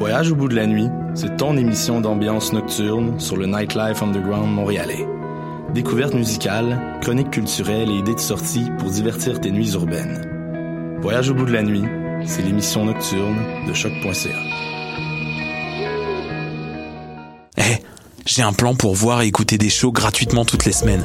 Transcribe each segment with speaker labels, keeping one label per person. Speaker 1: Rage au bout de la nuit, c'est ton émission d'ambiance nocturne sur le Nightlife Underground montréalais. Découvertes musicales, chroniques culturelles et idées de sortie pour divertir tes nuits urbaines. Voyage au bout de la nuit, c'est l'émission nocturne de choc.ca.
Speaker 2: Eh, j'ai un plan pour voir et écouter des shows gratuitement toutes les semaines.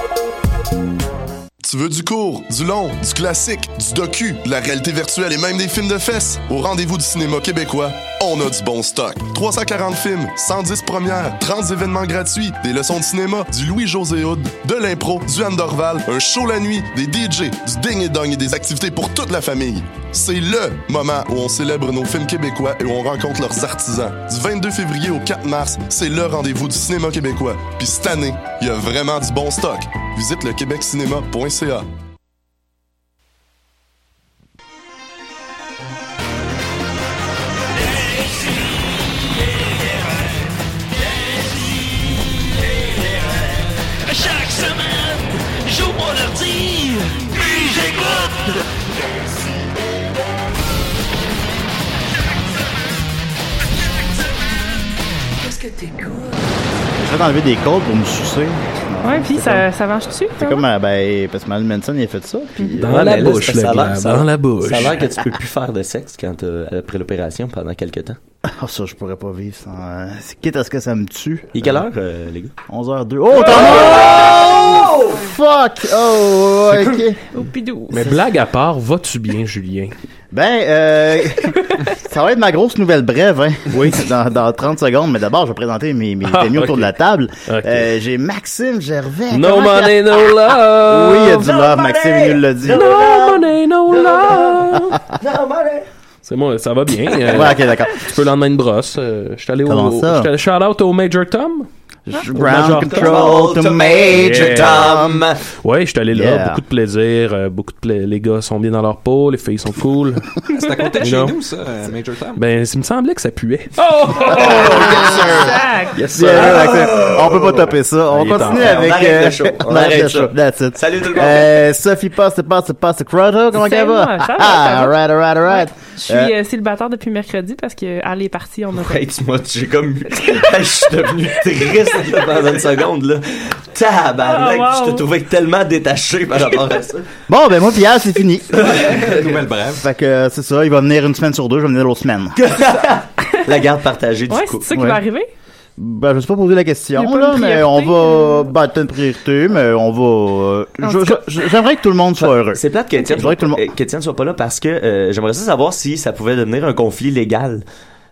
Speaker 3: Tu veux du court, du long, du classique, du docu, de la réalité virtuelle et même des films de fesses? Au rendez-vous du cinéma québécois, on a du bon stock. 340 films, 110 premières, 30 événements gratuits, des leçons de cinéma, du Louis-José Hood, de l'impro, du Anne Dorval, un show la nuit, des DJ, du ding et dong et des activités pour toute la famille. C'est LE moment où on célèbre nos films québécois et où on rencontre leurs artisans. Du 22 février au 4 mars, c'est LE rendez-vous du cinéma québécois. Puis cette année, il y a vraiment du bon stock. Visite le québeccinéma.ca.
Speaker 4: Chaque semaine, j'ouvre mon ordi, puis j'écoute.
Speaker 5: J'essaie d'enlever des codes pour me sucer.
Speaker 6: Ouais, puis ça, ça marche dessus.
Speaker 5: C'est comme, euh, ben, parce que Marilyn Manson, il a fait ça. Puis,
Speaker 7: Dans
Speaker 5: euh,
Speaker 7: la
Speaker 5: ben,
Speaker 7: bouche,
Speaker 5: c'est parce que
Speaker 7: le
Speaker 5: ça a
Speaker 7: gland,
Speaker 5: l'air- ça a
Speaker 7: dans
Speaker 5: l'air-
Speaker 7: la bouche.
Speaker 8: Ça a l'air que tu peux plus faire de sexe quand t'as- après l'opération pendant quelques temps.
Speaker 5: Ah, ça, je pourrais pas vivre sans. euh, c'est- quitte à ce que ça me tue.
Speaker 8: Et quelle heure, euh, les gars?
Speaker 5: 11h02. Oh, t'en as- Oh! Fuck! Oh, ok.
Speaker 6: Au pidou.
Speaker 7: Mais blague à part, vas-tu bien, Julien?
Speaker 5: Ben, euh, ça va être ma grosse nouvelle brève, hein. Oui. Dans, dans 30 secondes, mais d'abord, je vais présenter mes, mes
Speaker 7: Ah,
Speaker 5: amis autour
Speaker 7: ok.
Speaker 5: de la table.
Speaker 7: Ok.
Speaker 5: Euh, J'ai Maxime Gervais.
Speaker 7: No
Speaker 5: Comment qu'il-
Speaker 7: money, no love!
Speaker 5: Oui, il y a du love, Maxime, il nous l'a dit.
Speaker 7: No money, no love! C'est moi, ça va bien. euh,
Speaker 5: Ouais, ok, d'accord.
Speaker 7: Tu peux l'endemain de brosse. euh, je suis allé au.
Speaker 5: Comment ça?
Speaker 7: je suis allé- shout out au Major Tom.
Speaker 5: Ground
Speaker 7: Major
Speaker 5: control to Major
Speaker 7: Yeah.
Speaker 5: Tom.
Speaker 7: Ouais, je suis allé là.
Speaker 5: Yeah.
Speaker 7: Beaucoup de plaisir. euh, beaucoup de pla- les gars sont bien dans leur peau. Les filles sont cool.
Speaker 9: C'est à compter
Speaker 7: Non.
Speaker 9: chez nous, ça, euh, Major Tom.
Speaker 7: ben, il me semblait que ça puait.
Speaker 6: Oh! Sac.
Speaker 8: Yes,
Speaker 5: Bien joué, Maxime. On peut pas taper ça. On
Speaker 7: Il est
Speaker 5: continue
Speaker 7: en forme.
Speaker 5: avec.
Speaker 8: On arrête
Speaker 5: euh,
Speaker 8: le show. On
Speaker 5: arrête
Speaker 8: arrête
Speaker 5: le
Speaker 8: ça.
Speaker 5: show. That's it.
Speaker 8: Salut tout le monde.
Speaker 5: Euh, Sophie passe, passe, passe, Crota, comment
Speaker 6: C'est
Speaker 5: qu'elle va?
Speaker 6: moi, ça va, ça va.
Speaker 5: Ah, alright, alright, alright.
Speaker 6: Je suis euh, célibataire depuis mercredi parce que Al est parti, on a
Speaker 8: Hey, tu m'as- j'ai comme. je suis devenu triste là, pendant une seconde, là. Tabarnak,
Speaker 6: Ah, wow.
Speaker 8: je te trouvais tellement détaché par rapport à ça.
Speaker 5: Bon, ben moi, Pierre, c'est fini.
Speaker 9: Nouvelle brève.
Speaker 5: fait que euh, c'est ça, il va venir une semaine sur deux, je vais venir l'autre semaine.
Speaker 8: La garde partagée du
Speaker 6: Ouais,
Speaker 8: coup.
Speaker 6: c'est ça qui
Speaker 5: Ouais.
Speaker 6: va arriver.
Speaker 5: Ben, je sais pas poser la question,
Speaker 6: Il y a pas
Speaker 5: là,
Speaker 6: une
Speaker 5: mais
Speaker 6: priorité,
Speaker 5: on va.
Speaker 6: euh.
Speaker 5: Ben, t'as une priorité, mais on va. euh,
Speaker 6: En
Speaker 5: je-
Speaker 6: tout
Speaker 5: je- je- J'aimerais que tout le monde soit heureux.
Speaker 8: C'est plate qu'Étienne
Speaker 5: Je voudrais
Speaker 8: soit,
Speaker 5: que tout le monde-
Speaker 8: euh, qu'Étienne soit pas là parce que euh, j'aimerais ça savoir si ça pouvait devenir un conflit légal.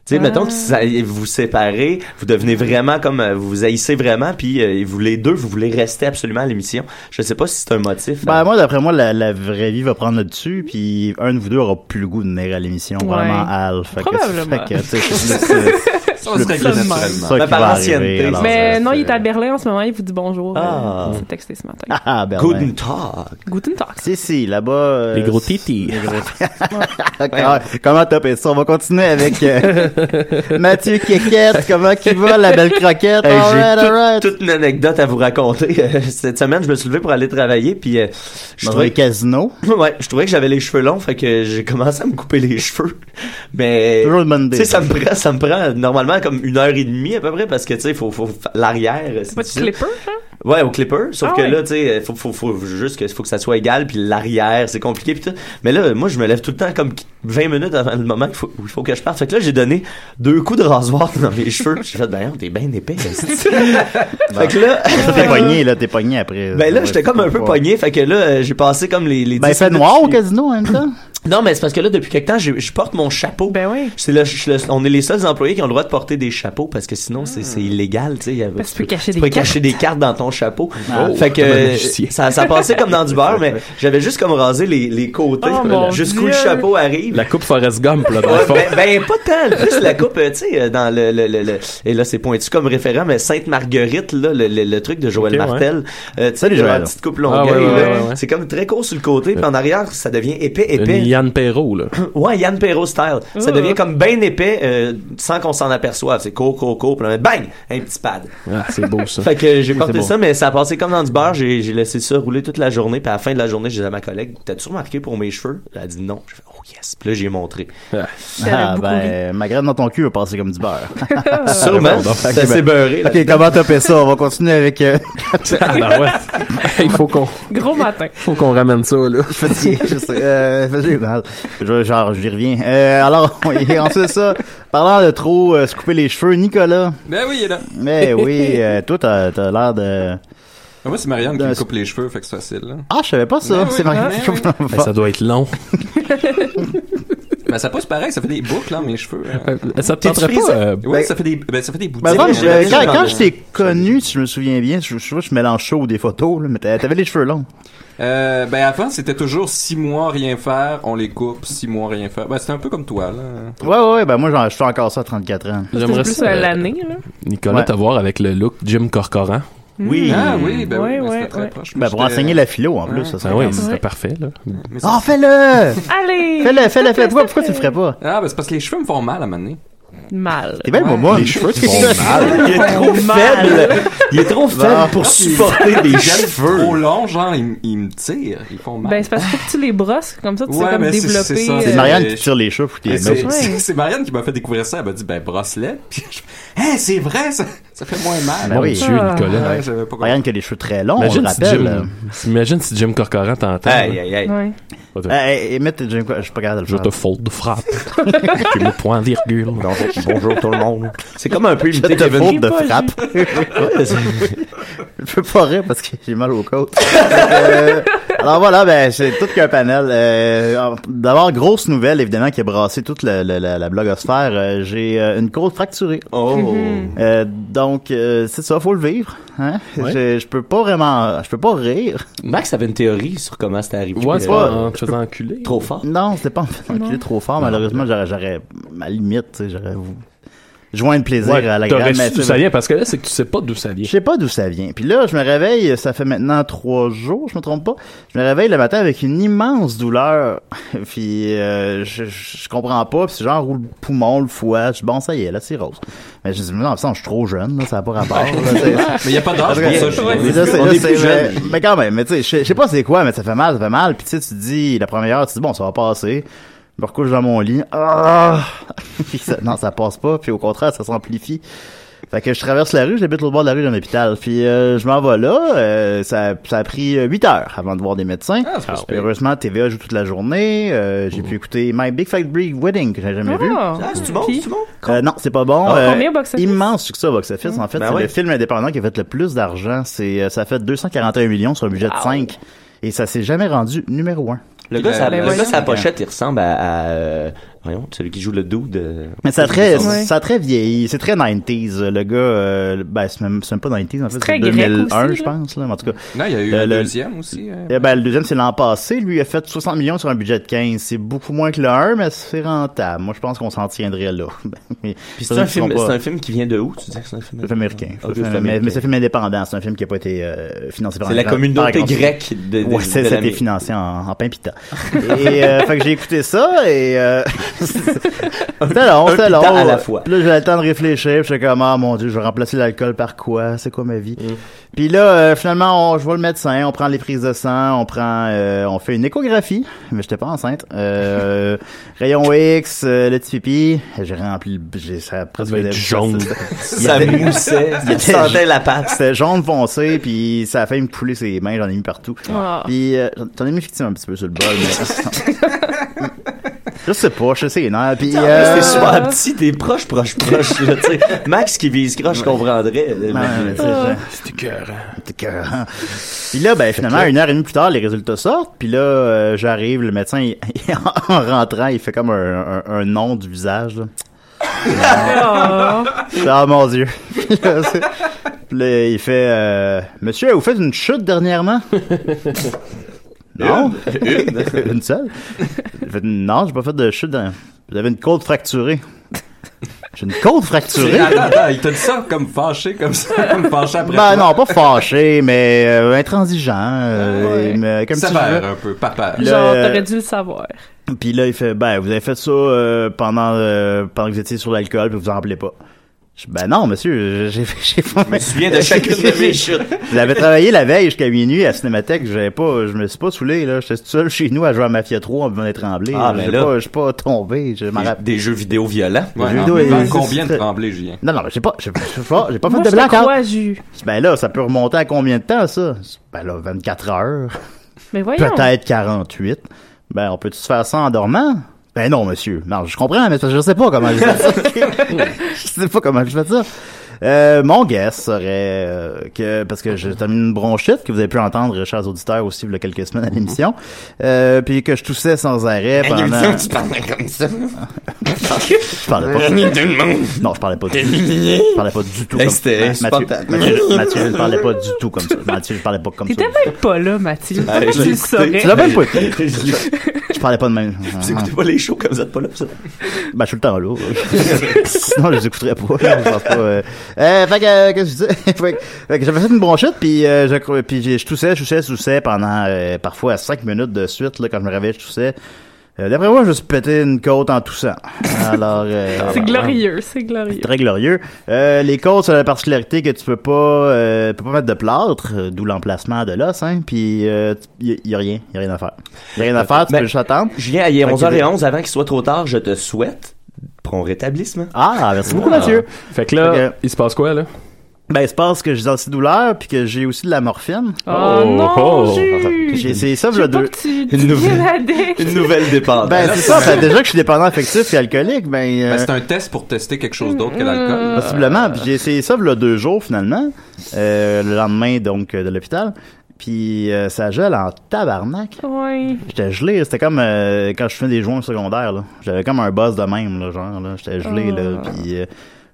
Speaker 8: Tu sais, mettons que
Speaker 5: Ah.
Speaker 8: ça- vous vous séparez, vous devenez vraiment comme euh, vous vous haïssez vraiment, puis euh, vous les deux, vous voulez rester absolument à l'émission. Je sais pas si c'est un motif.
Speaker 5: Ben,
Speaker 8: euh,
Speaker 5: moi, d'après moi, la, la vraie vie va prendre le dessus, puis un de vous deux aura plus le goût de venir à l'émission,
Speaker 6: Ouais.
Speaker 5: probablement Al. Fait que-
Speaker 6: Probablement.
Speaker 5: fait que, tu sais, c'est- Oh, c'est-
Speaker 9: Ça, on se règle naturellement.
Speaker 5: ça
Speaker 8: Mais
Speaker 5: qui
Speaker 8: par
Speaker 5: va
Speaker 8: ancienneté.
Speaker 5: arriver. alors,
Speaker 6: Mais
Speaker 5: Ah, ça,
Speaker 6: non, il est
Speaker 5: c'est-
Speaker 6: à Berlin en ce moment, il vous dit bonjour.
Speaker 8: Ah.
Speaker 6: euh, il s'est texté ce matin.
Speaker 5: Ah, ben, ouais.
Speaker 8: Guten Tag.
Speaker 6: Guten Tag.
Speaker 5: Si, si, là-bas. euh,
Speaker 7: les gros titis.
Speaker 5: Ah, comment taper ça? On va continuer avec euh, Mathieu Kékette. Comment qu'il va, la belle croquette?
Speaker 8: Hey,
Speaker 5: all
Speaker 8: j'ai
Speaker 5: right,
Speaker 8: tout-
Speaker 5: all right.
Speaker 8: toute une anecdote à vous raconter. Euh, Cette semaine, je me suis levé pour aller travailler, puis euh, je,
Speaker 5: Dans un
Speaker 8: trouvais que...
Speaker 5: casino.
Speaker 8: ouais, je trouvais que j'avais les cheveux longs, fait que j'ai commencé à me couper les cheveux. Mais
Speaker 5: Toujours une bonne idée.
Speaker 8: tu sais, ça me prend, ça me prend normalement comme une heure et demie à peu près, parce que tu sais, faut, faut fa- l'arrière.
Speaker 6: C'est
Speaker 8: c'est
Speaker 6: pas du
Speaker 8: difficile.
Speaker 6: clipper, hein?
Speaker 8: Ouais, au clipper. Sauf
Speaker 6: Ah
Speaker 8: que
Speaker 6: ouais.
Speaker 8: là, tu sais, faut, faut, faut juste que, faut que ça soit égal, puis l'arrière, c'est compliqué, puis tout. Mais là, moi, je me lève tout le temps comme 20 minutes avant le moment qu'il faut- où il faut que je parte. Fait que là, j'ai donné deux coups de rasoir dans mes cheveux. J'ai fait, ben, on t'es bien épais. esti. fait que là,
Speaker 5: Ça, T'es pogné, là, t'es pogné après.
Speaker 8: ben là, j'étais comme un peu
Speaker 5: Ah Ouais.
Speaker 8: pogné. Fait que là, euh, j'ai passé comme les, les
Speaker 5: Ben, il
Speaker 8: 10
Speaker 5: fait
Speaker 8: minutes-
Speaker 5: noir au casino en même temps.
Speaker 8: Non, mais c'est parce que là, depuis quelque temps, j'ai- je porte mon chapeau.
Speaker 6: Ben oui.
Speaker 8: C'est le- je suis le- on est les seuls employés qui ont le droit de porter des chapeaux parce que sinon c'est c'est illégal, tu sais. il y a-
Speaker 6: Hmm. Parce que tu peux cacher des
Speaker 8: peux
Speaker 6: cartes.
Speaker 8: cacher des cartes dans ton son chapeau.
Speaker 7: oh,
Speaker 5: Ah.
Speaker 8: fait que
Speaker 5: Comme un
Speaker 8: euh,
Speaker 5: magicien.
Speaker 8: ça, ça passait comme dans du beurre, mais j'avais juste comme rasé les, les côtés
Speaker 7: Oh, mon
Speaker 8: jusqu'où
Speaker 7: Dieu.
Speaker 8: le chapeau arrive.
Speaker 7: La coupe Forrest Gump, là, dans le
Speaker 8: Ouais,
Speaker 7: fond.
Speaker 8: ben, ben, pas tant. Plus la coupe, euh, tu sais, euh, dans le, le, le, le- Et là, c'est pointu comme référent, mais Sainte-Marguerite, là, le, le, le truc de Joël
Speaker 7: Ok, ouais.
Speaker 8: Martel. Euh, tu sais,
Speaker 5: Salut,
Speaker 8: la
Speaker 5: Joël.
Speaker 8: petite coupe longueuil,
Speaker 7: Ah, ouais, ouais,
Speaker 8: là,
Speaker 7: ouais, ouais.
Speaker 8: c'est comme très court sur le côté, puis en arrière, ça devient épais, épais.
Speaker 7: Une Yann Perrault, là.
Speaker 8: Ouais, Yann Perrault style. Ça
Speaker 6: Ouh.
Speaker 8: devient comme bien épais, euh, sans qu'on s'en aperçoive. C'est court, court, court, puis là, bang! Un petit pad.
Speaker 7: Ah, c'est beau, ça.
Speaker 8: Fait que j'ai porté
Speaker 7: beau.
Speaker 8: ça, mais ça a passé comme dans du beurre. J'ai j'ai laissé ça rouler toute la journée. Puis à la fin de la journée, j'ai dit à ma collègue, t'as-tu remarqué pour mes cheveux? Elle a dit non. J'ai fait, oh yes. Puis là, j'ai montré.
Speaker 5: Ah, ben, ma graine dans ton cul va passer comme du beurre.
Speaker 6: Ah,
Speaker 8: Sûrement. Ça
Speaker 5: Ok, ben-
Speaker 8: s'est beurré. là.
Speaker 5: ok, comment taper ça? On va continuer avec, euh,
Speaker 7: Ah, ben ouais. Il faut qu'on
Speaker 6: Gros matin.
Speaker 7: faut qu'on ramène ça, là.
Speaker 5: je suis fatigué, je sais, euh, j'ai mal. Je, genre, j'y reviens. Euh, alors, et ensuite de ça, parlant de trop euh, se couper les cheveux, Nicolas.
Speaker 9: Ben oui, il est là.
Speaker 5: Mais oui, euh, toi, t'as, t'as l'air de...
Speaker 9: Ah, Moi, c'est Marianne qui
Speaker 5: Dans-
Speaker 9: me coupe les cheveux, fait que c'est facile. là.
Speaker 5: Ah, je savais pas ça.
Speaker 9: Mais Ben oui,
Speaker 5: c'est Marianne
Speaker 9: mais
Speaker 5: qui coupe l'enfant.
Speaker 7: Ben, ça doit être long.
Speaker 9: Mais Ben, ça pousse pareil, ça fait des boucles, là, mes cheveux.
Speaker 6: Ben,
Speaker 9: hein.
Speaker 7: Ça te tenterait
Speaker 8: frisé?
Speaker 7: pas... euh,
Speaker 9: Oui, ça fait des, ben, ça fait des
Speaker 5: Mais
Speaker 9: boutines.
Speaker 5: attends,
Speaker 8: vrai,
Speaker 5: je-
Speaker 8: j'avais
Speaker 5: euh, quand,
Speaker 8: déjà
Speaker 5: quand
Speaker 8: entendu.
Speaker 5: je t'ai connu, si je me souviens bien, je, je, je mélange chaud des photos, là, mais t'a- t'avais les cheveux longs.
Speaker 9: Euh, ben avant, c'était toujours six mois rien faire, on les coupe, six mois rien faire. Ben c'était un peu comme toi, là.
Speaker 5: Ouais, ouais, ouais, ben moi, j'en- je suis encore ça à 34 ans.
Speaker 6: C'est
Speaker 7: J'aimerais
Speaker 6: plus
Speaker 7: ça,
Speaker 6: à
Speaker 7: euh,
Speaker 6: l'année, là.
Speaker 7: Nicolas,
Speaker 5: Ouais.
Speaker 7: te voir avec le look Jim Corcoran.
Speaker 8: Oui.
Speaker 9: Ah oui, ben
Speaker 6: Ouais,
Speaker 9: oui, ben,
Speaker 6: ouais,
Speaker 9: c'était très
Speaker 6: ouais.
Speaker 9: proche. Moi,
Speaker 5: Ben, pour
Speaker 9: j'étais-
Speaker 5: enseigner la philo, en plus,
Speaker 9: Ouais.
Speaker 5: ça serait
Speaker 7: Ah oui,
Speaker 5: quand même-
Speaker 7: c'était
Speaker 6: Ouais.
Speaker 7: parfait, là.
Speaker 9: Mais ça-
Speaker 5: Oh, fais-le!
Speaker 6: Allez!
Speaker 5: Fais-le, fais-le, fais-le. Pourquoi, pourquoi tu le ferais pas?
Speaker 9: Ah, ben c'est parce que les cheveux me font mal à un moment donné.
Speaker 6: Mal.
Speaker 5: T'es belle,
Speaker 6: Ouais.
Speaker 5: moi. Les cheveux, tu
Speaker 8: Il est trop faible. Il est trop faible pour supporter des
Speaker 9: Les cheveux trop
Speaker 8: cheveux.
Speaker 9: longs, genre, ils, m- ils me tirent, ils font mal.
Speaker 6: Ben, c'est parce qu'il faut que tu les brosses, comme ça, tu
Speaker 9: Ouais,
Speaker 6: sais, comme
Speaker 9: mais c'est-
Speaker 6: développer.
Speaker 9: c'est ça.
Speaker 6: euh,
Speaker 5: C'est Marianne qui tire les cheveux, faut que t'y
Speaker 9: Et
Speaker 5: aies-
Speaker 9: c'est-
Speaker 6: Ouais.
Speaker 9: c'est c'est Marianne qui m'a fait découvrir ça. Elle m'a dit, ben, bracelet. Puis je Hein, c'est vrai, ça, ça fait moins mal.
Speaker 5: Ben
Speaker 7: Mon
Speaker 5: oui.
Speaker 7: Dieu, Nicolas.
Speaker 9: Ouais, j'avais pas compris.
Speaker 5: Marianne qui a les cheveux très longs, on
Speaker 7: Imagine
Speaker 5: le
Speaker 7: si, Jim,
Speaker 5: rappelle.
Speaker 7: imagine si Jim Corcoran t'entend.
Speaker 8: Aïe, aïe, aïe.
Speaker 6: ouais.
Speaker 5: Euh, hey, hey, mets tes Jim Cor- je suis pas capable de
Speaker 7: Je
Speaker 5: le
Speaker 7: te
Speaker 5: faire.
Speaker 7: fold de frappe. tu me point virgule.
Speaker 8: Bonjour, bonjour tout le monde. C'est comme un peu imiter
Speaker 5: te
Speaker 8: Kevin.
Speaker 5: faute de
Speaker 6: J'ai pas
Speaker 5: frappe. je peux pas rire parce que j'ai mal au côte. Euh, alors voilà, ben c'est tout qu'un panel. Euh, D'abord, grosse nouvelle évidemment qui a brassé toute la, la, la, la blogosphère. Euh, j'ai euh, une côte fracturée.
Speaker 8: Oh.
Speaker 5: Euh, donc euh, c'est ça, faut le vivre. Hein?
Speaker 7: Ouais.
Speaker 5: Je, je peux pas vraiment, je peux pas rire.
Speaker 8: Max avait une théorie sur comment c'était arrivé.
Speaker 7: Ouais, c'est
Speaker 8: Euh,
Speaker 7: pas en te faisant enculer.
Speaker 8: trop fort.
Speaker 5: Non, c'était pas en fait enculé trop fort. Malheureusement, j'aurais, j'aurais ma limite, tu sais, j'aurais vous joindre plaisir
Speaker 7: Ouais,
Speaker 5: à la
Speaker 7: t'aurais
Speaker 5: grande
Speaker 7: su d'où
Speaker 5: nature.
Speaker 7: ça vient, parce que là, c'est que tu sais pas d'où ça vient.
Speaker 5: Je sais pas d'où ça vient. Puis là, je me réveille, ça fait maintenant trois jours, je me trompe pas. Je me réveille le matin avec une immense douleur. puis euh, je, je je comprends pas. Puis c'est genre où le poumon, le foie. Je dis, bon, ça y est, là, c'est rose. Mais je dis, mais non, ça, je suis trop jeune, là, ça n'a pas rapport. là, c'est-
Speaker 9: Mais y a pas d'âge
Speaker 5: Ouais,
Speaker 9: pour ça, je
Speaker 5: mais ça, c'est-
Speaker 8: On
Speaker 5: là,
Speaker 8: est
Speaker 5: c'est-
Speaker 8: plus
Speaker 5: mais,
Speaker 8: jeune.
Speaker 5: mais quand même, mais tu sais, je- je sais pas c'est quoi, mais ça fait mal, ça fait mal. Puis tu sais, tu te dis, la première heure, tu te dis, bon, ça va passer. Je me recouche dans mon lit. Ah! Puis ça- non, ça passe pas. Puis au contraire, ça s'amplifie. Fait que je traverse la rue, j'habite l'autre bord de la rue d'un hôpital. Puis euh, je m'en vais là. euh, ça, ça a pris 8 heures avant de voir des médecins.
Speaker 9: Ah, c'est pas super.
Speaker 5: Heureusement, TVA joue toute la journée. euh, j'ai pu écouter My Big Fat Greek Wedding que j'ai jamais vu.
Speaker 8: Ah, c'est-tu bon? C'est-tu bon?
Speaker 5: Euh, non, c'est pas bon. Euh,
Speaker 6: Oh! Ah, combien au box-office?
Speaker 5: immense succès au box-office. En fait,
Speaker 8: Ben
Speaker 5: c'est
Speaker 8: ouais.
Speaker 5: le film indépendant qui a fait le plus d'argent. C'est, euh, ça a fait 241 millions sur un budget de 5. Et ça s'est jamais rendu numéro 1.
Speaker 8: Le gars,
Speaker 9: Ben,
Speaker 8: sa,
Speaker 9: ben
Speaker 8: le
Speaker 6: voyons.
Speaker 8: gars, sa pochette, il ressemble à, à, euh, voyons, celui qui joue le dude. euh,
Speaker 5: Mais ça a très,
Speaker 6: Ouais.
Speaker 5: ça a très vieilli. C'est très 90s. Le gars, euh, ben, c'est même, c'est même pas 90s. En fait,
Speaker 6: très
Speaker 5: c'est
Speaker 6: grec
Speaker 5: 2001,
Speaker 6: aussi,
Speaker 5: je
Speaker 6: là.
Speaker 5: pense, là. Mais En tout cas.
Speaker 9: Non, il y a eu
Speaker 5: Euh,
Speaker 9: le
Speaker 5: le-
Speaker 9: deuxième aussi. hein.
Speaker 5: Eh ben, le deuxième, c'est l'an passé. Lui, il a fait 60 millions sur un budget de 15. C'est beaucoup moins que le 1, mais c'est rentable. Moi, je pense qu'on s'en tiendrait là. Ben, Mais
Speaker 8: Puis
Speaker 5: ça,
Speaker 8: c'est un,
Speaker 5: ils sont
Speaker 8: film-
Speaker 5: pas-
Speaker 8: c'est un film qui vient de où? Tu dis que c'est un film
Speaker 5: C'est américain.
Speaker 8: Ok,
Speaker 5: C'est un-
Speaker 8: c'est
Speaker 5: mais,
Speaker 8: américain.
Speaker 5: mais c'est un film indépendant. C'est un film qui a pas été euh, financé par
Speaker 8: C'est
Speaker 5: un
Speaker 8: la
Speaker 5: grand- par un
Speaker 8: communauté
Speaker 5: grand-
Speaker 8: grecque de, de,
Speaker 5: Ouais,
Speaker 8: de
Speaker 5: ça, ça a été
Speaker 8: l'Amérique.
Speaker 5: financé en, en pain pita. Et euh, fait que j'ai écouté ça et euh, c'était long,
Speaker 8: un
Speaker 5: c'était
Speaker 8: pita
Speaker 5: long.
Speaker 8: à la fois.
Speaker 5: Puis là, j'ai le temps de réfléchir, puis j'étais comme ah mon dieu, je vais remplacer l'alcool par quoi C'est quoi ma vie
Speaker 8: Mm.
Speaker 5: Puis là, euh, finalement, on, je vois le médecin, on prend les prises de sang, on prend, euh, on fait une échographie, mais j'étais pas enceinte. Euh, rayon X, euh, le petit pipi, j'ai rempli, le- j'ai ça a presque
Speaker 7: devait être jaune.
Speaker 8: Ça moussait, ça
Speaker 5: était-
Speaker 8: sentait la pâte.
Speaker 5: C'était jaune foncé, puis ça a failli me couler ses mains, j'en ai mis partout.
Speaker 6: Ah.
Speaker 5: Puis euh, j'en- j'en ai mis effectivement un petit peu sur le bol, mais... je sais pas, je sais les nerfs, puis... euh,
Speaker 8: C'est super petit, t'es proche, proche, proche. là, tu sais. Max qui vise croche, je comprendrais. euh,
Speaker 5: Ouais,
Speaker 8: mais-
Speaker 5: mais tu sais, je-
Speaker 7: C'était
Speaker 8: hein.
Speaker 7: cœur.
Speaker 5: T'es écœurant. hein. Puis là, ben, finalement, une heure et demie plus tard, les résultats sortent. Puis là, euh, j'arrive, le médecin, il- en rentrant, il fait comme un, un- un nom du visage. là. Ah mon dieu. Puis là, c'est- puis là, il fait euh, Monsieur, vous faites une chute dernièrement Non. Une, seule Il fait, Non, j'ai pas fait de chute dernièrement. Vous avez une côte fracturée. J'ai une côte fracturée
Speaker 9: Attends, attends, il t'a dit ça comme fâché, comme ça, comme fâché après.
Speaker 5: Ben
Speaker 9: toi.
Speaker 5: non, pas fâché, mais euh, intransigeant. euh, mais comme si je-
Speaker 9: Sévère un peu, papa.
Speaker 5: Puis là,
Speaker 6: Genre,
Speaker 5: euh,
Speaker 6: t'aurais dû le savoir.
Speaker 5: Puis là, il fait Ben, vous avez fait ça euh, pendant, euh, pendant que vous étiez sur l'alcool, puis vous en rappelez pas. Je dis, ben non, monsieur, j'ai j'ai pas.
Speaker 8: Je me souviens de chacune de mes chutes.
Speaker 5: J'avais travaillé la veille jusqu'à minuit à Cinémathèque, j'avais pas, je me suis pas saoulé, là. J'étais tout seul chez nous à jouer à Mafia 3, on me venait trembler.
Speaker 8: Ah,
Speaker 5: J'ai
Speaker 8: ben là.
Speaker 5: pas- Je suis pas tombé, je m'en
Speaker 8: Des,
Speaker 5: rappelle.
Speaker 8: des jeux vidéo violents.
Speaker 9: Ouais,
Speaker 5: Judo
Speaker 9: non,
Speaker 5: est-
Speaker 9: mais combien de
Speaker 5: c'est-
Speaker 9: tremblés, Julien?
Speaker 5: Non, non, mais j'ai pas, j'ai pas, j'ai pas, j'ai pas
Speaker 6: Moi,
Speaker 5: fait de
Speaker 6: je te
Speaker 5: blackout.
Speaker 6: crois, Ju.
Speaker 5: Ben là, ça peut remonter à combien de temps, ça? Ben là, 24 heures.
Speaker 6: Mais voyons.
Speaker 5: Peut-être 48. Ben, on peut-tu se faire ça en dormant? Ben non, monsieur. Non, je comprends, mais c'est parce que je sais pas comment je fais ça. je sais pas comment je fais ça. Euh, mon guess serait euh, que, parce que j'ai terminé une bronchite, que vous avez pu entendre, chers auditeurs, aussi, il y a quelques semaines à l'émission, euh, puis que je toussais sans arrêt pendant...
Speaker 8: tu parlais comme ça.
Speaker 5: Je parlais pas... Non, je parlais pas du tout. Je parlais pas du tout
Speaker 8: Hey,
Speaker 5: comme
Speaker 8: c'était
Speaker 5: Mathieu,
Speaker 8: insupportable.
Speaker 5: Mathieu, Mathieu, je parlais pas du tout comme ça. Mathieu, je parlais pas comme ça.
Speaker 6: T'étais même pas là, Mathieu.
Speaker 7: Ah,
Speaker 6: Comment
Speaker 8: je l'ai
Speaker 6: tu le
Speaker 8: écouté.
Speaker 6: saurais?
Speaker 5: Tu l'as même pas écouté.
Speaker 8: Vous
Speaker 5: Je parlais pas de même.
Speaker 8: écoutez pas les shows comme vous êtes pas là. pour ça.
Speaker 5: Ben, je suis le temps là. Sinon, je les écouterais pas. Je pense pas. Euh, Euh, fait que, euh, qu'est-ce que je disais? Fait que- fait que j'avais fait une bronchite, puis euh, je, cro- puis j'ai- je toussais, je toussais, je toussais pendant euh, parfois 5 minutes de suite. Là, quand je me réveillais, je toussais. Euh, D'après moi, je me suis pété une côte en toussant. Alors, euh,
Speaker 6: C'est glorieux, c'est glorieux.
Speaker 5: Très glorieux. Euh, les côtes, ça a la particularité que tu peux pas, euh, tu peux pas mettre de plâtre, euh, d'où l'emplacement de l'os, hein, puis euh, tu- y, y a rien, y a rien à faire. Y a
Speaker 6: Euh,
Speaker 5: rien à faire, tu
Speaker 8: Ben,
Speaker 5: peux juste attendre.
Speaker 8: Julien, il est
Speaker 5: Fait que-
Speaker 8: 11h11, avant qu'il soit trop tard, je te souhaite prompt rétablissement.
Speaker 5: Ah, merci beaucoup,
Speaker 8: Ah.
Speaker 5: Mathieu.
Speaker 7: Fait que là,
Speaker 5: Ok.
Speaker 7: il se passe quoi, là?
Speaker 5: Ben, c'est parce que j'ai des antidouleurs puis que j'ai aussi de la morphine.
Speaker 6: Oh,
Speaker 7: Oh,
Speaker 6: non,
Speaker 7: oh.
Speaker 6: Ju!
Speaker 5: Ah, J'ai essayé ça,
Speaker 6: Je
Speaker 5: le
Speaker 6: veux pas
Speaker 5: deux.
Speaker 6: que tu
Speaker 8: Une nouvelle-
Speaker 6: deviennes addict.
Speaker 8: Une nouvelle dépendance.
Speaker 5: Ben, c'est ça. ben, déjà que je suis dépendant affectif et alcoolique, ben, euh,
Speaker 9: Ben, c'est un test pour tester quelque chose
Speaker 6: Mm.
Speaker 9: d'autre que l'alcool.
Speaker 5: possiblement. Puis j'ai essayé ça, le deux jours, finalement. Euh, le lendemain, donc, euh, de l'hôpital. Puis euh, ça gèle en tabarnak.
Speaker 6: Ouais.
Speaker 5: J'étais gelé. C'était comme euh, quand je fais des joints secondaires, là. J'avais comme un buzz de même, là, genre, là. J'étais gelé, là. Puis euh,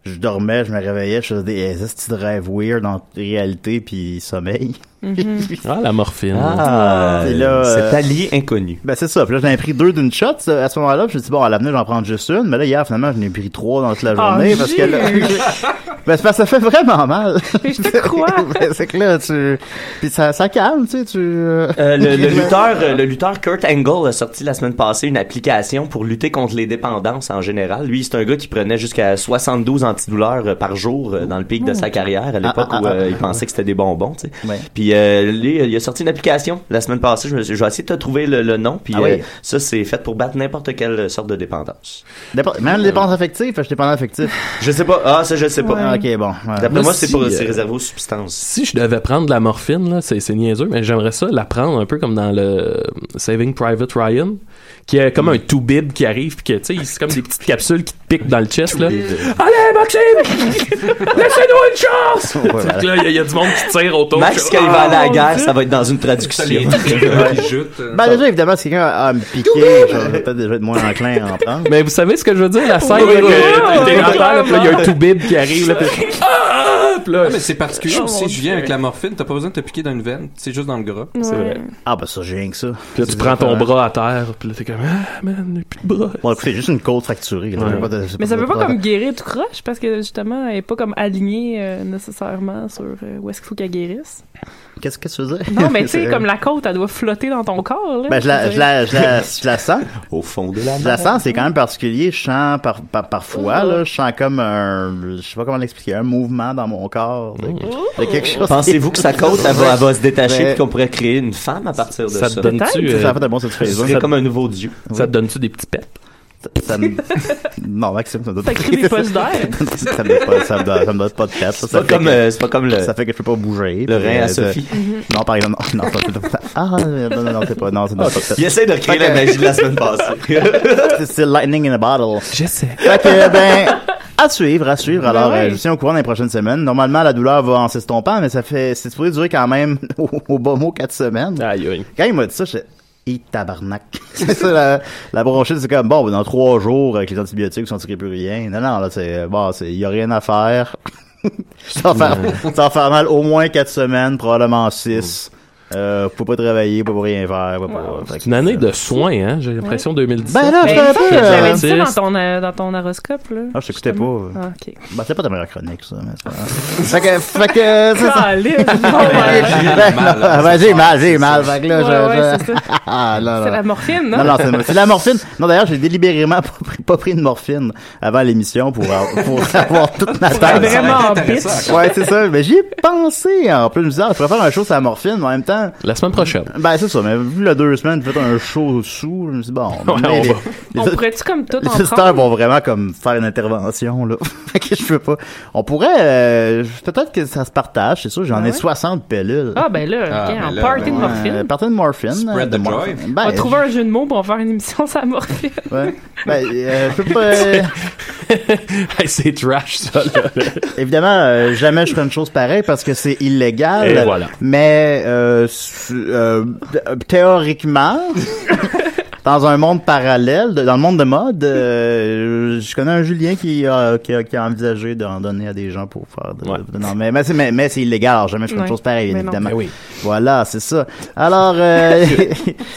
Speaker 5: je dormais, je me réveillais, je faisais des estis de rêves weird en réalité puis sommeil. Mm-hmm.
Speaker 7: Ah, la morphine.
Speaker 8: Ah,
Speaker 5: Puis là, euh,
Speaker 8: cet allié inconnu.
Speaker 5: Ben c'est ça. Puis là, j'en ai pris deux d'une shot ça, à ce moment-là. Puis je me suis dit, bon, à l'avenir, j'en prends juste une. Mais là, hier, finalement, j'en ai pris trois dans toute la
Speaker 6: Ah,
Speaker 5: journée. parce que là, ben, c'est parce que ça fait vraiment mal.
Speaker 6: Mais je te crois.
Speaker 5: Ben, c'est que là, tu... Puis ça, ça calme, tu sais, tu... euh,
Speaker 8: Euh, le, le lutteur, euh, le lutteur Kurt Angle a sorti la semaine passée une application pour lutter contre les dépendances en général. Lui, c'est un gars qui prenait jusqu'à 72 antidouleurs euh, par jour euh, dans le pic de sa carrière, à l'époque
Speaker 5: ah,
Speaker 8: où
Speaker 5: ah,
Speaker 8: euh,
Speaker 5: ah.
Speaker 8: il pensait que c'était des bonbons. tu sais.
Speaker 5: Ouais.
Speaker 8: Puis euh, lui, il a sorti une application la semaine passée. Je, me suis- je vais essayer de te trouver le, le nom. Puis
Speaker 5: Ah
Speaker 8: euh,
Speaker 5: oui.
Speaker 8: ça, c'est fait pour battre n'importe quelle sorte de dépendance.
Speaker 5: Dépen- Même les dépenses affectives, fait que je suis dépendant affectif.
Speaker 8: Je sais pas. Ah, ça, je sais pas.
Speaker 5: Ah, Ok, bon. ouais.
Speaker 8: D'après
Speaker 7: Mais
Speaker 8: moi, c'est
Speaker 7: si,
Speaker 8: pour
Speaker 7: euh,
Speaker 8: c'est réservé aux substances.
Speaker 7: Si je devais prendre de la morphine, là, c'est, c'est niaiseux, mais j'aimerais ça la prendre un peu comme dans le euh, Saving Private Ryan, qui est comme un tout-bib qui arrive, puis que, tu sais, c'est comme des petites capsules qui te piquent dans le chest, là. Allez, Maxime! Laissez-nous une chance!
Speaker 5: Ouais, voilà.
Speaker 7: Là, il y a- il y, a du monde qui tire autour. ah!
Speaker 8: Max,
Speaker 7: Je-
Speaker 8: quand il va aller à la
Speaker 6: mon
Speaker 8: guerre,
Speaker 6: Dieu.
Speaker 8: Oh, ça va être dans une
Speaker 9: Ça, les
Speaker 8: traduction.
Speaker 9: les jutes, euh,
Speaker 5: Ben déjà, évidemment, si quelqu'un a à me piquer, je vais peut-être déjà être moins enclin à en prendre.
Speaker 7: Mais vous savez ce que je veux dire? La scène,
Speaker 6: Oui,
Speaker 7: là, que
Speaker 6: oui, Ah,
Speaker 7: t'es- t'es
Speaker 6: oui,
Speaker 7: dans la terre, là, puis là, il y a un
Speaker 6: clairement.
Speaker 7: tout-bib qui arrive, là, puis- Ah! Puis là,
Speaker 9: Ah, mais c'est particulier
Speaker 6: Oh,
Speaker 9: aussi,
Speaker 6: mon
Speaker 9: Julien,
Speaker 6: Dieu.
Speaker 9: avec la morphine, t'as pas besoin de te piquer dans une veine, c'est juste dans le gras.
Speaker 6: Ouais.
Speaker 7: c'est vrai.
Speaker 5: Ah ben ça, j'ai rien que ça.
Speaker 7: Puis là, tu prends ton bras à terre, puis là, t'es comme, ah, man, j'ai plus de bras.
Speaker 5: Bon, écoute, c'est juste une côte fracturée. là.
Speaker 7: Ouais.
Speaker 5: J'ai pas de- j'ai
Speaker 6: Mais ça
Speaker 5: de-
Speaker 6: peut pas comme guérir tout croche parce que justement, elle est pas comme alignée euh, nécessairement sur euh, où est-ce qu'il faut qu'elle guérisse.
Speaker 5: Qu'est-ce que tu veux dire?
Speaker 6: Non, mais tu sais, comme la côte, elle doit flotter dans ton corps. Là,
Speaker 5: Ben, je la, je la, je la, je la sens.
Speaker 8: Au fond de la
Speaker 5: Je la sens, c'est quand même particulier. Je sens par, par- parfois, là, je sens comme un, je sais pas comment l'expliquer, un mouvement dans mon corps. De,
Speaker 6: Mmh.
Speaker 5: de quelque chose.
Speaker 8: Pensez-vous que sa côte, elle va, elle va se détacher
Speaker 5: Mais-
Speaker 8: puis qu'on pourrait créer une femme à partir de ça?
Speaker 7: Ça te donne-tu,
Speaker 5: Ça
Speaker 7: euh,
Speaker 5: a fait un bon satisfait.
Speaker 8: Ce
Speaker 5: Ça,
Speaker 8: serait comme un nouveau dieu.
Speaker 7: ça te donne-tu des petits pets?
Speaker 5: ça me- non, Maxime, ça me donne
Speaker 6: Ça crée des poches d'air.
Speaker 5: ça me donne pas, ça me donne, ça me donne pas de tête. Ça,
Speaker 8: C'est
Speaker 5: ça
Speaker 8: pas,
Speaker 5: fait
Speaker 8: comme,
Speaker 5: que-
Speaker 8: euh, c'est pas comme le,
Speaker 5: ça fait que je peux pas bouger.
Speaker 8: le
Speaker 5: puis,
Speaker 8: rein
Speaker 5: euh,
Speaker 8: à
Speaker 5: ça-
Speaker 8: Sophie.
Speaker 5: Non, par exemple, non, non, ça- ah, non, non, non, c'est pas, non, c'est pas de tête.
Speaker 8: Il essaie de recréer la magie de la semaine passée.
Speaker 5: C'est- C'est lightning in a bottle.
Speaker 7: J'essaie.
Speaker 5: Fait que, ben, à suivre, à suivre. Alors,
Speaker 6: ouais.
Speaker 5: euh, je vous tiens au courant des prochaines semaines. Normalement, la douleur va en s'estompant, mais ça fait, c'est supposé durer quand même, au, au bas mot, quatre semaines.
Speaker 7: Aïe, aïe.
Speaker 5: Quand il m'a dit ça, j'étais, Et tabarnak. c'est ça, la, la bronchite, c'est comme, bon, ben, dans trois jours, avec les antibiotiques, on ne plus rien. Non, non, là, c'est, euh, bon, c'est, il y a rien à faire. ça, va faire ça va faire mal au moins quatre semaines, probablement six. Euh, faut pas travailler, faut pas rien faire, faut pas- fait que-
Speaker 7: Mm. Une année de soins, hein, j'ai l'impression, 2010.
Speaker 5: Ben là,
Speaker 6: Ben,
Speaker 5: j'étais un
Speaker 6: il me semble que
Speaker 5: peu,
Speaker 6: je
Speaker 5: euh,
Speaker 6: l'avais dit ça dans ton, euh, dans ton horoscope, là.
Speaker 5: Ah, je t'écoutais pas. euh.
Speaker 6: Ah, ok.
Speaker 5: Ben, c'est pas ta meilleure chronique, ça, mais c'est pas grave. Fait que, fait que, c'est ça.
Speaker 6: Caliste. euh,
Speaker 5: Ben,
Speaker 9: mal,
Speaker 5: non,
Speaker 9: hein,
Speaker 5: ben,
Speaker 9: c'est
Speaker 5: j'ai
Speaker 9: ça.
Speaker 5: mal, j'ai mal. Fait que là,
Speaker 6: Ouais,
Speaker 5: je-
Speaker 6: ouais,
Speaker 5: je-
Speaker 6: c'est ça.
Speaker 5: Ah, là,
Speaker 6: C'est
Speaker 5: là.
Speaker 6: la morphine, hein? non?
Speaker 5: Non, non, c'est, c'est la morphine. Non, d'ailleurs, j'ai délibérément pas pris, pas pris de morphine avant l'émission pour, avoir- pour avoir toute ma
Speaker 6: T'es
Speaker 5: tête.
Speaker 6: vraiment bitch.
Speaker 9: intéressant,
Speaker 5: Ouais, Ah, c'est ça. Mais j'y ai pensé, en plus. Je me disais, ah, je pourrais faire un show sur la morphine, mais en même temps,
Speaker 7: La semaine prochaine.
Speaker 5: ben, c'est ça. Mais vu la deux semaines, j'ai fait un show sous, je me suis dit, bon,
Speaker 7: on
Speaker 5: mais les-
Speaker 7: va.
Speaker 5: les
Speaker 6: On
Speaker 5: autres-
Speaker 6: pourrait-tu comme tout
Speaker 5: les
Speaker 6: en
Speaker 5: auditeurs
Speaker 6: prendre?
Speaker 5: vont vraiment comme faire une intervention là. Fait que je peux pas. On pourrait euh, peut-être que ça se partage, c'est sûr, j'en
Speaker 6: Ah
Speaker 5: ai
Speaker 6: ouais?
Speaker 5: 60 pellules.
Speaker 6: Ah, ben là,
Speaker 9: Ah,
Speaker 6: ok,
Speaker 9: ben
Speaker 6: en
Speaker 9: là,
Speaker 6: party de
Speaker 9: ben ouais.
Speaker 5: Euh,
Speaker 6: morphine.
Speaker 5: partant de morphine.
Speaker 9: Spread
Speaker 5: euh, de
Speaker 9: the
Speaker 5: morphine.
Speaker 9: joy.
Speaker 6: On
Speaker 5: Ben,
Speaker 6: va trouver un jeu de mots pour en faire une émission sur la morphine.
Speaker 5: ouais. Ben, euh, je peux pas, euh,
Speaker 7: Hey, c'est trash, ça, là.
Speaker 5: évidemment, euh, jamais je ferai une chose pareille parce que c'est illégal.
Speaker 7: Et voilà.
Speaker 5: Mais euh, su- euh, théoriquement, dans un monde parallèle, de- dans le monde de mode, euh, je connais un Julien qui a, qui a, qui a envisagé d'en donner à des gens pour faire. De,
Speaker 7: Ouais.
Speaker 5: de- non, mais, mais c'est mais, mais c'est illégal. Alors, jamais je fais une
Speaker 6: Ouais.
Speaker 5: chose pareille, bien
Speaker 6: Mais non.
Speaker 5: évidemment.
Speaker 7: Ben oui.
Speaker 5: Voilà, c'est ça. Alors, euh,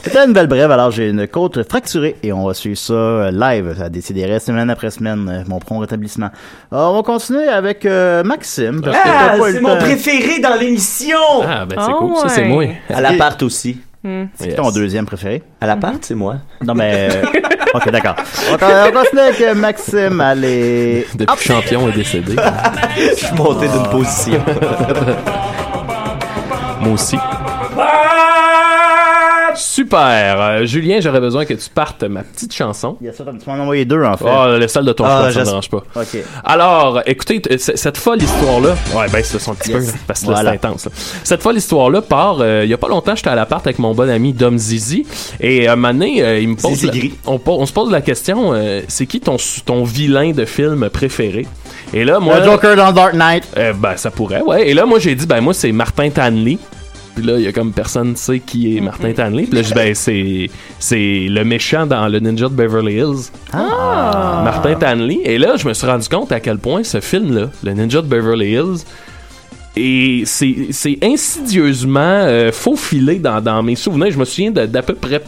Speaker 5: c'était une belle brève. Alors, j'ai une côte fracturée et on va suivre ça euh, live. Ça déciderait semaine après semaine euh, mon prompt rétablissement. Alors, on va continuer avec euh, Maxime. parce que
Speaker 8: Ah,
Speaker 5: t'as pas eu
Speaker 8: c'est
Speaker 5: le
Speaker 8: mon
Speaker 5: temps.
Speaker 8: préféré dans l'émission!
Speaker 7: Ah, ben c'est
Speaker 6: Ah
Speaker 7: cool, ça, c'est
Speaker 6: ouais.
Speaker 7: moi.
Speaker 8: À l'appart aussi.
Speaker 5: C'est ton deuxième préféré.
Speaker 8: À l'appart, c'est moi.
Speaker 5: Non, mais. euh, ok, d'accord. On con- on continue avec euh, Maxime. Allez. Ah.
Speaker 7: Depuis
Speaker 6: Ah.
Speaker 7: que champion est décédé.
Speaker 8: Je suis monté d'une position.
Speaker 7: Moi aussi. Super! Euh, Julien, j'aurais besoin que tu partes ma petite chanson.
Speaker 5: Il y a ça, tu m'en as envoyé deux, en fait.
Speaker 7: Oh, le salle de ton
Speaker 8: Ah,
Speaker 7: choix, ça me
Speaker 8: j'es-
Speaker 7: dérange pas.
Speaker 5: Ok.
Speaker 7: Alors, écoutez, t- euh, c- cette folle histoire-là. Ouais, ben, c'est son petit peu, là, parce que là,
Speaker 5: Voilà.
Speaker 7: c'est intense. là. Cette folle histoire-là part. euh, il y a pas longtemps, j'étais à l'appart avec mon bon ami Dom Zizi. Et euh, un moment donné, euh, il me pose.
Speaker 8: Zizi
Speaker 7: la-
Speaker 8: gris.
Speaker 7: on, po- on se pose la question euh, c'est qui ton, s- ton vilain de film préféré Et là, moi.
Speaker 5: Le Joker dans Dark Knight.
Speaker 7: Euh, ben, ça pourrait, ouais. Et là, moi, j'ai dit, ben, moi, c'est Martin Tanley. Puis là, il y a comme personne sait qui est
Speaker 5: Mm-hmm.
Speaker 7: Martin Tanley. Puis là, j'ai dit, ben, c'est, c'est le méchant dans le Ninja de Beverly Hills.
Speaker 5: Ah!
Speaker 7: Martin Tanley. Et là, je me suis rendu compte à quel point ce film-là, le Ninja de Beverly Hills, et c'est, c'est insidieusement euh, faufilé dans, dans mes souvenirs. Je me souviens de- d'à peu près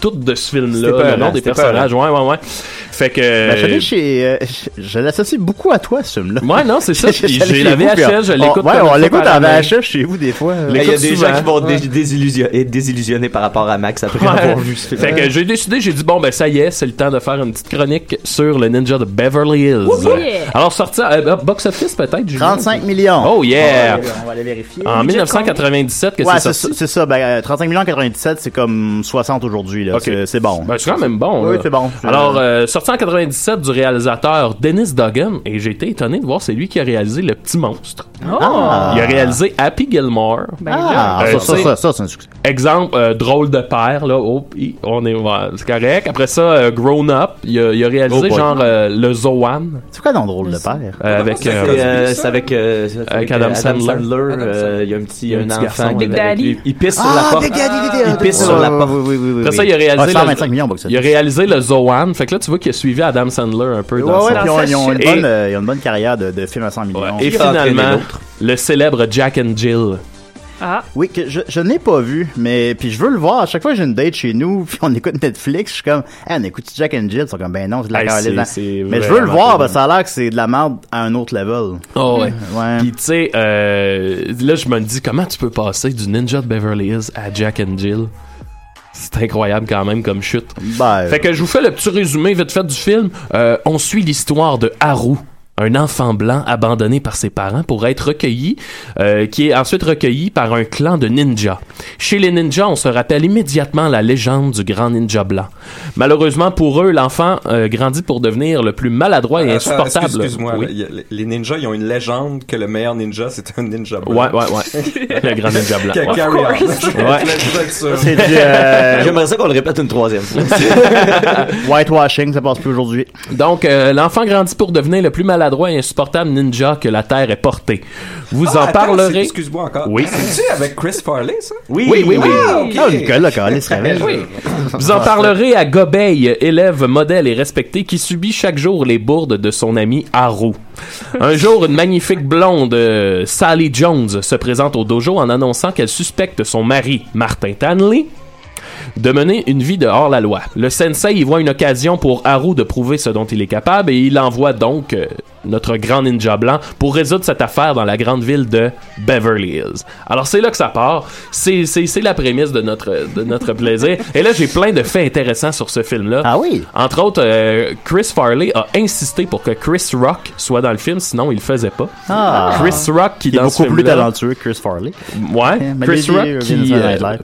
Speaker 7: tout de ce film-là,
Speaker 8: C'était peurant,
Speaker 7: le nom des
Speaker 8: c'était
Speaker 7: personnages. Ouais, ouais, ouais. Fait que.
Speaker 5: Ben, je l'ai chez, euh, je- je l'associe beaucoup à toi, ce film-là.
Speaker 7: Ouais, non, c'est ça.
Speaker 5: Je- je-
Speaker 7: Puis
Speaker 5: je l'ai
Speaker 7: J'ai la
Speaker 5: chez vous, puis
Speaker 7: VHS, je
Speaker 5: on-
Speaker 7: l'écoute.
Speaker 5: Ouais,
Speaker 7: comme
Speaker 5: on
Speaker 7: une
Speaker 5: l'écoute
Speaker 7: fois
Speaker 5: en
Speaker 7: par année.
Speaker 5: VHS chez vous, des fois.
Speaker 8: Il y a des
Speaker 7: souvent.
Speaker 8: gens qui vont dé- désillusion- être désillusionnés par rapport à Max après avoir vu ce film.
Speaker 7: Fait
Speaker 5: Euh.
Speaker 7: que j'ai décidé, j'ai dit bon ben ça y est, c'est le temps de faire une petite chronique sur le ninja de Beverly Hills.
Speaker 6: Yeah.
Speaker 7: Alors sorti à box office peut-être Julien?
Speaker 5: 35 millions.
Speaker 7: Oh
Speaker 5: On
Speaker 7: yeah.
Speaker 5: va aller- on va aller vérifier.
Speaker 7: En 1997 que
Speaker 5: Ouais,
Speaker 7: c'est
Speaker 5: c'est
Speaker 7: sorti.
Speaker 5: ça, c'est ça. Ben, euh, 35 millions en 97, c'est comme 60 aujourd'hui, là.
Speaker 7: Ok.
Speaker 5: C'est- C'est bon.
Speaker 7: Ben, c'est quand même bon.
Speaker 5: Oui,
Speaker 7: là.
Speaker 5: c'est bon.
Speaker 7: Alors, euh, sorti en 97 du réalisateur Dennis Duggan, et j'ai été étonné de voir c'est lui qui a réalisé Le Petit Monstre.
Speaker 5: Ah.
Speaker 7: Il a réalisé Happy Gilmore,
Speaker 6: Oh, Ben là,
Speaker 5: Ah,
Speaker 7: Euh,
Speaker 5: ça, ça,
Speaker 7: tu sais-
Speaker 5: ça, ça, c'est un succès.
Speaker 7: Exemple, euh, Drôle de père, là, oh, hi, on est, ouais, c'est correct. Après ça, euh, Grown Up, il a, il a réalisé
Speaker 8: Oh boy.
Speaker 7: genre euh, Le Zoan,
Speaker 5: C'est quoi dans Drôle de père?
Speaker 7: euh, avec...
Speaker 9: c'est
Speaker 7: euh,
Speaker 8: C'est,
Speaker 9: Vas-y,
Speaker 8: euh,
Speaker 9: dis ça.
Speaker 8: c'est avec, euh, c'est avec,
Speaker 7: Adam
Speaker 8: euh,
Speaker 7: Sandler.
Speaker 8: euh, Il y a un petit, un
Speaker 7: petit garçon,
Speaker 8: enfant qui
Speaker 7: Big
Speaker 8: est avec
Speaker 6: Daddy.
Speaker 8: lui. Il pisse sur la
Speaker 5: Ah,
Speaker 8: porte.
Speaker 5: des gars, des- des- des-
Speaker 8: Il pisse
Speaker 5: des-
Speaker 8: sur la
Speaker 5: ouais,
Speaker 8: porte.
Speaker 5: ouais, ouais, ouais, ouais,
Speaker 7: Après ça,
Speaker 5: ouais.
Speaker 7: il a réalisé
Speaker 5: Ah, 125
Speaker 7: le-
Speaker 5: millions, box
Speaker 7: Il a réalisé le Zoan. Fait que là, tu vois qu'il a suivi Adam Sandler un peu
Speaker 5: Ouais,
Speaker 7: dans
Speaker 5: ouais,
Speaker 7: son-
Speaker 5: puis ils ont- ils ont une
Speaker 7: Et-
Speaker 5: bonne, euh, ils ont une bonne carrière de, de film à 100 millions.
Speaker 7: Et
Speaker 8: Qui a entraîné
Speaker 7: finalement,
Speaker 8: l'autre?
Speaker 7: le célèbre Jack and Jill.
Speaker 6: Ah,
Speaker 5: Oui, que je, je n'ai pas vu, mais puis je veux le voir. À chaque fois que j'ai une date chez nous, puis on écoute Netflix, je suis comme, ah, on écoute Jack and Jill, ils sont comme, ben non, c'est de la
Speaker 7: Hey,
Speaker 5: calice,
Speaker 7: c'est-
Speaker 5: hein.
Speaker 7: c'est
Speaker 5: Mais je veux le
Speaker 7: vraiment
Speaker 5: voir,
Speaker 7: pas
Speaker 5: ben ça a l'air que c'est de la merde à un autre level.
Speaker 7: Oh, ouais.
Speaker 5: Ouais.
Speaker 7: Puis tu sais, euh, là, je me dis, comment tu peux passer du Ninja de Beverly Hills à Jack and Jill? C'est incroyable quand même comme chute.
Speaker 9: Euh,
Speaker 5: Ben,
Speaker 7: Fait que je vous fais le petit résumé vite fait du film. Euh, on suit l'histoire de Haru. Un enfant blanc abandonné par ses parents pour être recueilli, euh, qui est ensuite recueilli par un clan de ninjas. Chez les ninjas, on se rappelle immédiatement la légende du grand ninja blanc. Malheureusement pour eux, l'enfant euh, grandit pour devenir le plus maladroit et
Speaker 9: Euh, Attends,
Speaker 7: insupportable.
Speaker 9: excuse- Excuse-moi,
Speaker 7: Oui.
Speaker 9: là, il y a- les ninjas, ils ont une légende que le meilleur ninja, c'est un ninja blanc.
Speaker 7: Ouais, ouais, ouais. le grand ninja blanc.
Speaker 9: Que-
Speaker 7: ouais.
Speaker 9: carry on. Je
Speaker 7: Ouais.
Speaker 9: voulais juste être sûr.
Speaker 5: c'est du euh,
Speaker 8: J'aimerais ça qu'on le répète une troisième fois.
Speaker 5: whitewashing, ça passe plus aujourd'hui.
Speaker 7: Donc, euh, l'enfant grandit pour devenir le plus malade maladroit et insupportable ninja que la Terre est portée.
Speaker 9: Ah,
Speaker 7: Vous en parlerez.
Speaker 9: Excuse-moi encore.
Speaker 7: Oui.
Speaker 9: C'est avec Chris Farley, ça?
Speaker 8: Oui,
Speaker 5: Oui, oui, oui.
Speaker 9: Ah, ok. Ben
Speaker 5: Ah, Nicolas, quand il se réveille.
Speaker 7: Vous en parlerez à Gobeil, élève modèle et respecté qui subit chaque jour les bourdes de son ami Haru. Un jour, une magnifique blonde, euh, Sally Jones, se présente au dojo en annonçant qu'elle suspecte son mari, Martin Tanley, de mener une vie de hors-la-loi. Le sensei y voit une occasion pour Haru de prouver ce dont il est capable et il envoie donc euh, notre grand ninja blanc pour résoudre cette affaire dans la grande ville de Beverly Hills. Alors c'est là que ça part. C'est, c'est, c'est la prémisse de notre, de notre plaisir. Et là, j'ai plein de faits intéressants sur ce film-là.
Speaker 5: Ah oui?
Speaker 7: Entre autres, euh, Chris Farley a insisté pour que Chris Rock soit dans le film, sinon il le faisait pas.
Speaker 5: Ah.
Speaker 7: Chris Rock qui
Speaker 5: Il est
Speaker 7: dans ce
Speaker 5: beaucoup plus
Speaker 7: film-là,
Speaker 5: talentueux que Chris Farley.
Speaker 7: Ouais,
Speaker 5: Mais
Speaker 7: Chris
Speaker 5: lui,
Speaker 7: Rock
Speaker 5: il vient de
Speaker 7: qui,
Speaker 5: faire
Speaker 7: euh,
Speaker 5: Nightlife.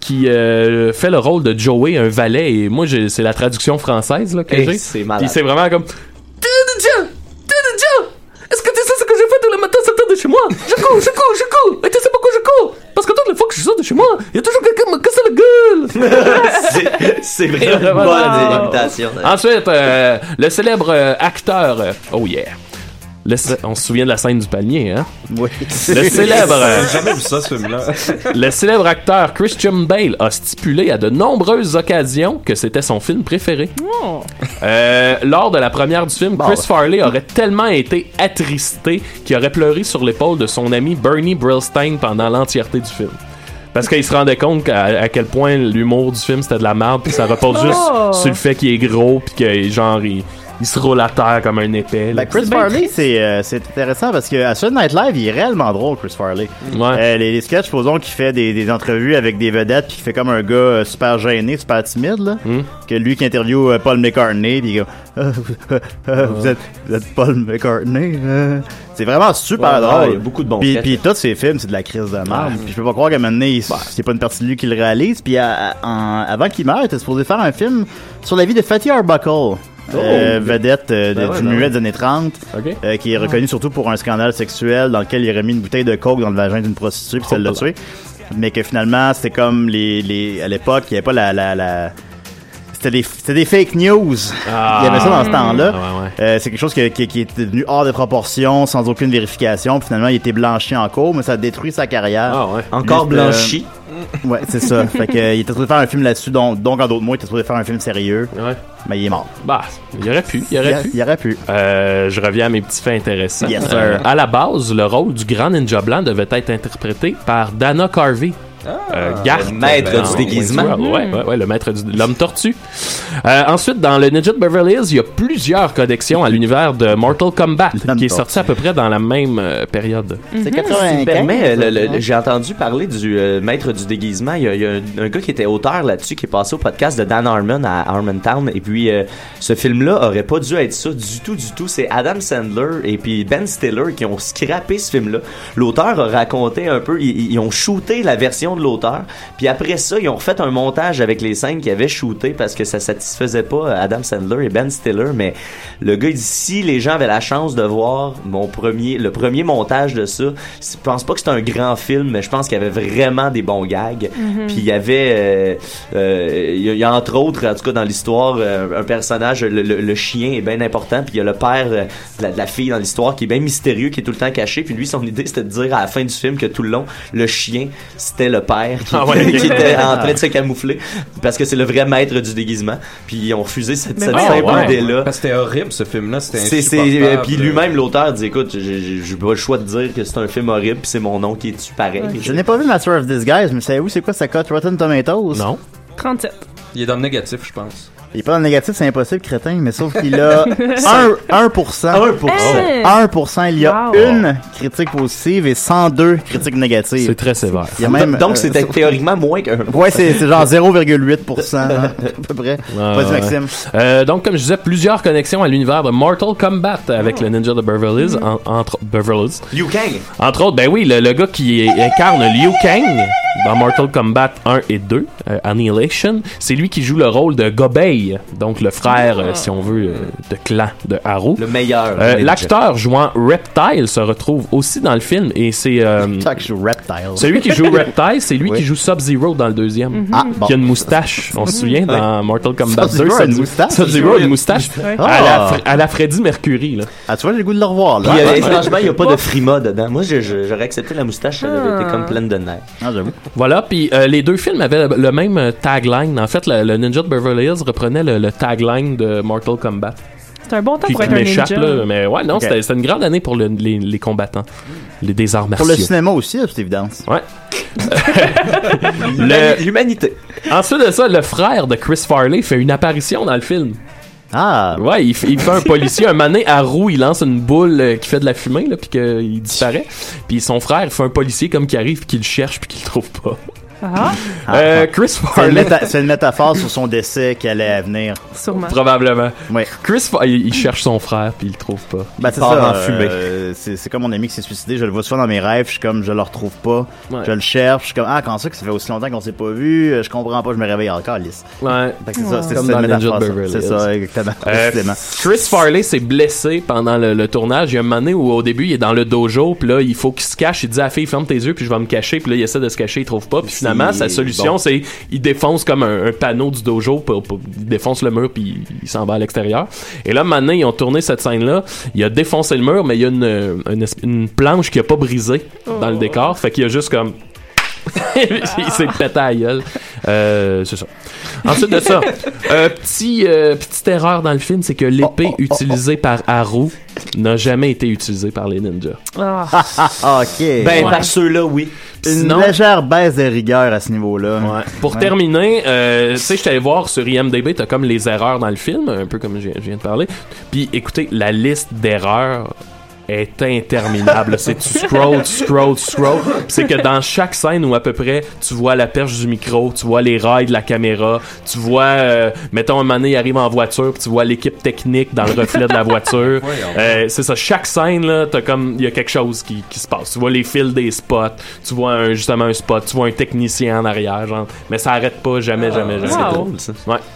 Speaker 7: qui euh, fait le rôle de Joey, un valet. Et moi, j'ai- c'est la traduction française là, que
Speaker 8: Eh,
Speaker 7: j'ai.
Speaker 8: c'est malade.
Speaker 7: Puis c'est vraiment comme. Ninja! Ninja! Est-ce que tu sais ce que j'ai fait tous les matins sortant de chez moi? Je cours, je cours, je cours! Et tu sais pourquoi je cours? Parce que toutes les fois que je sors de chez moi, il y a toujours quelqu'un qui me casse la gueule!
Speaker 8: C'est- C'est
Speaker 7: Et
Speaker 8: vraiment une
Speaker 7: voilà.
Speaker 8: bonne imitation.
Speaker 7: Ensuite, euh, le célèbre euh, acteur. euh, oh yeah! Le cé- on se souvient de la scène du palmier, hein?
Speaker 5: Oui.
Speaker 7: Le célèbre. euh,
Speaker 9: J'ai jamais vu ça, ce film-là.
Speaker 7: le célèbre acteur Christian Bale a stipulé à de nombreuses occasions que c'était son film préféré.
Speaker 6: Oh.
Speaker 7: Euh, lors de la première du film, Chris Farley aurait tellement été attristé qu'il aurait pleuré sur l'épaule de son ami Bernie Brillstein pendant l'entièreté du film. Parce qu'il se rendait compte qu'à- à, quel point l'humour du film c'était de la merde, puis ça repose juste
Speaker 6: Oh.
Speaker 7: sur le fait qu'il est gros, puis que genre il, il se roule à terre comme un épais. là.
Speaker 5: Ben, Chris Farley, c'est euh, c'est intéressant parce que à Saturday Night Live, il est réellement drôle, Chris Farley.
Speaker 7: Ouais.
Speaker 5: Euh, les, les sketchs, faisons qui fait des, des entrevues avec des vedettes, puis qui fait comme un gars euh, super gêné, super timide, là.
Speaker 8: Hmm.
Speaker 5: Que lui qui interviewe euh, Paul McCartney, puis il est comme, Ah, vous- ah, vous, êtes, vous êtes Paul McCartney. euh. C'est vraiment super
Speaker 8: Ouais, ouais,
Speaker 5: drôle.
Speaker 8: il y a beaucoup de bons
Speaker 5: Puis,
Speaker 8: sketchs.
Speaker 5: puis tous ses films, c'est de la crise de merde. Puis je peux pas croire qu'à un moment donné, il- c'est pas une partie de lui qui le réalise. Puis à- à- en- avant qu'il meure, il était supposé faire un film sur la vie de Fatty Arbuckle. euh, vedette euh, de-
Speaker 8: Oh. Ben ouais,
Speaker 5: du
Speaker 8: ben
Speaker 5: muet
Speaker 8: ouais.
Speaker 5: des années 30
Speaker 7: Ok.
Speaker 5: euh, qui est reconnu surtout pour un scandale sexuel dans lequel il aurait mis une bouteille de coke dans le vagin d'une prostituée puis ça
Speaker 7: Oh.
Speaker 5: l'a tué. Mais que finalement, c'était comme les, les à l'époque, il n'y avait pas la... la, la- C'était des, c'était des fake news.
Speaker 7: Ah.
Speaker 5: Il y avait ça dans ce temps-là.
Speaker 7: Ah ouais, ouais.
Speaker 5: Euh, c'est quelque chose que- qui, qui est devenu hors de proportion, sans aucune vérification. Puis finalement, il était blanchi en cours, mais ça a détruit sa carrière.
Speaker 7: Ah ouais.
Speaker 5: Juste,
Speaker 8: Encore blanchi.
Speaker 5: Ouais, c'est ça. fait que, euh, il était supposé faire un film là-dessus, donc, donc en d'autres mots, il était supposé faire un film sérieux,
Speaker 7: Ouais.
Speaker 5: mais il est mort.
Speaker 7: Bah, il aurait pu, il aurait
Speaker 5: il,
Speaker 7: pu.
Speaker 5: il aurait pu.
Speaker 7: Euh, je reviens à mes petits faits intéressants.
Speaker 5: Yes, sir.
Speaker 7: Euh, à la base, le rôle du grand ninja blanc devait être interprété par Dana Carvey. Euh, Garth,
Speaker 8: le maître
Speaker 7: euh,
Speaker 8: du
Speaker 7: dans
Speaker 8: déguisement.
Speaker 7: Wayne's World. Ouais, ouais, ouais, le maître du- l'homme tortue. Euh, ensuite, dans le Ninja de Beverly Hills, il y a plusieurs connexions à l'univers de Mortal Kombat,
Speaker 5: L'homme
Speaker 7: qui
Speaker 5: tortue.
Speaker 7: est sorti à peu près dans la même euh, période.
Speaker 5: C'est
Speaker 8: Si
Speaker 5: 95.
Speaker 8: me permet, euh, le- le- le- j'ai entendu parler du euh, maître du déguisement. Il y a, il y a un, un gars qui était auteur là-dessus, qui est passé au podcast de Dan Harmon à Harmontown. Et puis, euh, ce film-là aurait pas dû être ça du tout, du tout. C'est Adam Sandler et puis Ben Stiller qui ont scrappé ce film-là. L'auteur a raconté un peu, ils, ils ont shooté la version de l'auteur. Puis après ça, ils ont refait un montage avec les scènes qu'ils avaient shootées parce que ça satisfaisait pas Adam Sandler et Ben Stiller. Mais le gars il dit, si les gens avaient la chance de voir mon premier, le premier montage de ça, je pense pas que c'était un grand film, mais je pense qu'il y avait vraiment des bons gags.
Speaker 6: Mm-hmm.
Speaker 8: Puis il y avait, euh, euh, il y a- il y a entre autres, en tout cas dans l'histoire, euh, un personnage, le, le- le chien est bien important. Puis il y a le père euh, de la, de la fille dans l'histoire qui est bien mystérieux, qui est tout le temps caché. Puis lui, son idée, c'était de dire à la fin du film que tout le long, le chien, c'était le père qui,
Speaker 7: Ah ouais, ok.
Speaker 8: qui était en train de se camoufler parce que c'est le vrai maître du déguisement. Puis ils ont refusé cette,
Speaker 6: Mais
Speaker 8: cette
Speaker 6: voyons
Speaker 8: simple
Speaker 7: donc.
Speaker 8: idée-là.
Speaker 9: Parce que c'était horrible, ce film-là. C'était
Speaker 8: C'est, c'est,
Speaker 9: insupportable.
Speaker 8: euh, puis lui-même, l'auteur, dit écoute, j'ai, j'ai- j'ai pas le choix de dire que c'est un film horrible, puis c'est mon nom qui est dessus pareil.
Speaker 5: Je n'ai pas vu Master of Disguise, mais savez-vous c'est quoi sa cote Rotten Tomatoes?
Speaker 7: Non?
Speaker 6: 37.
Speaker 9: Il est dans le négatif, je pense.
Speaker 5: Il est pas dans le négatif, c'est impossible, crétin, mais sauf qu'il a 1%. 1%.
Speaker 8: 1%.
Speaker 5: 1%, il y a
Speaker 6: Wow.
Speaker 5: une critique positive et 102 critiques négatives.
Speaker 7: C'est très sévère.
Speaker 5: Il y a même,
Speaker 8: Donc,
Speaker 5: euh,
Speaker 8: c'était théoriquement moins qu'un.
Speaker 5: Ouais, c'est c'est genre 0,8%, hein, à peu près. Vas-y,
Speaker 7: ouais.
Speaker 5: Maxime.
Speaker 7: Euh, donc, comme je disais, plusieurs connexions à l'univers de Mortal Kombat avec le Ninja de Beverly Hills, en- entre Beverly Hills.
Speaker 8: You Kang!
Speaker 7: Entre autres, ben oui, le, le gars qui est- incarne Liu Kang dans Mortal Kombat 1 et 2, euh, Annihilation, c'est lui qui joue le rôle de Gobei, Ray, donc le frère, euh, si on veut, euh, de clan de Arrow.
Speaker 8: Le meilleur.
Speaker 7: Euh, L'acteur jouant Reptile se retrouve aussi dans le film et c'est euh,
Speaker 5: Tant que je joue Reptile.
Speaker 7: celui qui joue Reptile, c'est lui
Speaker 5: Oui.
Speaker 7: qui joue Sub-Zero dans le deuxième.
Speaker 5: Ah, bon.
Speaker 7: Qui a une moustache, on se souvient, dans Mortal Kombat 2.
Speaker 5: Sub-Zero a une moustache?
Speaker 7: Sub-Zero a une moustache
Speaker 6: Ouais.
Speaker 7: à, la, Fre- à la Freddy Mercury. Là.
Speaker 5: Ah, tu vois, j'ai le goût de le revoir, là.
Speaker 8: Puis, euh, franchement, il n'y a pas de frima dedans. Moi, je- je- j'aurais accepté la moustache, elle avait été comme pleine de nerfs.
Speaker 5: Ah, j'avoue.
Speaker 7: Voilà, puis euh, les deux films avaient le, le même euh, tagline. En fait, le, le Ninja de Beverly Hills reprenait le, le tagline de Mortal Kombat.
Speaker 6: C'est un bon temps
Speaker 7: Puis
Speaker 6: Ah, pour
Speaker 7: qui
Speaker 6: être un ninja.
Speaker 7: m'échappe, là. Mais ouais, non,
Speaker 5: Ok.
Speaker 7: c'était c'était une grande année pour le- les, les combattants, les, des arts
Speaker 5: Pour
Speaker 7: martiaux.
Speaker 5: le cinéma aussi, c'est évidence.
Speaker 7: Ouais. Le-
Speaker 8: L'humanité.
Speaker 7: ensuite de ça, le frère de Chris Farley fait une apparition dans le film.
Speaker 5: Ah,
Speaker 7: Ouais, il, fait- il fait un policier, un mané à roue, il lance une boule euh, qui fait de la fumée, là, puis qu'il disparaît. Puis son frère fait un policier comme qui arrive, puis qu'il le cherche, puis qu'il le trouve pas.
Speaker 6: Ah,
Speaker 7: Euh, Chris
Speaker 5: c'est une,
Speaker 7: Farley,
Speaker 5: méta- c'est une métaphore sur son décès qui allait à venir.
Speaker 6: sûrement.
Speaker 7: probablement.
Speaker 5: Ouais.
Speaker 7: Chris Farley, il il cherche son frère, puis il le trouve pas.
Speaker 5: Ben, c'est
Speaker 8: part
Speaker 5: ça.
Speaker 8: en fumée.
Speaker 5: euh, c'est c'est comme mon ami qui s'est suicidé. Je le vois souvent dans mes rêves. Je suis comme, je le retrouve pas.
Speaker 7: Ouais.
Speaker 5: Je le cherche. Je suis comme, ah, quand ça que ça fait aussi longtemps qu'on s'est pas vu. euh, Je comprends pas. Je me réveille encore, lisse.
Speaker 7: Ouais.
Speaker 5: Fait que c'est ça, c'est
Speaker 7: Comme
Speaker 5: c'est
Speaker 7: dans
Speaker 5: une
Speaker 7: Ninja
Speaker 5: métaphore,
Speaker 7: de
Speaker 5: ça.
Speaker 7: Beverly
Speaker 5: C'est
Speaker 7: Hills.
Speaker 5: ça, exactement.
Speaker 7: Euh,
Speaker 5: Précisément.
Speaker 7: Chris Farley s'est blessé pendant le, le tournage. Il y a un moment donné où au début il est dans le dojo, puis là il faut qu'il se cache. Il dit à la fille ferme tes yeux, puis je vais me cacher. Puis là il essaie de se cacher, il trouve pas. Puis finalement sa solution
Speaker 9: bon.
Speaker 7: c'est il défonce comme un, un panneau du dojo, pour- pour- il défonce le mur puis il, il s'en va à l'extérieur. Et là maintenant ils ont tourné cette scène là. Il a défoncé le mur, mais il y a une, euh, une, esp- une planche qui a pas brisé dans le décor. Fait qu'il a juste comme il s'est pété à la gueule. Euh, c'est ça. Ensuite de ça, euh, petit, euh, petite erreur dans le film, c'est que l'épée utilisée par Haru n'a jamais été utilisée par les ninjas.
Speaker 6: Ah,
Speaker 5: Ah, ok.
Speaker 8: Ben,
Speaker 7: Ouais.
Speaker 8: par ceux-là, oui.
Speaker 5: une
Speaker 7: Sinon-
Speaker 5: légère baisse de rigueur à ce niveau-là. Ben,
Speaker 7: Ouais. Pour
Speaker 5: Ouais.
Speaker 7: terminer, euh, tu sais, je t'allais voir sur IMDb, t'as comme les erreurs dans le film, un peu comme je je viens de parler. Puis écoutez, la liste d'erreurs est interminable. c'est tu scroll, tu scroll, tu scroll. Puis C'est que dans chaque scène où à peu près tu vois la perche du micro, tu vois les rails de la caméra, tu vois, euh, mettons un moment donné, il arrive en voiture, puis tu vois l'équipe technique dans le reflet de la voiture. Euh, c'est ça, chaque scène, là, t'as comme, il y a quelque chose qui, qui se passe. Tu vois les fils des spots, tu vois un- justement un spot, tu vois un technicien en arrière, genre, mais ça arrête pas jamais, jamais, jamais.
Speaker 6: wow.
Speaker 8: ça.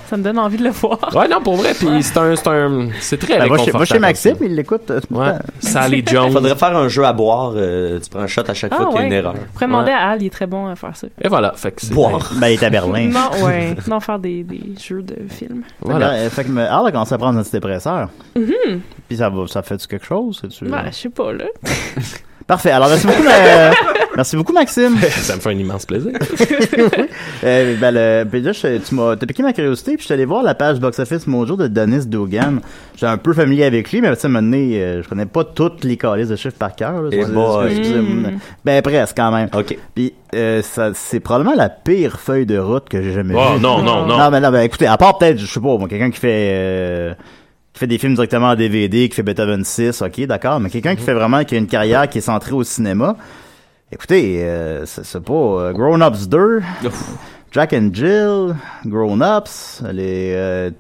Speaker 6: ça me donne envie de le voir.
Speaker 7: Ouais, non, pour vrai, puis c'est un, c'est un, c'est très
Speaker 5: Ben, moi, je-
Speaker 7: réconfortant.
Speaker 5: moi, je chez Maxime, il l'écoute. euh, tout le
Speaker 7: Ouais.
Speaker 5: temps.
Speaker 7: Sally
Speaker 8: Il
Speaker 7: Jones.
Speaker 8: faudrait faire un jeu à boire. euh, tu prends un shot à chaque fois qu'il y a une erreur.
Speaker 6: Faudrait demander à Al, il est très bon à faire ça.
Speaker 7: Et voilà, fait que c'est.
Speaker 8: Boire.
Speaker 5: Ben, il est à Berlin.
Speaker 6: Non, ouais. Non, faire des, des jeux de films.
Speaker 7: Voilà.
Speaker 5: Fait que, fait que, mais, ah, là, quand ça prend un antidépresseur. Puis ça, va- ça fait-tu quelque chose? c'est-tu-
Speaker 6: Mm-hmm. Ouais, Ben, je sais pas, là.
Speaker 5: Parfait. Alors, merci beaucoup, euh, merci beaucoup Maxime.
Speaker 7: Ça me fait un immense plaisir.
Speaker 5: Euh, ben, le, ben là, je- tu m'as t'as piqué ma curiosité, puis je suis allé voir la page Box Office Mojo de Dennis Dogan. J'étais un peu familier avec lui, mais tu sais, à un moment donné, euh, je connais pas toutes les calices de chiffres par cœur. là.
Speaker 8: Eh
Speaker 5: C'est- c'est
Speaker 8: boy. Ah,
Speaker 5: ce que je dis, mais- Ben, presque, quand même.
Speaker 8: OK.
Speaker 5: Puis, euh, ça- c'est probablement la pire feuille de route que j'ai jamais
Speaker 7: Oh,
Speaker 5: vue.
Speaker 7: non, non, non.
Speaker 5: Non, mais non, ben, écoutez, à part peut-être, je sais pas, moi, quelqu'un qui fait, euh, qui fait des films directement en DVD, qui fait Beethoven 6, ok, d'accord, mais quelqu'un
Speaker 7: Mhm.
Speaker 5: qui fait vraiment, qui a une carrière qui est centrée au cinéma, écoutez, euh, c'est c'est pas euh, Grown Ups 2, Jack and Jill, Grown Ups, les, euh,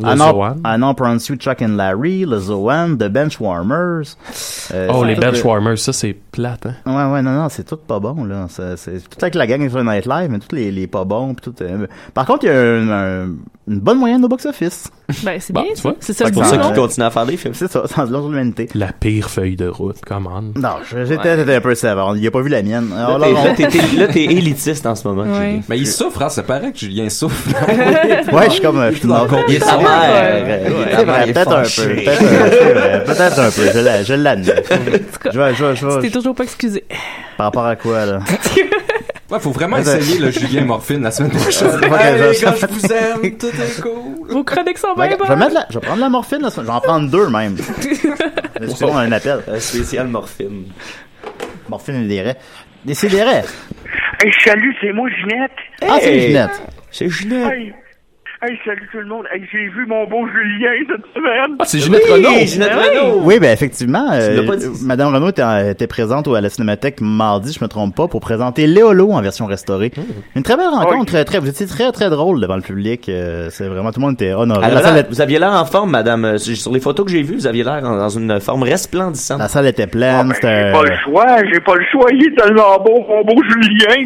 Speaker 7: Le
Speaker 5: Anna,
Speaker 7: Zoan.
Speaker 5: Anna You, Chuck and Larry, Le Zoan, The Benchwarmers. euh,
Speaker 7: Oh,
Speaker 5: c'est
Speaker 7: les
Speaker 5: tout, euh,
Speaker 7: Benchwarmers, ça, c'est plate, hein.
Speaker 5: Ouais, ouais, non, non, c'est tout pas bon, là. Ça- C'est tout avec la gang sur Night Live, mais tous les, les pas bons, pis tout. euh, Par contre, il y a un- un- une bonne moyenne au box-office.
Speaker 6: Ben, c'est
Speaker 7: Bon,
Speaker 6: bien,
Speaker 7: tu
Speaker 6: ça.
Speaker 7: vois.
Speaker 6: C'est ça
Speaker 5: C'est
Speaker 6: le
Speaker 8: pour
Speaker 5: Ah,
Speaker 8: ça
Speaker 5: ouais.
Speaker 8: qu'ils
Speaker 6: but, là.
Speaker 8: continuent à faire des films.
Speaker 5: C'est ça, sans de l'humanité.
Speaker 7: La pire feuille de route, come on.
Speaker 5: Non, je- j'étais j'étais un peu sévère. Il a pas vu la mienne. Alors là,
Speaker 8: Là,
Speaker 5: on-
Speaker 8: t'es- là, t'es- t'es- là, t'es élitiste en ce moment.
Speaker 6: Ouais.
Speaker 8: Julie.
Speaker 9: Mais il souffre, hein, ça paraît que Julien souffre.
Speaker 5: ouais, je suis comme. euh, Je suis dans-
Speaker 8: Il est sa
Speaker 5: Ouais,
Speaker 8: mère. euh, il est
Speaker 5: C'est
Speaker 8: sa
Speaker 5: vrai,
Speaker 8: mère, il est
Speaker 5: peut-être un
Speaker 8: fâché.
Speaker 5: peu. Peut-être un peu. euh, Peut-être un peu. Je la- Je l'admets. Je vais, je vais, je
Speaker 6: Tu t'es
Speaker 5: vais.
Speaker 6: toujours pas excusé.
Speaker 5: Par rapport à quoi, là?
Speaker 9: Ouais, faut vraiment
Speaker 5: Mais, euh,
Speaker 9: essayer le Julien Morphine la semaine prochaine.
Speaker 5: Ok,
Speaker 9: Hey, les
Speaker 5: je-
Speaker 9: gars, je vous aime, tout est cool.
Speaker 6: Vos chroniques sont
Speaker 5: Ben,
Speaker 6: bien
Speaker 5: Je vais
Speaker 6: bonnes.
Speaker 5: mettre la- je vais prendre la morphine, là. Je vais en prendre deux, même. Excusez-moi, on a un appel.
Speaker 8: Un Euh, spécial morphine.
Speaker 5: Morphine et des raies. Des sidérés.
Speaker 10: Hey, salut, c'est moi, Ginette.
Speaker 5: Ah, c'est
Speaker 8: Hey!
Speaker 5: les lunettes.
Speaker 8: C'est Ginette.
Speaker 6: Ah,
Speaker 10: Hey, hey, salut tout le monde. Hey, j'ai vu mon beau Julien cette semaine.
Speaker 7: Ah, c'est Ginette
Speaker 9: Euh,
Speaker 7: Renault!
Speaker 8: Hey, Ginette Renault.
Speaker 5: Oui, ben effectivement, euh,
Speaker 8: l'as pas dit.
Speaker 5: Madame Renaud était, était présente au- à la Cinémathèque mardi, je me trompe pas, pour présenter Léolo en version restaurée. Une très belle rencontre,
Speaker 10: Oui.
Speaker 5: très, très, vous étiez très très drôle devant le public. euh, c'est vraiment tout le monde était honoré.
Speaker 8: Alors
Speaker 5: la, salle,
Speaker 8: Ah, là,
Speaker 5: est-
Speaker 8: vous aviez l'air en forme, madame. Euh, Sur sur les photos que j'ai vues, vous aviez l'air en- dans une forme resplendissante.
Speaker 5: la salle était
Speaker 10: Ah,
Speaker 5: pleine.
Speaker 10: ben,
Speaker 5: c'était-
Speaker 10: j'ai pas le choix, j'ai pas le choix. Il est tellement beau, mon beau Julien.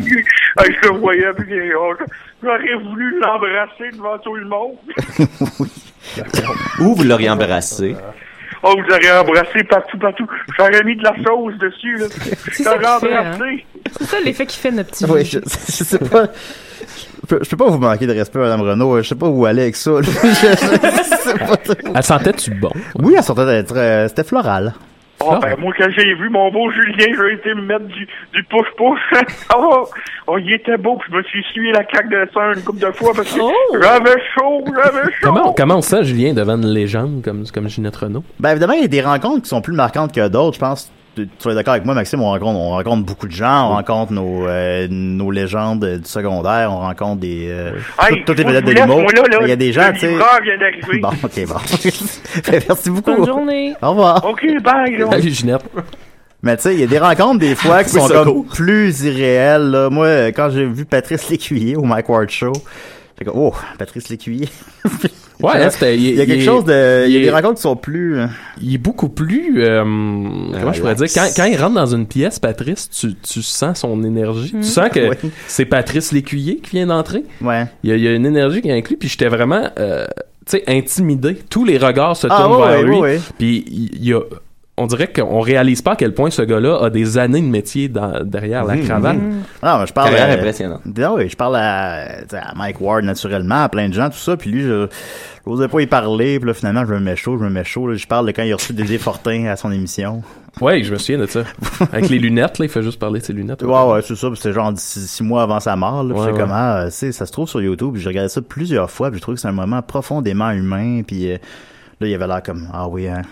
Speaker 10: Euh, je le voyais, puis euh, je- J'aurais voulu l'embrasser devant tout le monde.
Speaker 9: Ah.
Speaker 8: Ou vous l'auriez embrassé.
Speaker 10: Oh, vous auriez embrassé partout, partout. J'aurais mis de la sauce dessus, là.
Speaker 6: C'est ça
Speaker 10: J'aurais
Speaker 6: qu'il fait, hein?
Speaker 10: embrassé.
Speaker 6: C'est ça l'effet qu'il fait, notre petit
Speaker 5: Oui,
Speaker 6: vieux.
Speaker 5: je, je sais pas. Je peux, je peux pas vous manquer de respect, Madame Renault. Je sais pas où aller avec ça. là. Je- je sais pas trop.
Speaker 7: Elle sentait-tu bon?
Speaker 5: Oui, elle sortait d'être. euh, C'était floral.
Speaker 10: Oh, ben, moi, quand j'ai vu mon beau Julien, j'ai été me mettre du, du push-push. oh, oh, il était beau, puis je me suis essuyé la claque de sang une couple de fois parce
Speaker 11: Oh!
Speaker 10: que j'avais chaud, j'avais chaud.
Speaker 7: Comment, comment ça, Julien, devant une légende comme, comme Ginette Renault?
Speaker 5: Ben évidemment, il y a des rencontres qui sont plus marquantes que d'autres, je pense. Tu tu vas être d'accord avec moi, Maxime, on rencontre, on rencontre beaucoup de gens, on rencontre nos, euh, nos légendes euh, du secondaire, on rencontre des euh,
Speaker 10: Hey,
Speaker 5: toutes- toutes les
Speaker 10: faut que
Speaker 5: vedettes
Speaker 10: je
Speaker 5: de
Speaker 10: vous laisse,
Speaker 5: l'humour.
Speaker 10: moi, là, là,
Speaker 5: Il y a des gens, tu sais.
Speaker 10: Le livreur vient d'arriver.
Speaker 5: Bon, ok, bon. Ben, Merci
Speaker 6: Bonne
Speaker 5: beaucoup.
Speaker 6: journée.
Speaker 5: Au revoir.
Speaker 10: OK, bye, là.
Speaker 7: Salut, Ginette.
Speaker 5: Mais tu sais, il y a des rencontres des fois qui
Speaker 8: Oui,
Speaker 5: sont
Speaker 8: secours.
Speaker 5: comme plus irréelles. Là. Moi, euh, quand j'ai vu Patrice Lécuyer au Mike Ward Show, j'ai comme, oh, Patrice Lécuyer.
Speaker 7: Ouais, elle, c'était-
Speaker 5: Il y a quelque
Speaker 7: il-
Speaker 5: chose de... Il y a
Speaker 7: il-
Speaker 5: des rencontres qui sont plus... euh,
Speaker 7: Il est beaucoup plus. euh, comment je pourrais dire? Quand, quand il rentre dans une pièce, Patrice, tu, tu sens son énergie.
Speaker 5: Mmh.
Speaker 7: Tu sens que
Speaker 5: Ouais.
Speaker 7: c'est Patrice Lécuyer qui vient d'entrer.
Speaker 5: Ouais.
Speaker 7: Il y, a, il y a une énergie qui est inclue, puis j'étais vraiment. euh, tu sais, intimidé. Tous les regards se
Speaker 5: Ah,
Speaker 7: tournent
Speaker 5: ouais,
Speaker 7: vers
Speaker 5: ouais,
Speaker 7: lui.
Speaker 5: ouais.
Speaker 7: Puis il il y a. On dirait qu'on réalise pas à quel point ce gars-là a des années de métier dans- derrière la cravate.
Speaker 5: Ah, mais je
Speaker 9: ben,
Speaker 5: parle...
Speaker 8: Carrière
Speaker 5: euh,
Speaker 8: impressionnante.
Speaker 5: Non, oui, je parle à, tu sais, à Mike Ward naturellement, à plein de gens, tout ça, puis lui, je n'osais pas y parler, puis là, finalement, je me mets chaud, je me mets chaud, là, je parle de quand il a reçu Dédé Fortin à son émission.
Speaker 7: Ouais, je me souviens de ça. Avec les lunettes, là, il fait juste parler de ses lunettes.
Speaker 5: Ouais, ouais, c'est ça, puis c'était genre six, six mois avant sa mort, là, puis
Speaker 7: Ouais,
Speaker 5: j'étais
Speaker 7: ouais.
Speaker 5: comme, ah, tu sais, ça se trouve sur YouTube, puis j'ai regardé ça plusieurs fois, puis je trouve que c'est un moment profondément humain, puis euh, là, il avait l'air comme, ah oui, hein,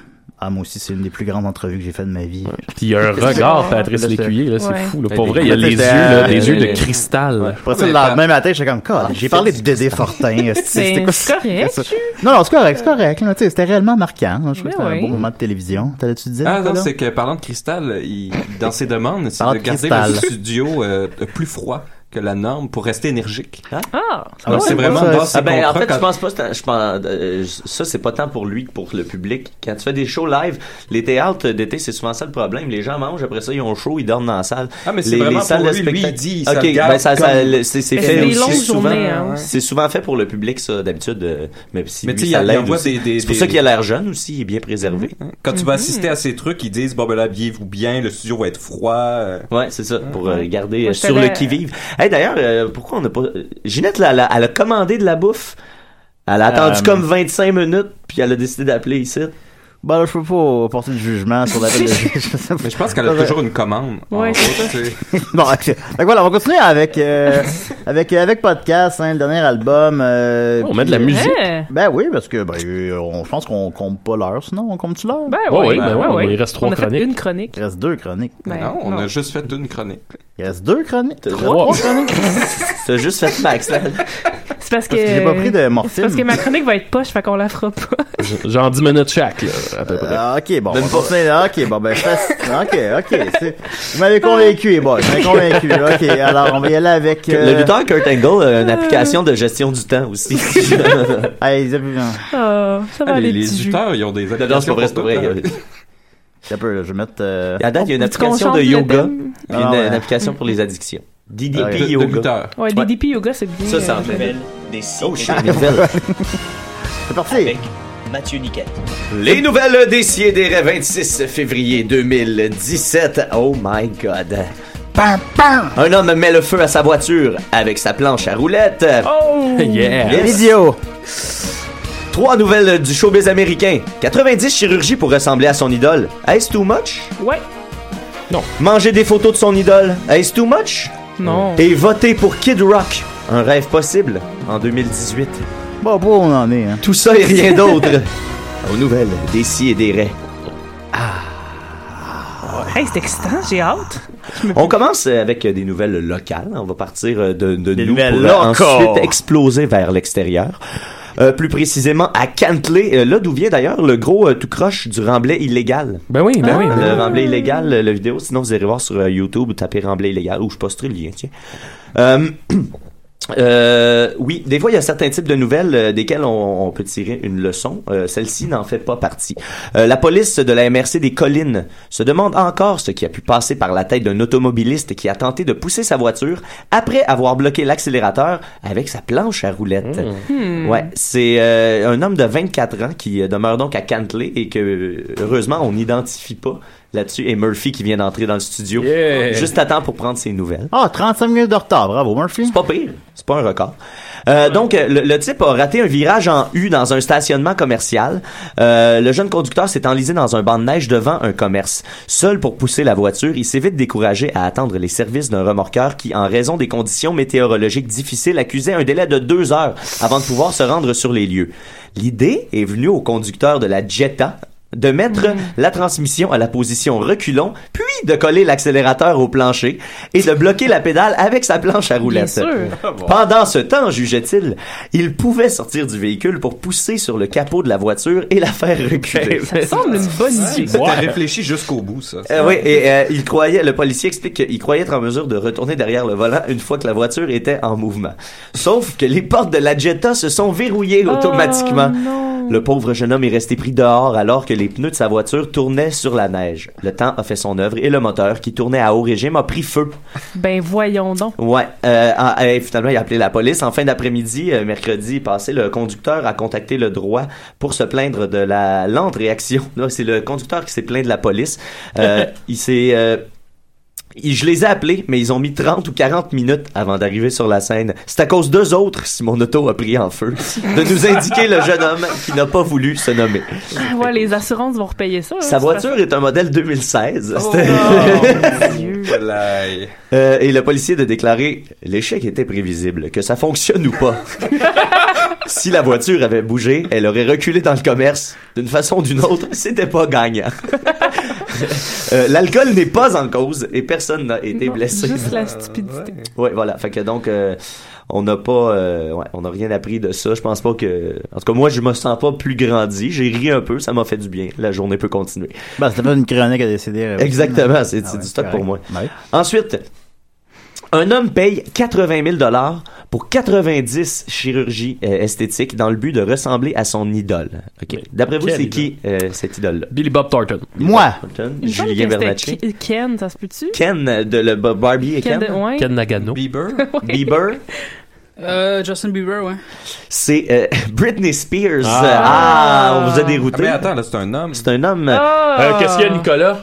Speaker 5: ah, moi aussi, c'est une des plus grandes entrevues que j'ai fait de ma vie.
Speaker 7: Puis il y a un regard, Patrice
Speaker 5: Là, c'est-
Speaker 7: Lécuyer, là, c'est
Speaker 6: Ouais.
Speaker 7: fou. là. Pour
Speaker 9: des
Speaker 7: vrai, il y a
Speaker 5: coups de
Speaker 7: les yeux,
Speaker 5: tête,
Speaker 7: là,
Speaker 5: euh,
Speaker 7: des yeux de
Speaker 9: les-
Speaker 7: cristal. là.
Speaker 5: Après ça, le lendemain matin, j'étais comme, quoi, j'ai parlé de Dédé Fortin. c'est-
Speaker 6: Ben, C'est
Speaker 5: c'était quoi ça?
Speaker 6: correct.
Speaker 5: Non, non, c'est correct, c'est correct. là, tu sais, C'était réellement marquant. hein, Je trouve
Speaker 6: Mais
Speaker 5: que c'était
Speaker 6: oui.
Speaker 5: un beau moment de télévision. T'allais-tu dire?
Speaker 9: Ah non,
Speaker 5: Nicolas?
Speaker 9: c'est que parlant de cristal, il, dans ses demandes, c'est
Speaker 5: Parlant
Speaker 9: de
Speaker 5: de
Speaker 9: garder
Speaker 5: cristal.
Speaker 9: le studio euh, plus froid que la norme pour rester énergique.
Speaker 6: Ah,
Speaker 5: Ah ouais,
Speaker 9: Donc c'est vraiment
Speaker 5: ça,
Speaker 9: dans ses
Speaker 8: Ah ben, en
Speaker 9: contrats
Speaker 8: fait,
Speaker 9: quand-
Speaker 8: je pense pas. c'est un- Je pense, euh, ça, c'est pas tant pour lui que pour le public. Quand tu fais des shows live, les théâtres d'été, c'est souvent ça le problème. Les gens mangent, après ça, ils ont chaud, ils dorment dans la salle.
Speaker 9: Ah, mais c'est
Speaker 8: Les-
Speaker 9: vraiment
Speaker 8: les salles
Speaker 9: pour
Speaker 8: de
Speaker 9: lui. Lui,
Speaker 8: spectacle.
Speaker 9: il dit, ça
Speaker 8: Ok,
Speaker 9: le garde
Speaker 8: ben, ça, ça-
Speaker 9: comme-
Speaker 8: le- c'est c'est
Speaker 6: Mais
Speaker 8: fait
Speaker 6: c'est des
Speaker 8: aussi
Speaker 6: longues
Speaker 8: souvent.
Speaker 6: journées, hein.
Speaker 9: Ouais.
Speaker 8: C'est souvent fait pour le public, ça, d'habitude. euh, mais si
Speaker 9: Mais
Speaker 8: lui,
Speaker 9: tu sais,
Speaker 8: ça
Speaker 9: il
Speaker 8: l'aide
Speaker 9: envoie des-
Speaker 8: aussi.
Speaker 9: des-
Speaker 8: C'est pour
Speaker 9: des-
Speaker 8: ça qu'il a l'air jeune aussi, il est bien préservé.
Speaker 9: Quand tu vas assister à ces trucs, ils disent bon ben là, habillez-vous bien, le studio va être froid. euh.
Speaker 8: Ouais, c'est ça, pour euh, garder
Speaker 6: Moi,
Speaker 8: euh,
Speaker 6: je
Speaker 8: sur le
Speaker 6: savais-
Speaker 8: qui-vive. Hey, d'ailleurs, euh, pourquoi on n'a pas... Ginette, là, elle, a, elle a commandé de la bouffe. Elle a attendu
Speaker 5: Euh,
Speaker 8: comme 25 minutes, puis elle a décidé d'appeler ici.
Speaker 5: Ben là, je peux pas porter de jugement sur la tête de je sais pas.
Speaker 9: Mais je pense qu'elle a toujours une commande. en
Speaker 6: Ouais,
Speaker 9: gros,
Speaker 6: c'est ça.
Speaker 9: tu sais.
Speaker 5: Bon, ok. Donc voilà, on va continuer avec, euh, avec, avec Podcast, hein, le dernier album. euh,
Speaker 7: On met de la
Speaker 5: puis-
Speaker 7: musique.
Speaker 6: Hein?
Speaker 5: Ben oui, parce que ben, euh, on, je pense qu'on compte pas l'heure, sinon on compte-tu l'heure?
Speaker 6: Ben
Speaker 7: Ouais,
Speaker 6: oui,
Speaker 7: ouais, ben
Speaker 6: ben,
Speaker 7: ouais,
Speaker 6: ouais,
Speaker 7: on-
Speaker 6: ouais.
Speaker 7: il reste trois
Speaker 6: On a fait
Speaker 7: chroniques.
Speaker 6: une chronique.
Speaker 5: Il reste deux chroniques.
Speaker 6: Ben,
Speaker 9: non, on a juste fait une chronique.
Speaker 5: Il reste deux chroniques.
Speaker 8: Trois. T'as juste fait max, là.
Speaker 6: C'est parce
Speaker 5: Parce
Speaker 6: que.
Speaker 5: que j'ai pas pris de morphine.
Speaker 6: C'est parce que ma chronique va être poche, fait qu'on la fera pas.
Speaker 7: Genre 10 minutes chaque, là, à peu près.
Speaker 5: Ah, ok, bon.
Speaker 8: Même
Speaker 5: on
Speaker 8: pas.
Speaker 5: continue là. Ok, bon, ben, faci- ok, ok. c'est- Vous m'avez convaincu, les boys. Vous m'avez convaincu. Ok, alors on va y aller avec. euh,
Speaker 8: Le lutteur Kurt Angle a une application de gestion du temps aussi.
Speaker 5: Ah, ils avaient-
Speaker 6: Ah, ça va
Speaker 9: Ah, les
Speaker 6: aller,
Speaker 9: les
Speaker 6: petit jus.
Speaker 9: lutteurs, ils ont des
Speaker 8: non, c'est pas
Speaker 9: applications
Speaker 8: vrai, c'est pas
Speaker 9: pour
Speaker 8: vrai.
Speaker 9: tout, hein.
Speaker 5: Attends un peu, là, je vais mettre. euh,
Speaker 8: À date, il y a une
Speaker 6: Faut-tu qu'on
Speaker 8: application
Speaker 6: change
Speaker 8: de
Speaker 6: le Ben.
Speaker 8: yoga, puis
Speaker 6: thème?
Speaker 8: une,
Speaker 5: Ah ouais.
Speaker 8: une application pour les addictions. DDP
Speaker 5: Ah ouais.
Speaker 9: De- de
Speaker 8: yoga.
Speaker 9: lutteurs.
Speaker 6: Ouais, DDP Yoga, c'est bien.
Speaker 8: Ça, ça en
Speaker 6: euh,
Speaker 8: fait. Oh, shit.
Speaker 5: C'est parti.
Speaker 11: Mathieu Niquette.
Speaker 8: Les nouvelles des CDR 26 février 2017. Oh my god. Un homme met le feu à sa voiture avec sa planche à roulettes.
Speaker 6: Oh,
Speaker 7: Yeah!
Speaker 8: Yes.
Speaker 5: Idiot.
Speaker 8: Trois nouvelles du showbiz américain. 90 chirurgies pour ressembler à son idole. Est-ce too much?
Speaker 6: Ouais.
Speaker 8: Manger des photos de son idole. Est-ce too much?
Speaker 6: Non.
Speaker 8: Et voter pour Kid Rock. Un rêve possible en 2018.
Speaker 5: Bon, bon, on en est, hein.
Speaker 8: Tout ça et rien d'autre. Aux nouvelles des si et des raies.
Speaker 6: Hey, c'est excitant, j'ai hâte.
Speaker 8: On commence avec euh, des nouvelles locales. On va partir euh, de, de
Speaker 5: Des
Speaker 8: nous
Speaker 5: nouvelles
Speaker 8: pour euh,
Speaker 5: locales.
Speaker 8: ensuite exploser vers l'extérieur. Euh, plus précisément à Cantley, euh, là d'où vient d'ailleurs le gros euh, tout croche du remblai illégal.
Speaker 7: Ben oui, ben oui.
Speaker 8: euh,
Speaker 5: Ah.
Speaker 8: Le remblai illégal, euh, la vidéo, sinon vous irez voir sur euh, YouTube, tapez remblai illégal, ou je posterai le lien, tiens. Euh, Euh, oui, des fois il y a certains types de nouvelles euh, desquelles on, on peut tirer une leçon. Euh, Celle-ci n'en fait pas partie. Euh, la police de la MRC des collines se demande encore ce qui a pu passer par la tête d'un automobiliste qui a tenté de pousser sa voiture après avoir bloqué l'accélérateur avec sa planche à roulettes.
Speaker 6: Mm-hmm.
Speaker 4: Hmm.
Speaker 8: Ouais, c'est euh, un homme de 24 ans qui euh, demeure donc à Cantley et que euh, heureusement on n'identifie pas là-dessus et Murphy qui vient d'entrer dans le studio juste à temps pour prendre ses nouvelles.
Speaker 5: Ah, 35 minutes de retard, bravo Murphy. C'est
Speaker 8: pas pire, c'est pas un record. Euh, donc, euh, le, le type a raté un virage en U dans un stationnement commercial. Euh, le jeune conducteur s'est enlisé dans un banc de neige devant un commerce. Seul pour pousser la voiture, il s'est vite découragé à attendre les services d'un remorqueur qui, en raison des conditions météorologiques difficiles, accusait un délai de deux heures avant de pouvoir se rendre sur les lieux. L'idée est venue au conducteur de la Jetta de mettre
Speaker 6: Mm.
Speaker 8: la transmission à la position reculon, puis de coller l'accélérateur au plancher et de bloquer la pédale avec sa planche à roulettes.
Speaker 4: sûr.
Speaker 8: Pendant ce temps, jugeait-il, il pouvait sortir du véhicule pour pousser sur le capot de la voiture et la faire reculer.
Speaker 6: Ça semble une bonne idée.
Speaker 9: C'était
Speaker 8: Ouais.
Speaker 9: réfléchi jusqu'au bout, ça.
Speaker 8: Euh, oui, et euh, il croyait, le policier explique qu'il croyait être en mesure de retourner derrière le volant une fois que la voiture était en mouvement. Sauf que les portes de la Jetta se sont verrouillées
Speaker 6: Ah.
Speaker 8: automatiquement.
Speaker 6: Oh,
Speaker 8: Le pauvre jeune homme est resté pris dehors alors que les pneus de sa voiture tournaient sur la neige. Le temps a fait son œuvre et le moteur, qui tournait à haut régime, a pris feu.
Speaker 6: Ben voyons donc.
Speaker 8: Ouais. Euh, ah, eh, finalement, il a appelé la police. En fin d'après-midi, euh, mercredi passé, le conducteur a contacté le droit pour se plaindre de la lente réaction. Là, c'est le conducteur qui s'est plaint de la police. Euh, il s'est... euh, il- je les ai appelés, mais ils ont mis 30 ou 40 minutes avant d'arriver sur la scène. C'est à cause d'eux autres si mon auto a pris en feu. De nous indiquer le jeune homme qui n'a pas voulu se nommer.
Speaker 6: Ah ouais, les assurances vont repayer ça. hein,
Speaker 8: Sa
Speaker 6: c'est
Speaker 8: voiture est un modèle 2016.
Speaker 6: Oh
Speaker 8: C'était-
Speaker 6: non,
Speaker 8: Euh, et le policier de déclarer l'échec était prévisible, que ça fonctionne ou pas. si la voiture avait bougé, elle aurait reculé dans le commerce. D'une façon ou d'une autre, c'était pas gagnant. Euh, L'alcool n'est pas en cause et personne n'a été
Speaker 6: Non,
Speaker 8: blessé.
Speaker 6: Juste la stupidité.
Speaker 8: Ah, Ouais, voilà. Fait que donc, euh, on n'a pas, euh, ouais, on n'a rien appris de ça. Je pense pas que, en tout cas, moi, je me sens pas plus grandi. J'ai ri un peu, ça m'a fait du bien. La journée peut continuer.
Speaker 5: Ben, c'était pas une chronique à décider. là.
Speaker 8: Exactement, c'est c'est
Speaker 5: ouais,
Speaker 8: du stock
Speaker 5: correct. Ben
Speaker 8: pour moi. Ensuite, un homme paye 80 000 dollars pour 90 chirurgies euh, esthétiques dans le but de ressembler à son idole. Ok. D'après vous,
Speaker 7: quelle
Speaker 8: c'est qui euh, cette idole-là
Speaker 7: Billy Bob Thornton.
Speaker 5: Moi.
Speaker 6: Il me semble
Speaker 8: Julien
Speaker 6: que c'était
Speaker 8: Bernatchez.
Speaker 6: Ki- Ken, ça se peut-tu?
Speaker 8: Ken euh, de le Bo- Barbie et
Speaker 6: Ken
Speaker 8: Ken.
Speaker 6: de- ouais. Ken
Speaker 7: Nagano.
Speaker 9: Bieber.
Speaker 8: Bieber.
Speaker 11: Euh, Justin Bieber, ouais.
Speaker 8: C'est euh, Britney Spears.
Speaker 9: Ah.
Speaker 8: Ah, on vous a dérouté.
Speaker 9: Mais attends, là, c'est un homme.
Speaker 8: C'est un homme.
Speaker 6: Oh!
Speaker 9: Ah. Euh, qu'est-ce qu'il y a,
Speaker 7: Nicolas?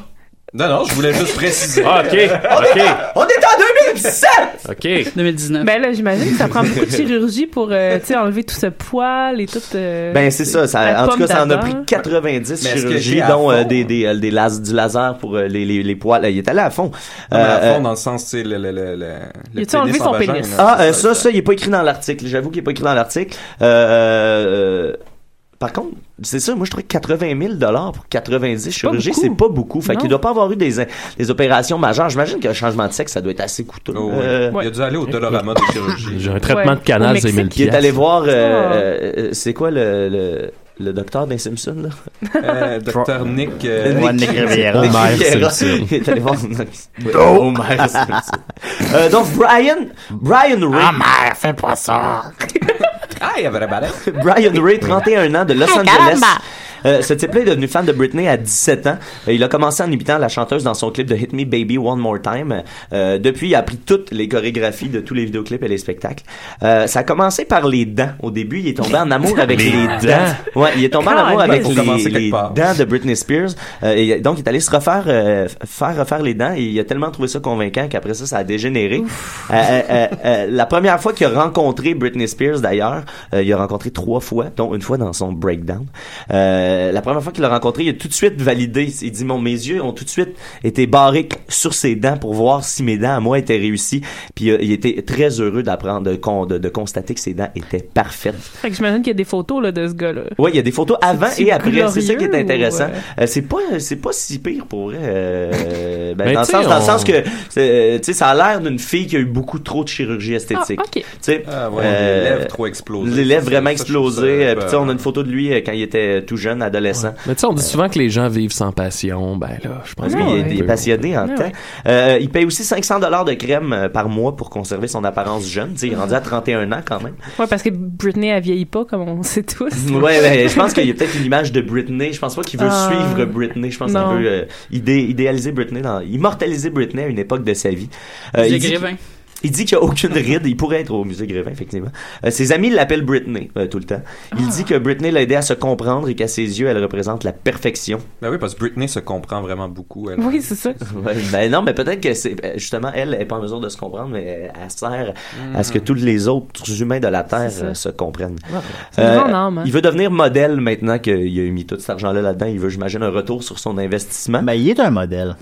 Speaker 9: Non, non, je voulais juste préciser.
Speaker 7: Ah, ok, ok.
Speaker 8: On est en 2007!
Speaker 7: OK.
Speaker 11: 2019.
Speaker 6: Ben là, j'imagine que ça prend beaucoup de chirurgie pour euh, tu sais, enlever tout ce poil et tout. euh,
Speaker 8: Ben c'est ça,
Speaker 6: la
Speaker 8: ça en tout
Speaker 6: pomme
Speaker 8: cas ça en a
Speaker 6: d'Adam.
Speaker 8: pris 90
Speaker 9: Mais est-ce que
Speaker 8: chirurgies
Speaker 9: c'est à
Speaker 8: dont euh,
Speaker 9: fond?
Speaker 8: des des, euh, des las- du laser pour euh, les, les les poils, il est allé à fond.
Speaker 9: Non, mais à
Speaker 8: Euh,
Speaker 9: fond, dans le sens, c'est le. le, le, le, le
Speaker 8: a-t-il enlevé
Speaker 9: pénis en vagin, là.
Speaker 8: Ah, euh, ça, ça, il n'est pas écrit dans l'article. J'avoue qu'il n'est pas écrit dans l'article. Euh, euh, par contre, c'est ça, moi je trouve que 80 000 pour 90 chirurgies, c'est pas beaucoup. Fait
Speaker 9: Non.
Speaker 8: qu'il doit pas avoir eu des, des opérations majeures. J'imagine qu'un changement de sexe, ça doit être assez coûteux.
Speaker 9: Oh, ouais.
Speaker 8: Euh,
Speaker 9: Il a dû aller au Dolorama des chirurgies.
Speaker 7: J'ai un traitement de canal, c'est 1000
Speaker 8: Il est allé voir, euh,
Speaker 9: Ah.
Speaker 8: euh, c'est quoi le, le, le docteur des Simpsons, là?
Speaker 9: Euh, Dr. Nick. euh,
Speaker 8: Ouais, Nick Riviera. Homer Simpson. Il est allé voir Homer Simpson. Euh, donc, Brian, Brian Ray. Ah, merde, fais pas ça.
Speaker 9: Hey, everybody.
Speaker 8: Brian Ray, 31 ans, de Los
Speaker 4: Hey,
Speaker 8: Angeles.
Speaker 4: caramba.
Speaker 8: Euh, ce type-là est devenu fan de Britney à 17 ans. Euh, il a commencé en imitant la chanteuse dans son clip de Hit Me Baby One More Time. Euh, depuis, il a appris toutes les chorégraphies de tous les vidéoclips et les spectacles. Euh, ça a commencé par les dents. Au début, il est tombé en amour avec
Speaker 7: Les
Speaker 8: les,
Speaker 7: dents.
Speaker 8: dents. Ouais, il est tombé en amour
Speaker 7: Calme.
Speaker 8: avec
Speaker 7: Faut
Speaker 8: les,
Speaker 7: commencer quelque
Speaker 8: les
Speaker 7: part.
Speaker 8: dents de Britney Spears. Euh, et donc, il est allé se refaire, euh, f- faire refaire les dents et il a tellement trouvé ça convaincant qu'après ça, ça a dégénéré. Euh, euh, euh, euh, la première fois qu'il a rencontré Britney Spears, d'ailleurs, euh, il a rencontré trois fois, dont une fois dans son breakdown. Euh, la première fois qu'il l'a rencontré, il a tout de suite validé. Il dit, mon, mes yeux ont tout de suite été barrés sur ses dents pour voir si mes dents à moi étaient réussies. Puis euh, il était très heureux d'apprendre, de, con- de- de constater que ses dents étaient parfaites.
Speaker 6: Fait que j'imagine qu'il y a des photos là, de ce gars-là.
Speaker 8: Oui, il y a des photos avant
Speaker 6: C'est-tu
Speaker 8: et après. C'est ça qui est
Speaker 6: glorieux
Speaker 8: intéressant.
Speaker 6: ou,
Speaker 8: Euh, c'est pas, c'est pas si pire pour vrai. euh, ben,
Speaker 7: Mais
Speaker 8: dans, le
Speaker 7: tu sais,
Speaker 8: sens, dans le
Speaker 7: on-
Speaker 8: sens que, c'est, euh, tu sais, ça a l'air d'une fille qui a eu beaucoup trop de chirurgie esthétique.
Speaker 6: Ah, ok.
Speaker 8: Tu sais, euh,
Speaker 9: Ah ouais, les lèvres trop explosées.
Speaker 8: Les lèvres
Speaker 9: Ça,
Speaker 8: vraiment
Speaker 9: ça, je trouve ça,
Speaker 8: explosées. Euh, puis tu sais,
Speaker 9: ben,
Speaker 8: on a une photo de lui euh, quand il était tout jeune jeunes, adolescents.
Speaker 7: Mais tu sais, on dit souvent que les gens vivent sans passion. Ben là, je pense
Speaker 8: Parce
Speaker 7: que
Speaker 8: qu'il est des passionnés en
Speaker 7: Ouais,
Speaker 8: temps.
Speaker 7: ouais.
Speaker 8: Euh, il paye aussi 500 dollars de crème euh, par mois pour conserver son apparence jeune. Tu sais, il est rendu à 31 ans quand même.
Speaker 6: Ouais, parce que Britney, elle vieillit pas, comme on sait tous.
Speaker 8: Ouais, ben, je pense qu'il y a peut-être une image de Britney. Je pense pas qu'il veut
Speaker 6: Ah.
Speaker 8: suivre Britney. Je pense
Speaker 6: Non.
Speaker 8: qu'il veut euh, idé- idéaliser Britney, dans, immortaliser Britney à une époque de sa vie. Euh,
Speaker 11: Musée
Speaker 8: il dit-
Speaker 11: Grévin.
Speaker 8: Il dit qu'il n'y a aucune ride. Il pourrait être au musée Grévin, effectivement. Euh, ses amis l'appellent Britney euh, tout le temps. Il dit que Britney l'a aidé à se comprendre et qu'à ses yeux, elle représente la perfection.
Speaker 9: Ben oui, parce que Britney se comprend vraiment beaucoup. Elle.
Speaker 6: Oui, c'est ça.
Speaker 8: Ouais, ben non, mais peut-être que c'est ben, justement elle n'est pas en mesure de se comprendre, mais elle sert à ce que tous les autres humains de la terre
Speaker 6: Mm. C'est ça.
Speaker 8: euh, se comprennent. Euh,
Speaker 6: Ouais. C'est une grande âme, hein.
Speaker 8: Il veut devenir modèle maintenant qu'il a mis tout cet argent-là là-dedans. Il veut, j'imagine, un retour sur son investissement.
Speaker 5: Mais Ben, il est un modèle.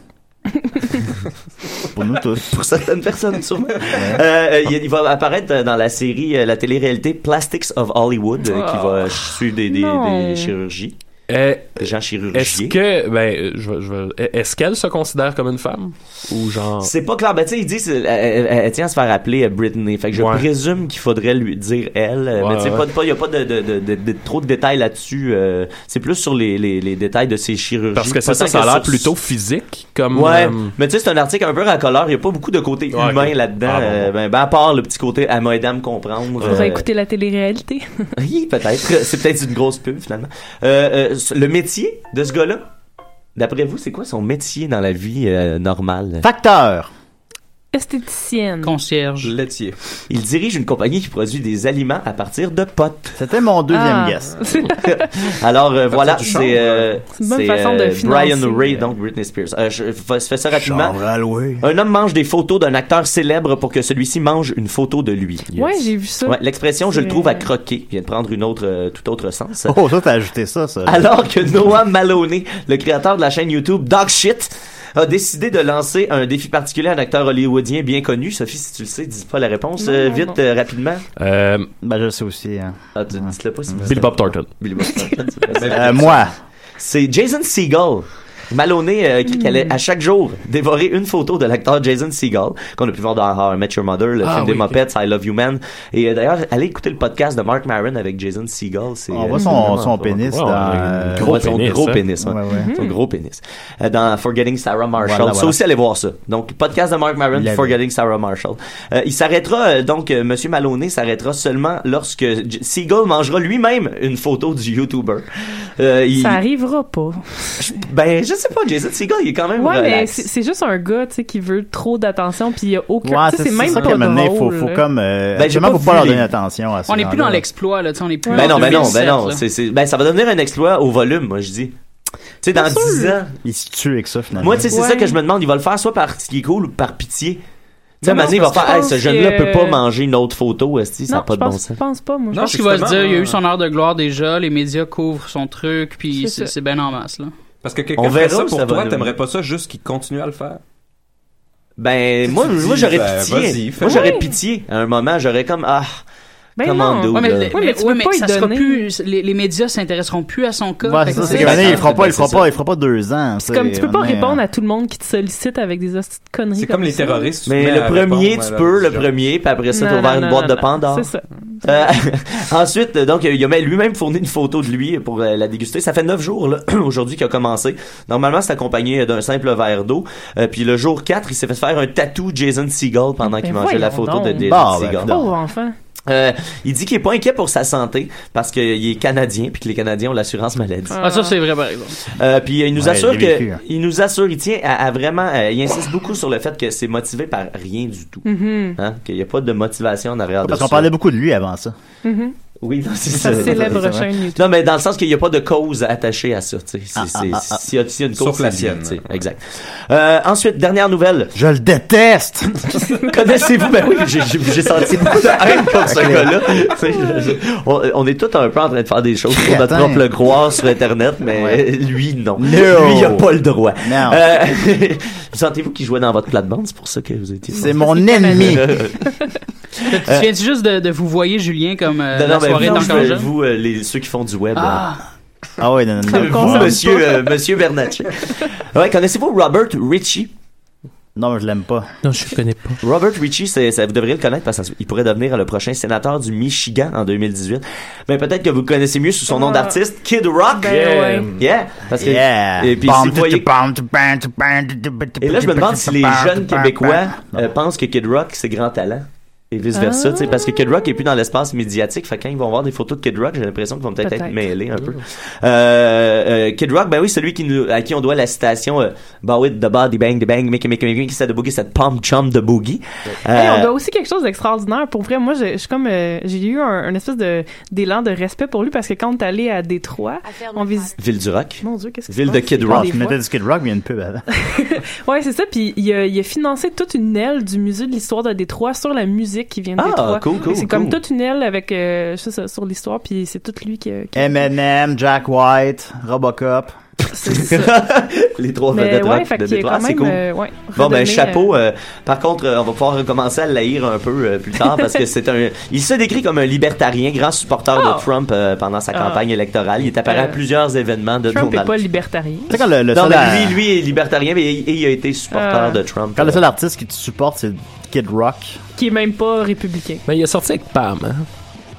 Speaker 5: Pour nous tous.
Speaker 8: Pour certaines personnes, sûrement. Euh, euh, il, il va apparaître euh, dans la série, euh, la télé-réalité Plastics of Hollywood, euh, qui
Speaker 7: Oh.
Speaker 8: va suivre des, des,
Speaker 7: Non.
Speaker 8: des chirurgies. des gens chirurgiens.
Speaker 7: euh, Est-ce que, ben, je, vais- je vais- est-ce qu'elle se considère comme une femme? Ou genre.
Speaker 8: C'est pas clair. Ben, tu sais, il dit, c'est- elle, elle- elle tient à se faire appeler euh, Britney. Fait que je
Speaker 7: Ouais.
Speaker 8: présume qu'il faudrait lui dire elle. euh,
Speaker 7: Ouais,
Speaker 8: mais tu sais,
Speaker 7: ouais.
Speaker 8: pas, de- pas- il y a pas de, de- de- de- de- trop de détails là-dessus. euh, c'est plus sur les, les- les détails de ses chirurgies.
Speaker 7: Parce que ça, ça,
Speaker 8: Peut-être
Speaker 7: ça a l'air
Speaker 8: sur-
Speaker 7: plutôt physique, comme.
Speaker 8: Ouais,
Speaker 7: euh,
Speaker 8: mais tu sais, c'est un article un peu racoleur. Il n'y a pas beaucoup de côté
Speaker 7: Ouais,
Speaker 8: humain
Speaker 7: ok.
Speaker 8: là-dedans.
Speaker 7: Ah, bon,
Speaker 8: Euh, ben, ben, à part le petit côté à mesdames comprendre.
Speaker 6: Faudrait
Speaker 8: euh,
Speaker 6: écouter la télé-réalité.
Speaker 8: oui, peut-être. C'est peut-être une grosse pub, finalement. Euh, euh, le métier de ce gars-là, d'après vous, c'est quoi son métier dans la vie euh, normale?
Speaker 5: Facteur.
Speaker 6: Esthéticienne.
Speaker 8: Concierge. Laitier. Il dirige une compagnie qui produit des aliments à partir de potes.
Speaker 5: C'était mon
Speaker 6: deuxième Ah. guess.
Speaker 8: Alors euh, voilà,
Speaker 5: du chanvre.
Speaker 8: c'est euh,
Speaker 5: C'est une bonne
Speaker 8: c'est,
Speaker 5: façon de
Speaker 8: Brian
Speaker 5: financer.
Speaker 8: Ray, donc Britney Spears. Euh, je, fa- je fais ça rapidement.
Speaker 5: Chanvre alloué.
Speaker 8: Un homme mange des photos d'un acteur célèbre pour que celui-ci mange une photo de lui.
Speaker 6: Ouais, j'ai vu ça.
Speaker 8: Ouais, L'expression, je
Speaker 6: C'est-
Speaker 8: le trouve à croquer, vient de prendre une autre, euh, tout autre sens.
Speaker 5: Oh, ça, t'as ajouté ça, ça.
Speaker 8: Alors que Noah Maloney, le créateur de la chaîne YouTube Dog Shit, a décidé de lancer un défi particulier à un acteur hollywoodien bien connu. Sophie, si tu le sais, dis pas la réponse
Speaker 5: Non,
Speaker 8: euh,
Speaker 5: non,
Speaker 8: vite,
Speaker 5: non.
Speaker 8: euh, rapidement.
Speaker 5: Ben, je le sais aussi. Hein.
Speaker 8: Ah, tu dis-le pas si tu le sais.
Speaker 7: Bill Bob Thornton.
Speaker 8: Billy Bob Thornton, c'est vrai,
Speaker 5: Euh,
Speaker 8: c'est-
Speaker 5: moi.
Speaker 8: C'est Jason Segel. Maloney euh, écrit qu'elle allait à chaque jour dévorer une photo de l'acteur Jason Segel qu'on a pu voir dans How I Met Your Mother, le
Speaker 5: Ah,
Speaker 8: film des
Speaker 5: oui, ok.
Speaker 8: Muppets, I Love You Man. Et euh, d'ailleurs, allez écouter le podcast de Mark Maron avec Jason Segel.
Speaker 5: Ah,
Speaker 8: euh,
Speaker 5: On voit son- son pénis dans, euh,
Speaker 8: gros
Speaker 5: Gros
Speaker 8: son
Speaker 5: pénis,
Speaker 8: gros
Speaker 5: hein.
Speaker 8: pénis. ouais.
Speaker 5: Ouais, ouais.
Speaker 8: Son gros pénis. Euh, dans Forgetting Sarah Marshall.
Speaker 5: Voilà,
Speaker 8: Ça
Speaker 5: voilà.
Speaker 8: aussi, allez voir ça. Donc, podcast de Mark Maron,
Speaker 5: Il l'avait.
Speaker 8: Forgetting Sarah Marshall. Euh, il s'arrêtera, euh, donc, euh, Monsieur Maloney s'arrêtera seulement lorsque J- Seagull mangera lui-même une photo du YouTuber. Euh, il-
Speaker 6: Ça arrivera pas.
Speaker 8: ben, je sais pas, Jason Seagull, il est quand même
Speaker 6: Ouais, mais
Speaker 8: relax.
Speaker 6: c'est c'est juste un gars, tu sais, qui veut trop d'attention, puis il y a aucun.
Speaker 5: Ouais,
Speaker 6: tu sais,
Speaker 5: c'est
Speaker 6: c'est même
Speaker 5: ça
Speaker 6: pas
Speaker 5: qu'à un moment donné, faut,
Speaker 6: drôle,
Speaker 5: faut
Speaker 6: là.
Speaker 5: comme. Euh,
Speaker 8: Ben, j'ai
Speaker 5: justement, faut
Speaker 8: pas
Speaker 5: pas
Speaker 8: vu
Speaker 5: leur
Speaker 8: les-
Speaker 5: donner attention à ça.
Speaker 11: On n'est plus dans l'exploit, là, tu sais, on est plus
Speaker 8: Ben
Speaker 11: en
Speaker 8: non, ben non, ben
Speaker 11: 2007,
Speaker 8: non.
Speaker 11: là.
Speaker 8: c'est- c'est- ben, ça va devenir un exploit au volume, moi, je dis. Tu sais, dans 10 ans,
Speaker 5: Ils se tuent avec ça, finalement.
Speaker 8: Moi, tu sais, c'est
Speaker 5: Ouais.
Speaker 8: ça que je me demande. Il va le faire soit par ce qui est cool ou par pitié. Tu
Speaker 6: Non,
Speaker 8: sais, à un moment donné, il
Speaker 6: non,
Speaker 8: va
Speaker 6: parce
Speaker 8: faire,
Speaker 6: que
Speaker 8: hey,
Speaker 6: je
Speaker 8: ce
Speaker 6: pense
Speaker 8: jeune-là
Speaker 6: que-
Speaker 8: peut pas manger une autre photo, esti, ça n'a
Speaker 6: Non,
Speaker 8: pas
Speaker 6: je
Speaker 8: de bon
Speaker 6: pense,
Speaker 8: sens.
Speaker 6: je pense pas, moi.
Speaker 11: Je pense qu'il va se dire,
Speaker 8: euh,
Speaker 11: il a eu son heure de gloire déjà, les médias couvrent son truc, puis
Speaker 6: C'est
Speaker 11: c'est
Speaker 6: ça.
Speaker 11: c'est bien en masse, là.
Speaker 9: Parce que quelqu'un
Speaker 8: On
Speaker 9: fait
Speaker 8: verra
Speaker 9: ça
Speaker 8: où
Speaker 9: pour
Speaker 8: ça va
Speaker 9: toi,
Speaker 8: nous.
Speaker 9: t'aimerais pas ça juste qu'il continue à le faire.
Speaker 8: Ben, moi, moi
Speaker 9: dis,
Speaker 8: j'aurais
Speaker 9: ben, vas-y,
Speaker 8: pitié.
Speaker 9: fais-le.
Speaker 8: Moi, j'aurais pitié. À un moment, j'aurais comme, ah, comment dude,
Speaker 11: Ouais, mais,
Speaker 8: là.
Speaker 11: mais-
Speaker 6: Ben Ouais, mais tu
Speaker 11: ouais,
Speaker 6: peux
Speaker 11: mais
Speaker 6: pas y
Speaker 11: ça sera
Speaker 6: donner.
Speaker 11: plus, les, les médias s'intéresseront plus à son cas.
Speaker 5: Ouais,
Speaker 11: fait
Speaker 5: c'est
Speaker 11: que
Speaker 5: ça, c'est
Speaker 11: c'est-
Speaker 5: qu'à un moment donné, il fera pas, il fera pas, il fera pas deux ans.
Speaker 6: C'est comme tu euh, peux pas répondre à tout le monde qui te sollicite avec des hosties de conneries.
Speaker 8: C'est comme les
Speaker 6: ça.
Speaker 8: terroristes, tu Mais mets le à premier, répondre à tu la peux, le question. premier, puis après ça,
Speaker 6: Non,
Speaker 8: t'as ouvert
Speaker 6: non,
Speaker 8: une
Speaker 6: non,
Speaker 8: boîte
Speaker 6: non,
Speaker 8: de
Speaker 6: non.
Speaker 8: Pandore.
Speaker 6: C'est ça.
Speaker 8: Euh, ensuite, euh, donc, il a même- lui-même fourni une photo de lui pour euh, la déguster. Ça fait neuf jours, là, aujourd'hui, qu'il a commencé. Normalement, c'est accompagné d'un simple verre d'eau. Euh, puis le jour 4, il s'est fait faire un tatou Jason Seagal pendant qu'il
Speaker 6: Ben
Speaker 8: mangeait la
Speaker 6: voyons
Speaker 8: photo de
Speaker 6: donc.
Speaker 8: Jason
Speaker 6: Bon, ben,
Speaker 8: Segel.
Speaker 6: Pauvre enfant.
Speaker 8: Euh, il dit qu'il est pas inquiet pour sa santé parce qu'il est canadien puis que les Canadiens ont l'assurance maladie.
Speaker 11: Ah, ça, c'est vrai, par exemple.
Speaker 8: Euh, puis euh, il nous
Speaker 11: Ouais,
Speaker 8: assure
Speaker 11: j'ai vécu,
Speaker 8: que
Speaker 11: hein.
Speaker 8: il nous assure il tient à, à vraiment euh, il insiste beaucoup sur le fait que c'est motivé par rien du tout
Speaker 6: Mhm.
Speaker 8: hein, qu'il n'y a pas de motivation en arrière de
Speaker 5: Parce qu'on
Speaker 8: ça.
Speaker 5: parlait beaucoup de lui avant ça.
Speaker 6: Mhm.
Speaker 8: oui non, c'est
Speaker 6: Sa
Speaker 8: ça
Speaker 6: célèbre
Speaker 8: Exactement.
Speaker 6: chaîne YouTube.
Speaker 8: non mais dans le sens qu'il n'y a pas de cause attachée à ça tu sais
Speaker 5: Ah,
Speaker 8: C'est- c'est-
Speaker 5: ah, ah, ah.
Speaker 8: s'il y a s'il y a une
Speaker 5: Sauf
Speaker 8: cause
Speaker 5: la
Speaker 8: c'est lui,
Speaker 5: sienne.
Speaker 8: tu sais. exact Euh, ensuite dernière nouvelle
Speaker 5: je le déteste
Speaker 8: connaissez-vous ben oui j'ai j'ai- j'ai senti beaucoup de haine contre ce gars-là Tu sais, je- je- on, on est tous un peu en train de faire des choses pour notre
Speaker 5: Crétin.
Speaker 8: propre gloire sur internet mais lui non
Speaker 5: No.
Speaker 8: lui il a pas le droit
Speaker 5: Non.
Speaker 8: Euh, vous sentez-vous qu'il jouait dans votre plate-bande? C'est pour ça que vous étiez.
Speaker 11: Euh,
Speaker 5: C'est mon ennemi.
Speaker 11: Tu
Speaker 8: Euh,
Speaker 11: viens juste de, de vous voyez Julien comme euh,
Speaker 8: non,
Speaker 11: la
Speaker 8: non, mais
Speaker 11: soirée
Speaker 8: vous,
Speaker 11: d'encore
Speaker 8: je-
Speaker 11: jeune?
Speaker 8: vous, euh, les, ceux qui font du web.
Speaker 11: Ah.
Speaker 5: Ah ouais, non,
Speaker 11: Ça me
Speaker 8: euh,
Speaker 11: concerne
Speaker 8: monsieur,
Speaker 11: pas.
Speaker 8: euh, monsieur Bernatchez. Ouais, connaissez-vous Robert Ritchie?
Speaker 5: Non, mais je l'aime pas.
Speaker 7: Non, je connais pas.
Speaker 8: Robert Ritchie, c'est- ça, vous devriez le connaître parce qu'il pourrait devenir le prochain sénateur du Michigan en 2018. Mais Ben, peut-être que vous le connaissez mieux sous son nom d'artiste, Kid Rock.
Speaker 4: Ben ouais.
Speaker 8: Yeah. Parce que,
Speaker 5: Yeah.
Speaker 8: Et puis, si vous voyez- Et
Speaker 5: Et
Speaker 8: là, je me demande si les jeunes Québécois euh, pensent que Kid Rock, c'est grand talent. Et vice-versa, tu sais, parce que Kid Rock est plus dans l'espace médiatique. Fait que quand ils vont voir des photos de Kid Rock, j'ai l'impression qu'ils vont peut-être être
Speaker 12: Peut-être.
Speaker 8: mêlés un peu. Euh, euh, Kid Rock, ben oui, celui qui nous, à qui on doit la citation euh, Bow it, the body, bang, the bang, make it, make it, make it, set the boogie, set pump, chum, the boogie.
Speaker 6: Hey, on
Speaker 8: Euh,
Speaker 6: doit aussi quelque chose d'extraordinaire. Pour vrai, moi, je, je suis comme, euh, j'ai eu un, un espèce de d'élan de respect pour lui parce que quand on est allé à Détroit, on visite.
Speaker 8: Ville du Rock.
Speaker 6: Mon Dieu, qu'est-ce que
Speaker 8: Ville de Kid Rock.
Speaker 5: Je mettais du Kid Rock, mais il y a une pub avant.
Speaker 6: Ouais, c'est ça. Puis il a, il a financé toute une aile du musée de l'histoire de Détroit sur la musique qui vient de
Speaker 5: Ah,
Speaker 6: Détroit.
Speaker 5: cool, cool,
Speaker 6: C'est comme
Speaker 5: cool.
Speaker 6: toute une aile avec euh, je sais ça, sur l'histoire. Puis c'est tout lui qui. a- qui-
Speaker 5: Eminem, Jack White, Robocop.
Speaker 8: les trois
Speaker 6: Mais
Speaker 8: vedettes
Speaker 6: ouais,
Speaker 8: rock
Speaker 6: fait
Speaker 8: de
Speaker 6: qu'il y a
Speaker 8: Détroit, Ah,
Speaker 6: quand
Speaker 8: c'est
Speaker 6: même,
Speaker 8: cool.
Speaker 6: euh, ouais,
Speaker 8: bon ben
Speaker 6: redonné,
Speaker 8: chapeau. euh, par contre, euh, on va pouvoir commencer à l'haïr un peu euh, plus tard parce que c'est un. Il se décrit comme un libertarien, grand supporter
Speaker 6: Ah.
Speaker 8: de Trump euh, pendant sa
Speaker 6: Ah.
Speaker 8: campagne électorale. Il est apparu à
Speaker 6: Euh,
Speaker 8: plusieurs événements de
Speaker 6: Trump n'est
Speaker 8: Donald.
Speaker 6: pas libertarien.
Speaker 5: Tu sais, quand le, le
Speaker 8: non,
Speaker 5: seul
Speaker 8: mais
Speaker 5: à-
Speaker 8: lui, lui est libertarien mais il- et il a été supporter
Speaker 6: Ah.
Speaker 8: de Trump.
Speaker 5: Quand le seul artiste qui te supporte, c'est Kid Rock.
Speaker 6: Qui est même pas républicain.
Speaker 7: Mais il est sorti avec Pam, hein?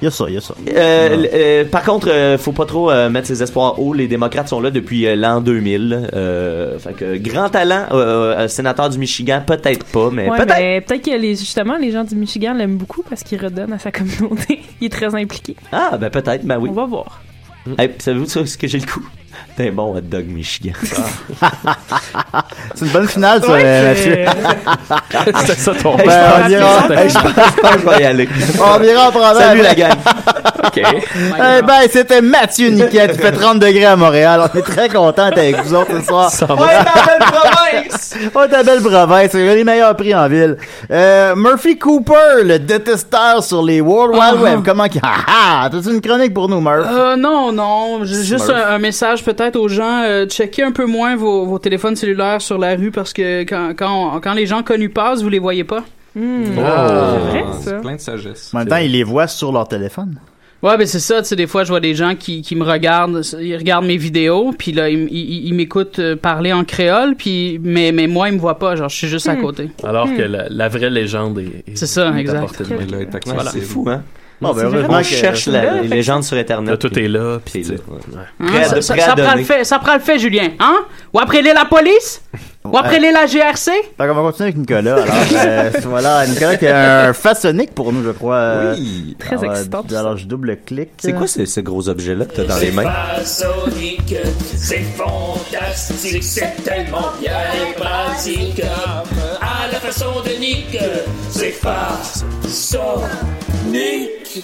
Speaker 5: Il y a ça, il y a ça.
Speaker 8: Euh, l- euh, par contre, euh, faut pas trop euh, mettre ses espoirs hauts. Les démocrates sont là depuis euh, l'an 2000. Euh, fait que grand talent, euh, euh, sénateur du Michigan, peut-être pas, mais
Speaker 6: Ouais,
Speaker 8: Eh, peut-être.
Speaker 6: mais peut-être que les, justement les gens du Michigan l'aiment beaucoup parce qu'il redonne à sa communauté. Il est très impliqué.
Speaker 8: Ah, ben peut-être, ben oui.
Speaker 6: On va voir.
Speaker 8: Hey, Savez-vous de ça, ce que j'ai le coup? T'es bon hot dog Michigan.
Speaker 5: C'est une bonne finale, ça,
Speaker 8: Ouais,
Speaker 5: euh,
Speaker 8: c'est-
Speaker 5: Mathieu.
Speaker 8: C'était ça, ton
Speaker 5: Ben,
Speaker 8: père.
Speaker 5: on ira.
Speaker 8: Hey, je pense- je pense que je vais y aller.
Speaker 5: On ira en prendre
Speaker 8: Salut,
Speaker 5: un.
Speaker 8: la gang.
Speaker 7: OK.
Speaker 5: Eh ben, c'était Mathieu Niquette. Il fait 30 degrés à Montréal. On est très contents d'être avec vous autres ce soir.
Speaker 4: va. Ouais, ta belle province.
Speaker 5: Ouais, ta belle province. Il y a les meilleurs prix en ville. Euh, Murphy Cooper, le détesteur sur les World Wide
Speaker 11: Ah.
Speaker 5: Web. Comment qu'il... Ah ah! T'as-tu une chronique pour nous, Murph?
Speaker 11: Euh, non, non. J'ai juste
Speaker 5: Smurf.
Speaker 11: un, un message peut-être aux gens. euh, checkez un peu moins vos, vos téléphones cellulaires sur la rue parce que quand, quand, on- quand les gens connus passent, vous les voyez pas.
Speaker 6: Hmm.
Speaker 9: Ah,
Speaker 11: C'est vrai,
Speaker 9: plein de sagesse.
Speaker 5: En même temps, ils les voient sur leur téléphone.
Speaker 11: Ouais, ben c'est ça. Tu sais, des fois, je vois des gens qui, qui me regardent, ils regardent mes vidéos, puis là, ils, m- ils- ils m'écoutent euh, parler en créole, puis mais, mais moi, ils me voient pas. Genre, je suis juste à côté.
Speaker 7: Alors
Speaker 11: Hmm.
Speaker 7: que la, la vraie légende est. est-
Speaker 11: C'est ça,
Speaker 7: est à
Speaker 11: exact.
Speaker 7: portée de main.
Speaker 11: Quel-
Speaker 7: Voilà.
Speaker 11: Ouais, c'est
Speaker 8: fou, hein?
Speaker 7: Bon, ben,
Speaker 11: C'est
Speaker 7: heureusement
Speaker 8: On
Speaker 7: que-
Speaker 8: cherche la, les légendes sur Internet.
Speaker 7: Tout est là, puis
Speaker 8: c'est là.
Speaker 11: Hein,
Speaker 8: Prêt à-
Speaker 11: ça, ça-
Speaker 8: prêt à
Speaker 11: ça prend
Speaker 8: donner.
Speaker 11: le fait, ça prend le fait, Julien. Hein? Ou après les la police? Ou après les la GRC?
Speaker 5: Fait qu'on va continuer avec Nicolas. Alors, euh, voilà, Nicolas qui a un façonnique pour nous, je crois. Euh,
Speaker 8: Oui.
Speaker 6: Très excitant, tout ça.
Speaker 5: Alors, je double-clique.
Speaker 8: C'est quoi ce, ce gros objet-là que t'as dans les mains?
Speaker 4: Sonic, c'est fantastique, c'est tellement bien et pratique. À la façon de Nick, c'est Sonic.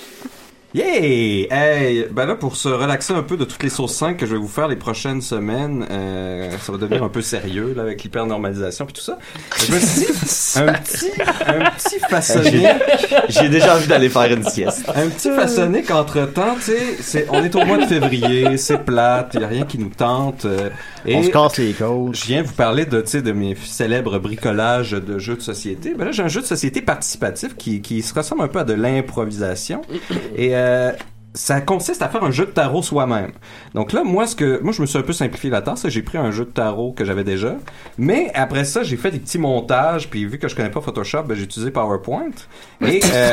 Speaker 9: Yay! Hey! Ben là, pour se relaxer un peu de toutes les sources 5 que je vais vous faire les prochaines semaines, euh, ça va devenir un peu sérieux là, avec l'hypernormalisation puis tout ça. Je me suis dit, un petit, un petit façonnier.
Speaker 8: J'ai- j'ai déjà envie d'aller faire une sieste.
Speaker 9: Un petit façonnique entre-temps, tu sais, c'est- on est au mois de février, c'est plate, il n'y a rien qui nous tente. euh,
Speaker 5: On se casse les côtes.
Speaker 9: Je viens vous parler de, tu sais, de mes célèbres bricolages de jeux de société. Ben là, j'ai un jeu de société participatif qui, qui se ressemble un peu à de l'improvisation. Et euh, ça consiste à faire un jeu de tarot soi-même. Donc là, moi, ce que, moi, je me suis un peu simplifié la tâche. J'ai pris un jeu de tarot que j'avais déjà. Mais après ça, j'ai fait des petits montages. Puis vu que je connais pas Photoshop, ben, j'ai utilisé PowerPoint. Et, euh,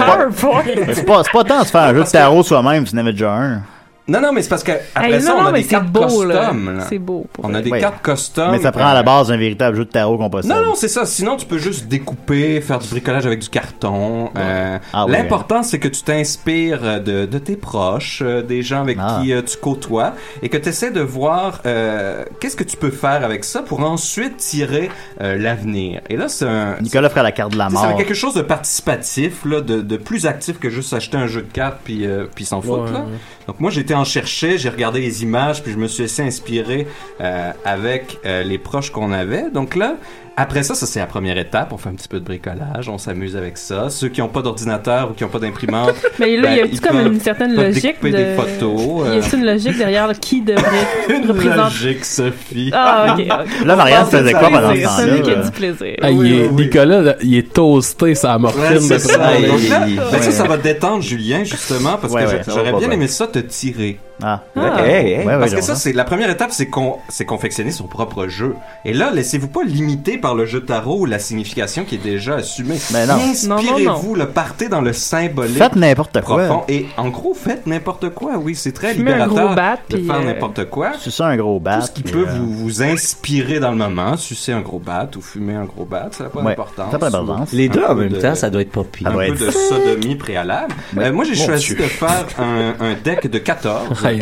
Speaker 5: C'est pas, c'est pas tant de se faire un jeu de tarot soi-même, tu n'avais déjà un.
Speaker 9: Non, non, mais c'est parce que après
Speaker 6: Hey,
Speaker 9: ça,
Speaker 6: non,
Speaker 9: on
Speaker 6: non,
Speaker 9: a
Speaker 6: mais
Speaker 9: des
Speaker 6: c'est
Speaker 9: cartes
Speaker 6: beau,
Speaker 9: custom.
Speaker 6: là.
Speaker 9: là.
Speaker 6: C'est beau, pour
Speaker 9: On a
Speaker 6: vrai.
Speaker 9: des
Speaker 6: Ouais.
Speaker 9: cartes custom.
Speaker 5: Mais ça prend à
Speaker 9: Euh,
Speaker 5: la base un véritable jeu de tarot qu'on possède.
Speaker 9: Non, non, c'est ça. Sinon, tu peux juste découper, faire du bricolage avec du carton. Euh,
Speaker 5: ouais.
Speaker 9: L'important, c'est que tu t'inspires euh, de, de tes proches, euh, des gens avec
Speaker 5: hein.
Speaker 9: qui euh, tu côtoies, et que tu essaies de voir euh, qu'est-ce que tu peux faire avec ça pour ensuite tirer euh, l'avenir. Et là, c'est un...
Speaker 5: Ah, Nicolas ferait la carte de la
Speaker 9: Tu sais, Ça
Speaker 5: mort.
Speaker 9: fait quelque chose de participatif, là, de, de plus actif que juste acheter un jeu de cartes puis, euh, puis s'en foutre.
Speaker 5: Ouais,
Speaker 9: là.
Speaker 5: ouais.
Speaker 9: Donc moi j'étais en chercher, j'ai regardé les images puis je me suis laissé inspirer euh, avec euh, les proches qu'on avait. Donc là, après ça, ça c'est la première étape. On fait un petit peu de bricolage, on s'amuse avec ça. Ceux qui n'ont pas d'ordinateur ou qui n'ont pas d'imprimante,
Speaker 6: Mais là,
Speaker 9: ben,
Speaker 6: il y a un
Speaker 9: ils
Speaker 6: petit comme
Speaker 9: peuvent-
Speaker 6: une certaine
Speaker 9: peuvent
Speaker 6: logique
Speaker 9: découper
Speaker 6: de.
Speaker 9: des photos.
Speaker 6: Il y a aussi une logique derrière qui devrait représenter.
Speaker 9: Logique, Sophie.
Speaker 6: Ah, ok, ok.
Speaker 5: Là, Marianne
Speaker 6: On parle
Speaker 5: faisait
Speaker 6: du
Speaker 5: quoi pendant
Speaker 6: plaisir,
Speaker 5: ce temps-là,
Speaker 6: Celui qui a
Speaker 5: là?
Speaker 6: du plaisir.
Speaker 7: Ah, il est- Nicolas, là, il est toasté, sa morphine.
Speaker 9: Ouais, c'est
Speaker 7: de
Speaker 9: ça.
Speaker 7: près.
Speaker 9: Donc là, ben ça, ça va détendre Julien, justement, parce
Speaker 7: Ouais,
Speaker 9: que
Speaker 7: ouais,
Speaker 9: je-
Speaker 7: ça va
Speaker 9: j'aurais
Speaker 7: pas
Speaker 9: bien
Speaker 7: bien.
Speaker 9: aimé ça te tirer.
Speaker 5: Ah.
Speaker 9: Ouais, hey, hey. Parce que ça,
Speaker 5: c'est
Speaker 9: c'est la première étape, c'est qu'on, c'est confectionner son propre jeu. Et là, laissez-vous pas limiter par le jeu de tarot ou la signification qui est déjà assumée.
Speaker 5: Mais non. Non, non,
Speaker 9: Inspirez-vous, le partez dans le symbolique.
Speaker 5: Faites n'importe quoi.
Speaker 9: profond. Et en gros, faites n'importe quoi. Oui, c'est très
Speaker 5: Fumez un
Speaker 9: libérateur
Speaker 5: gros bat,
Speaker 9: de
Speaker 5: puis,
Speaker 9: faire
Speaker 5: euh,
Speaker 9: n'importe quoi.
Speaker 5: ça un gros bat. euh,
Speaker 9: Qui peut vous, vous inspirer dans le moment, sucer un gros bat ou fumer un gros bat, ça n'a pas
Speaker 5: Ouais,
Speaker 9: d'importance.
Speaker 5: ça a pas d'importance.
Speaker 9: Ou
Speaker 5: Les deux
Speaker 9: un
Speaker 5: en
Speaker 9: peu
Speaker 5: même
Speaker 9: de-
Speaker 5: temps, ça doit
Speaker 8: être pas pire.
Speaker 9: Un
Speaker 5: Ça doit
Speaker 9: peu
Speaker 5: être-
Speaker 9: de sodomie préalable.
Speaker 5: Ouais.
Speaker 9: Euh, moi, j'ai
Speaker 5: Mon
Speaker 9: choisi
Speaker 5: Dieu.
Speaker 9: de faire un, un deck de 14.
Speaker 5: Ouais.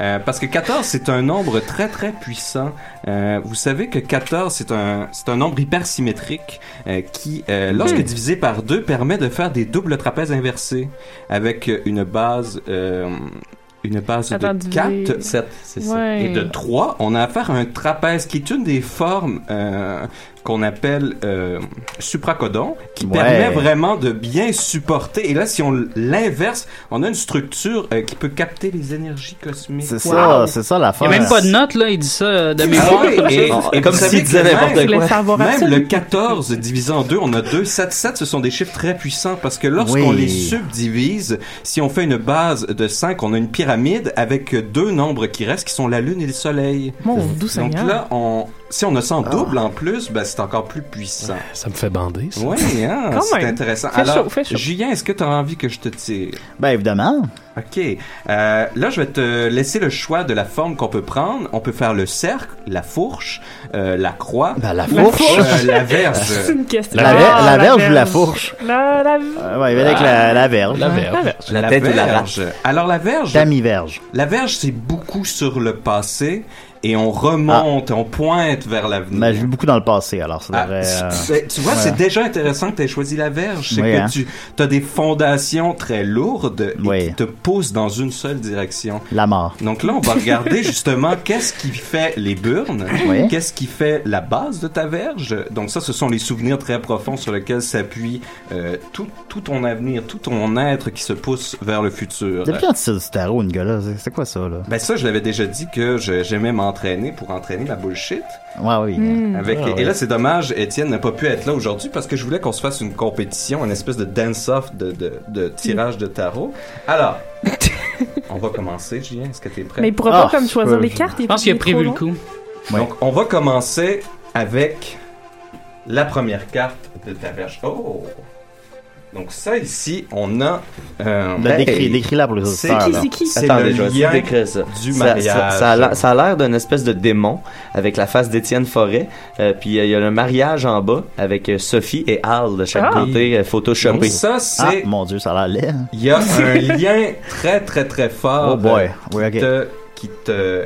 Speaker 9: Euh, parce que 14, c'est un nombre très, très puissant. Euh, vous savez que 14, c'est un, c'est un nombre hypersymétrique euh, qui, euh, lorsque
Speaker 6: Hmm,
Speaker 8: Mhm.
Speaker 9: divisé par 2, permet de faire des doubles trapèzes inversés avec euh, une base... euh, une base
Speaker 6: Attends,
Speaker 9: de
Speaker 6: divisé-
Speaker 9: 4
Speaker 6: Sept, c'est ça. Ouais.
Speaker 9: et de 3, on a affaire à un trapèze qui est une des formes euh, qu'on appelle euh, supracodon, qui
Speaker 5: Ouais.
Speaker 9: permet vraiment de bien supporter. Et là, si on l'inverse, on a une structure euh, qui peut capter les énergies cosmiques.
Speaker 5: C'est ça, c'est ça la
Speaker 11: Il
Speaker 5: fin.
Speaker 11: n'y a même pas de note, là. Il dit ça euh, de
Speaker 9: Ah
Speaker 11: mémoire.
Speaker 9: oui, et- et
Speaker 11: comme
Speaker 9: vous
Speaker 11: s'il
Speaker 9: savez
Speaker 11: disait
Speaker 9: que
Speaker 11: n'importe
Speaker 9: même-
Speaker 11: quoi. Le savoir
Speaker 9: Même
Speaker 11: absolu.
Speaker 9: le 14 divisé en 2, on a 2, 7, 7, ce sont des chiffres très puissants parce que lorsqu'on
Speaker 5: Oui.
Speaker 9: les subdivise, si on fait une base de 5, on a une pyramide avec deux nombres qui restent qui sont la lune et le soleil.
Speaker 6: Mon doux
Speaker 9: Donc
Speaker 6: Seigneur.
Speaker 9: là, on, si on a ça en double en plus, ben c'est encore plus puissant.
Speaker 7: Ça me fait bander, ça.
Speaker 9: Oui, hein,
Speaker 7: Quand
Speaker 9: c'est
Speaker 7: même.
Speaker 9: intéressant.
Speaker 7: Fais
Speaker 9: Alors,
Speaker 7: chaud, fais chaud.
Speaker 9: Julien, est-ce que tu as envie que je te tire?
Speaker 5: Ben évidemment.
Speaker 9: OK. Euh, là, je vais te laisser le choix de la forme qu'on peut prendre. On peut faire le cercle, la fourche, euh, la croix.
Speaker 5: la fourche.
Speaker 9: euh, la verge.
Speaker 6: C'est une question.
Speaker 5: La, ver- la verge ou la fourche?
Speaker 6: La, la...
Speaker 5: Euh, ouais, il y avait avec la, la verge.
Speaker 9: La verge.
Speaker 6: La
Speaker 5: verge.
Speaker 9: La
Speaker 5: tête ou la
Speaker 9: verge. Alors la verge.
Speaker 5: Demi-verge.
Speaker 9: La verge, c'est beaucoup sur le passé et on remonte, on pointe vers l'avenir.
Speaker 5: Ben, j'ai vu beaucoup dans le passé, alors ça
Speaker 9: Ah,
Speaker 5: devrait. euh,
Speaker 9: tu- tu- tu vois,
Speaker 5: voilà.
Speaker 9: c'est déjà intéressant que tu aies choisi la verge. C'est
Speaker 5: Oui,
Speaker 9: que
Speaker 5: hein.
Speaker 9: tu as des fondations très lourdes et qui te poussent dans une seule direction.
Speaker 5: La mort.
Speaker 9: Donc là, on va regarder justement qu'est-ce qui fait les burnes,
Speaker 5: Oui.
Speaker 9: qu'est-ce qui fait la base de ta verge. Donc ça, ce sont les souvenirs très profonds sur lesquels s'appuie euh, tout, tout ton avenir, tout ton être qui se pousse vers le futur.
Speaker 5: Depuis quand tu sais du tarot, une gars-là? C'est- C'est quoi ça, là?
Speaker 9: Ben ça, je l'avais déjà dit que je- j'aimais m'entraîner pour entraîner ma bullshit.
Speaker 5: Ouais, oui.
Speaker 9: Mm. Avec,
Speaker 5: Ah,
Speaker 9: et,
Speaker 5: ouais.
Speaker 9: là, c'est dommage, Étienne n'a pas pu être là aujourd'hui parce que je voulais qu'on se fasse une compétition, une espèce de dance-off de, de, de tirage de tarot. Alors, on va commencer, Julien. Est-ce que t'es prêt?
Speaker 6: Mais il pourra pas comme choisir les cartes.
Speaker 11: Je pense qu'il a prévu le coup.
Speaker 9: Donc, on va commencer avec la première carte de ta verge. Oh! Donc ça ici, on a... Euh,
Speaker 5: Ben, décris- décris-la pour les
Speaker 9: C'est-
Speaker 5: auditeurs, là.
Speaker 9: C'est
Speaker 8: Attendez,
Speaker 9: le
Speaker 8: je vais essayer
Speaker 9: lien
Speaker 8: de décrire ça.
Speaker 9: du
Speaker 8: Ça- ça-
Speaker 9: mariage.
Speaker 8: Ça, a l'air- ça a l'air d'une espèce de démon avec la face d'Étienne Forêt. Euh, puis euh, il y a le mariage en bas avec euh, Sophie et Al de chaque
Speaker 9: Ah.
Speaker 8: côté, euh, photoshopé.
Speaker 9: Donc ça, c'est-
Speaker 5: Ah, mon Dieu, ça a l'air laid. hein?
Speaker 9: Il y a un lien très très très fort
Speaker 5: Oh boy.
Speaker 9: qui,
Speaker 5: Oui, ok.
Speaker 9: te, qui te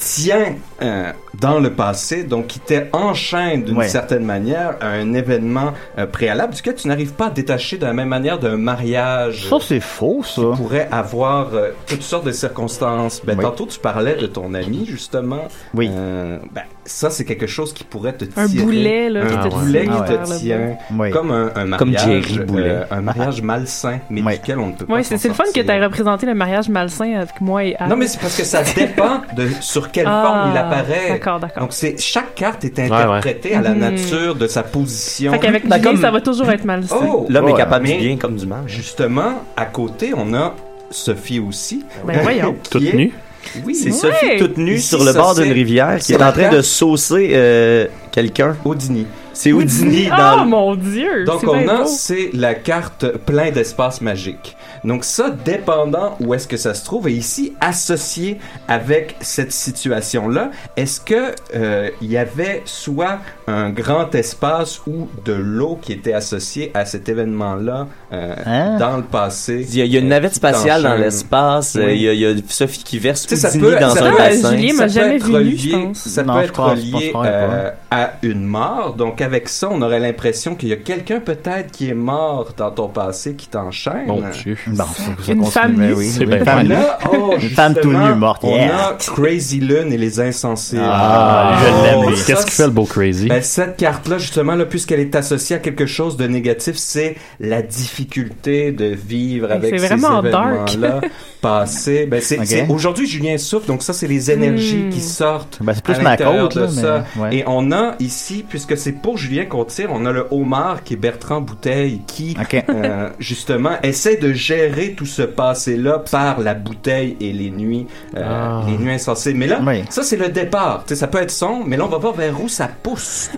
Speaker 9: tient euh, dans le passé, donc qui t'enchaîne d'une
Speaker 5: Ouais.
Speaker 9: certaine manière à un événement euh, préalable duquel tu n'arrives pas à te détacher de la même manière d'un mariage.
Speaker 5: Ça, c'est faux, ça.
Speaker 9: pourrait avoir euh, toutes sortes de circonstances. Ben,
Speaker 5: Oui.
Speaker 9: Tantôt, tu parlais de ton ami, justement.
Speaker 5: Oui.
Speaker 9: ben, ça, c'est quelque chose qui pourrait te tirer.
Speaker 6: Un boulet, là, qui te
Speaker 9: Un boulet
Speaker 6: tire
Speaker 9: qui
Speaker 6: vers
Speaker 9: te
Speaker 6: le
Speaker 9: tient.
Speaker 6: bas. Oui.
Speaker 9: Comme un, un mariage. euh,
Speaker 8: Comme Jerry Boulet.
Speaker 9: un mariage malsain, mais duquel on ne peut pas
Speaker 6: Oui, c'est
Speaker 9: s'en
Speaker 6: c'est le fun que t'aies représenté le mariage malsain avec moi et Anne.
Speaker 9: non, mais c'est parce que ça dépend de sur quelle
Speaker 6: Ah,
Speaker 9: forme il apparaît.
Speaker 6: d'accord, d'accord.
Speaker 9: Donc, c'est, chaque carte est interprétée à la
Speaker 6: Mhm.
Speaker 9: nature de sa position.
Speaker 6: Fait qu'avec Julien, ça va toujours être malsain.
Speaker 9: Oh,
Speaker 8: L'homme est capable
Speaker 9: mais
Speaker 8: du bien comme du mal.
Speaker 9: Justement, à côté, on a Sophie aussi.
Speaker 6: Ben, voyons.
Speaker 8: Toute nue?
Speaker 9: Oui,
Speaker 8: C'est Sophie toute nue
Speaker 9: Ici,
Speaker 8: sur le
Speaker 9: ça,
Speaker 8: bord d'une
Speaker 9: c'est-
Speaker 8: rivière qui
Speaker 9: c'est
Speaker 8: est en train
Speaker 9: la-
Speaker 8: de saucer euh, quelqu'un.
Speaker 9: Houdini.
Speaker 8: C'est Houdini
Speaker 6: Oh
Speaker 8: dans
Speaker 9: Ah!
Speaker 8: le-
Speaker 6: mon dieu!
Speaker 9: Donc
Speaker 6: c'est
Speaker 9: on
Speaker 6: bien
Speaker 9: a,
Speaker 6: beau.
Speaker 9: c'est la carte plein d'espace magique. Donc ça, dépendant où est-ce que ça se trouve, et ici, associé avec cette situation-là, est-ce que euh, il y avait soit un grand espace ou de l'eau qui était associée à cet événement-là euh,
Speaker 5: Hein?
Speaker 9: dans le passé?
Speaker 8: Il y, a, il y a une navette spatiale dans
Speaker 9: T'enchaînes.
Speaker 8: l'espace. euh,
Speaker 9: Oui.
Speaker 8: Il, y a, il y a Sophie qui verse
Speaker 9: Tu sais, ça
Speaker 8: Houdini
Speaker 9: peut,
Speaker 8: dans
Speaker 9: ça
Speaker 8: un
Speaker 9: peut-
Speaker 8: bassin.
Speaker 9: ça peut être
Speaker 8: venu
Speaker 9: relié- Ça
Speaker 8: Non,
Speaker 9: peut
Speaker 8: je
Speaker 9: être
Speaker 8: pense- je
Speaker 9: relié
Speaker 8: pense pas, je
Speaker 9: euh,
Speaker 8: crois.
Speaker 9: à une mort. Donc, avec ça, on aurait l'impression qu'il y a quelqu'un peut-être qui est mort dans ton passé qui t'enchaîne.
Speaker 5: Mon
Speaker 7: Dieu.
Speaker 5: Bon, ça
Speaker 9: Une
Speaker 5: continue,
Speaker 9: femme
Speaker 5: mais
Speaker 9: nue.
Speaker 5: oui.
Speaker 9: C'est
Speaker 5: Une
Speaker 9: bien
Speaker 5: femme
Speaker 9: femme.
Speaker 5: nue.
Speaker 9: Là, oh,
Speaker 5: Une femme tout
Speaker 9: justement,
Speaker 5: nue morte.
Speaker 9: on
Speaker 5: yeah.
Speaker 9: a Crazy Lune et les insensibles.
Speaker 5: Ah, je l'aime, lui. Qu'est-ce
Speaker 7: qui fait le beau Crazy?
Speaker 9: Ben, cette carte-là, justement, là, puisqu'elle est associée à quelque chose de négatif, c'est la difficulté de vivre
Speaker 6: Hey,
Speaker 9: avec
Speaker 6: c'est
Speaker 9: ces
Speaker 6: vraiment
Speaker 9: événements-là.
Speaker 6: dark.
Speaker 9: passé. Ben, c'est,
Speaker 5: Ok.
Speaker 9: c'est- aujourd'hui, Julien souffle, donc ça, c'est les énergies
Speaker 5: Hmm.
Speaker 9: qui sortent
Speaker 5: Ben, c'est plus
Speaker 9: à
Speaker 5: ma
Speaker 9: l'intérieur
Speaker 5: côte,
Speaker 9: de
Speaker 5: là,
Speaker 9: ça.
Speaker 5: mais- ouais.
Speaker 9: Et on a ici, puisque c'est pour Julien qu'on tire, on a le homard qui est Bertrand Bouteille qui, euh, justement, essaie de gérer tout ce passé-là par la bouteille et les nuits, euh,
Speaker 5: Ah.
Speaker 9: les nuits insensées. Mais là, ça, c'est le départ. Tu sais, ça peut être sombre, mais là, on va voir vers où ça pousse.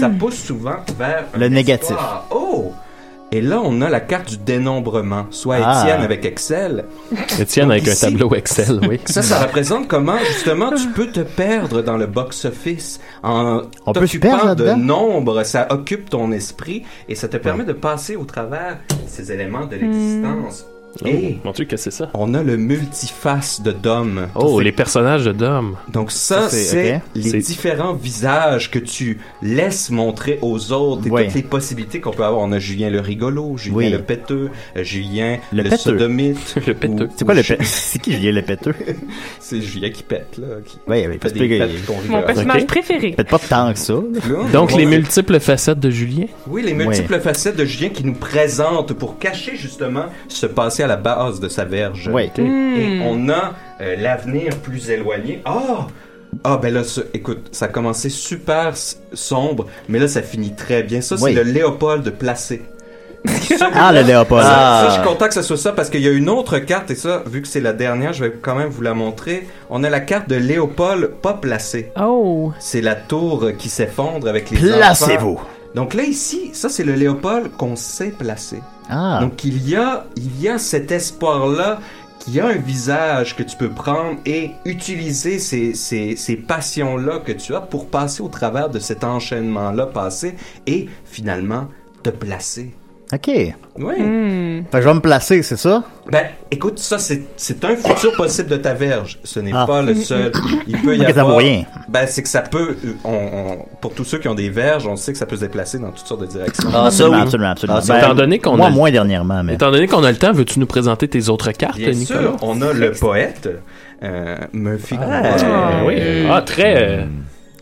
Speaker 9: ça pousse souvent vers
Speaker 5: Le
Speaker 9: un
Speaker 5: négatif.
Speaker 9: espoir. Oh! Et là, on a la carte du dénombrement, soit
Speaker 7: Ah.
Speaker 9: Étienne avec Excel.
Speaker 7: Étienne avec un
Speaker 9: Ici.
Speaker 7: tableau Excel, oui.
Speaker 9: Ça, ça représente comment, justement, tu peux te perdre dans le box-office en
Speaker 7: On peut se
Speaker 9: t'occupant
Speaker 7: perdre
Speaker 9: de
Speaker 7: là-dedans? Mm.
Speaker 9: nombres. Ça occupe ton esprit et ça te permet de passer au travers ces éléments de l'existence.
Speaker 7: Oh,
Speaker 9: Et
Speaker 7: mon Dieu, qu'est-ce que c'est ça?
Speaker 9: On a le multiface de Dom.
Speaker 7: Oh,
Speaker 9: C'est-
Speaker 7: les personnages de Dom.
Speaker 9: Donc ça, c'est les différents visages que tu laisses montrer aux autres et
Speaker 7: Ouais.
Speaker 9: toutes les possibilités qu'on peut avoir. On a Julien le rigolo, Julien
Speaker 5: Oui.
Speaker 9: le péteux, euh, Julien le,
Speaker 5: Le péteux.
Speaker 9: sodomite.
Speaker 7: le
Speaker 9: péteux.
Speaker 5: C'est quoi le pète? C'est qui Julien le péteux?
Speaker 9: C'est Julien qui pète, là. Qui
Speaker 5: Ouais, mais
Speaker 9: fait
Speaker 5: parce que- euh,
Speaker 9: des pètes qu'on
Speaker 6: Mon
Speaker 9: rigole.
Speaker 6: personnage préféré.
Speaker 5: Peut-être pas tant que ça.
Speaker 9: Là,
Speaker 7: Donc,
Speaker 9: on
Speaker 7: les
Speaker 9: va-
Speaker 7: multiples facettes de Julien.
Speaker 9: Oui, les multiples facettes de Julien qui nous présentent pour cacher justement ce passé à la base de sa verge. Et
Speaker 7: Hmm.
Speaker 9: on a euh, l'avenir plus éloigné. Ah! Ah ben là, ça- écoute, ça a commencé super s- sombre, mais là ça finit très bien. Ça,
Speaker 5: Oui.
Speaker 9: c'est le Léopold placé.
Speaker 5: Ah, le Léopold.
Speaker 9: Ça,
Speaker 5: Ah.
Speaker 9: ça, je suis content que ce soit ça parce qu'il y a une autre carte et ça, vu que c'est la dernière, je vais quand même vous la montrer. On a la carte de Léopold pas placé.
Speaker 6: Oh.
Speaker 9: C'est la tour qui s'effondre avec les
Speaker 5: Placez-vous.
Speaker 9: enfants. Donc là ici, ça c'est le Léopold qu'on sait placer.
Speaker 5: Ah.
Speaker 9: Donc il y a, il y a cet espoir-là qu'il y a un visage que tu peux prendre et utiliser ces, ces, ces passions-là que tu as pour passer au travers de cet enchaînement-là passé et finalement te placer.
Speaker 5: OK. Fait
Speaker 9: Oui.
Speaker 6: Hmm.
Speaker 5: que je vais me placer, c'est ça?
Speaker 9: Ben, écoute, ça, c'est c'est un futur possible de ta verge. Ce n'est
Speaker 5: Ah.
Speaker 9: pas le seul. Il peut y
Speaker 5: Ok, ça vaut
Speaker 9: avoir.
Speaker 5: rien.
Speaker 9: Ben, c'est que ça peut. euh, On, on- pour tous ceux qui ont des verges, on sait que ça peut se déplacer dans toutes sortes de directions.
Speaker 5: absolument, absolument, absolument. Ben,
Speaker 7: Ah, ça, étant donné qu'on
Speaker 5: moi,
Speaker 7: a-
Speaker 5: moins dernièrement, mais.
Speaker 7: Étant donné qu'on a le temps, veux-tu nous présenter tes autres cartes,
Speaker 9: Bien
Speaker 7: Nicolas?
Speaker 9: sûr, on a le poète euh, Murphy.
Speaker 7: Ah,
Speaker 9: Cooper.
Speaker 7: oui. Ah, très, euh,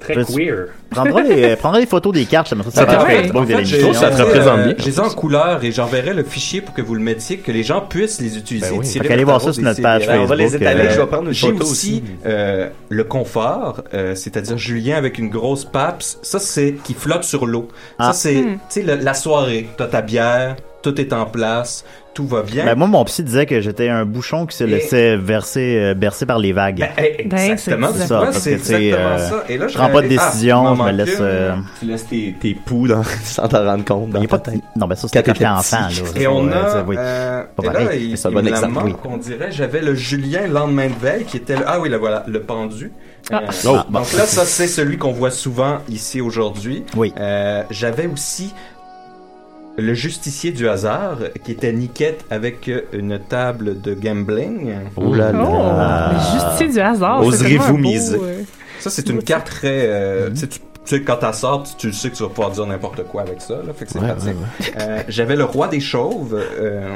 Speaker 7: très
Speaker 5: Peux-tu-
Speaker 7: queer.
Speaker 5: Prendra les, prendra les photos des cartes, ça me
Speaker 9: Ça
Speaker 5: ça sur
Speaker 9: te-
Speaker 5: le Facebook
Speaker 9: en
Speaker 5: de
Speaker 9: fait,
Speaker 5: l'émission.
Speaker 9: j'ai- j'ai- euh, J'ai ça en
Speaker 5: Ah.
Speaker 9: couleur et j'enverrai le fichier pour que vous le mettiez, que les gens puissent les utiliser.
Speaker 5: Ben oui.
Speaker 9: tirer
Speaker 5: Fait qu'allez
Speaker 9: le
Speaker 5: voir ça
Speaker 9: tarot
Speaker 5: sur notre
Speaker 9: des
Speaker 5: page
Speaker 9: CDR.
Speaker 5: On va les Facebook, étaler, euh, je vais prendre une
Speaker 9: J'ai
Speaker 5: photo
Speaker 9: aussi
Speaker 5: aussi.
Speaker 9: euh, le confort, euh, c'est-à-dire Julien avec une grosse paps. Ça, c'est qui flotte sur l'eau. Ça,
Speaker 5: Ah.
Speaker 9: c'est
Speaker 5: Hmm.
Speaker 9: tu sais, le- la soirée. T'as ta bière, tout est en place, tout va bien.
Speaker 5: Ben, moi, mon psy disait que j'étais un bouchon qui se laissait verser, euh, bercer par les vagues.
Speaker 6: Ben,
Speaker 9: exactement.
Speaker 5: C'est
Speaker 9: Tu
Speaker 5: ça,
Speaker 9: vois,
Speaker 5: parce
Speaker 9: Ben, c'est
Speaker 5: que, tu sais,
Speaker 9: exactement
Speaker 5: euh,
Speaker 9: ça. Et là,
Speaker 5: je prends pas de
Speaker 9: réalise- ah,
Speaker 5: décision,
Speaker 9: il
Speaker 5: je
Speaker 9: m'en
Speaker 5: me
Speaker 9: manque
Speaker 5: laisse,
Speaker 9: une.
Speaker 5: euh,
Speaker 8: Tu laisses tes, tes poux dans, sans t'en rendre compte. dans ta tête.
Speaker 5: Non, ben ça, c'était quand j'étais
Speaker 8: Quand t'étais
Speaker 5: enfant.
Speaker 8: petit.
Speaker 5: Là,
Speaker 9: Et on
Speaker 5: Ouais, ça,
Speaker 9: a.
Speaker 5: oui.
Speaker 9: euh,
Speaker 5: Pas
Speaker 9: et là,
Speaker 5: pareil.
Speaker 9: il,
Speaker 5: C'est un
Speaker 9: il
Speaker 5: bon
Speaker 9: me la
Speaker 5: exemple,
Speaker 9: manque,
Speaker 5: oui.
Speaker 9: on dirait. J'avais le Julien lendemain de veille qui était le. Ah oui, le voilà, le pendu. Euh,
Speaker 5: Ah. Oh, bon.
Speaker 9: Donc là, ça, c'est celui qu'on voit souvent ici aujourd'hui.
Speaker 5: Oui.
Speaker 9: Euh, J'avais aussi. Le justicier du hasard, qui était Niquette avec euh, une table de gambling.
Speaker 8: Oh là là.
Speaker 6: Oh, le justicier du hasard. c'est tellement un
Speaker 8: Oserez-vous
Speaker 6: beau,
Speaker 8: miser.
Speaker 6: euh,
Speaker 9: Ça, c'est une carte très. euh, tu sais, tu- tu sais, quand t'en sors, tu, tu le sais que tu vas pouvoir dire n'importe quoi avec ça. Là, fait que c'est
Speaker 7: Ouais,
Speaker 9: pratique.
Speaker 7: ouais,
Speaker 9: Euh, J'avais le roi des chauves. euh,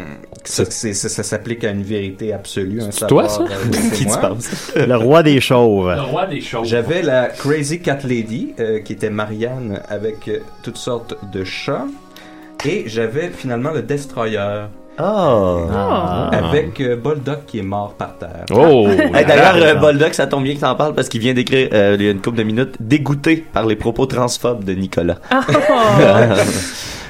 Speaker 9: ça, c'est- ça, ça s'applique à une vérité absolue. un
Speaker 7: toi,
Speaker 9: savoir,
Speaker 7: ça?
Speaker 9: euh, oui, c'est
Speaker 7: Qui tu
Speaker 9: moi.
Speaker 7: parles?
Speaker 5: bah, Le roi des chauves.
Speaker 7: roi des choses.
Speaker 9: J'avais la Crazy Cat Lady, euh, qui était Marianne avec euh, toutes sortes de chats. Et j'avais finalement le Destroyer. Oh.
Speaker 5: Ah.
Speaker 9: Avec euh, Boldock qui est mort par terre.
Speaker 7: Oh!
Speaker 8: Hey, D'ailleurs, euh, Boldock, ça tombe bien que t'en parles parce qu'il vient d'écrire euh, il y a une couple de minutes dégoûté par les propos transphobes de Nicolas.
Speaker 9: Ah.
Speaker 6: Ah, oh.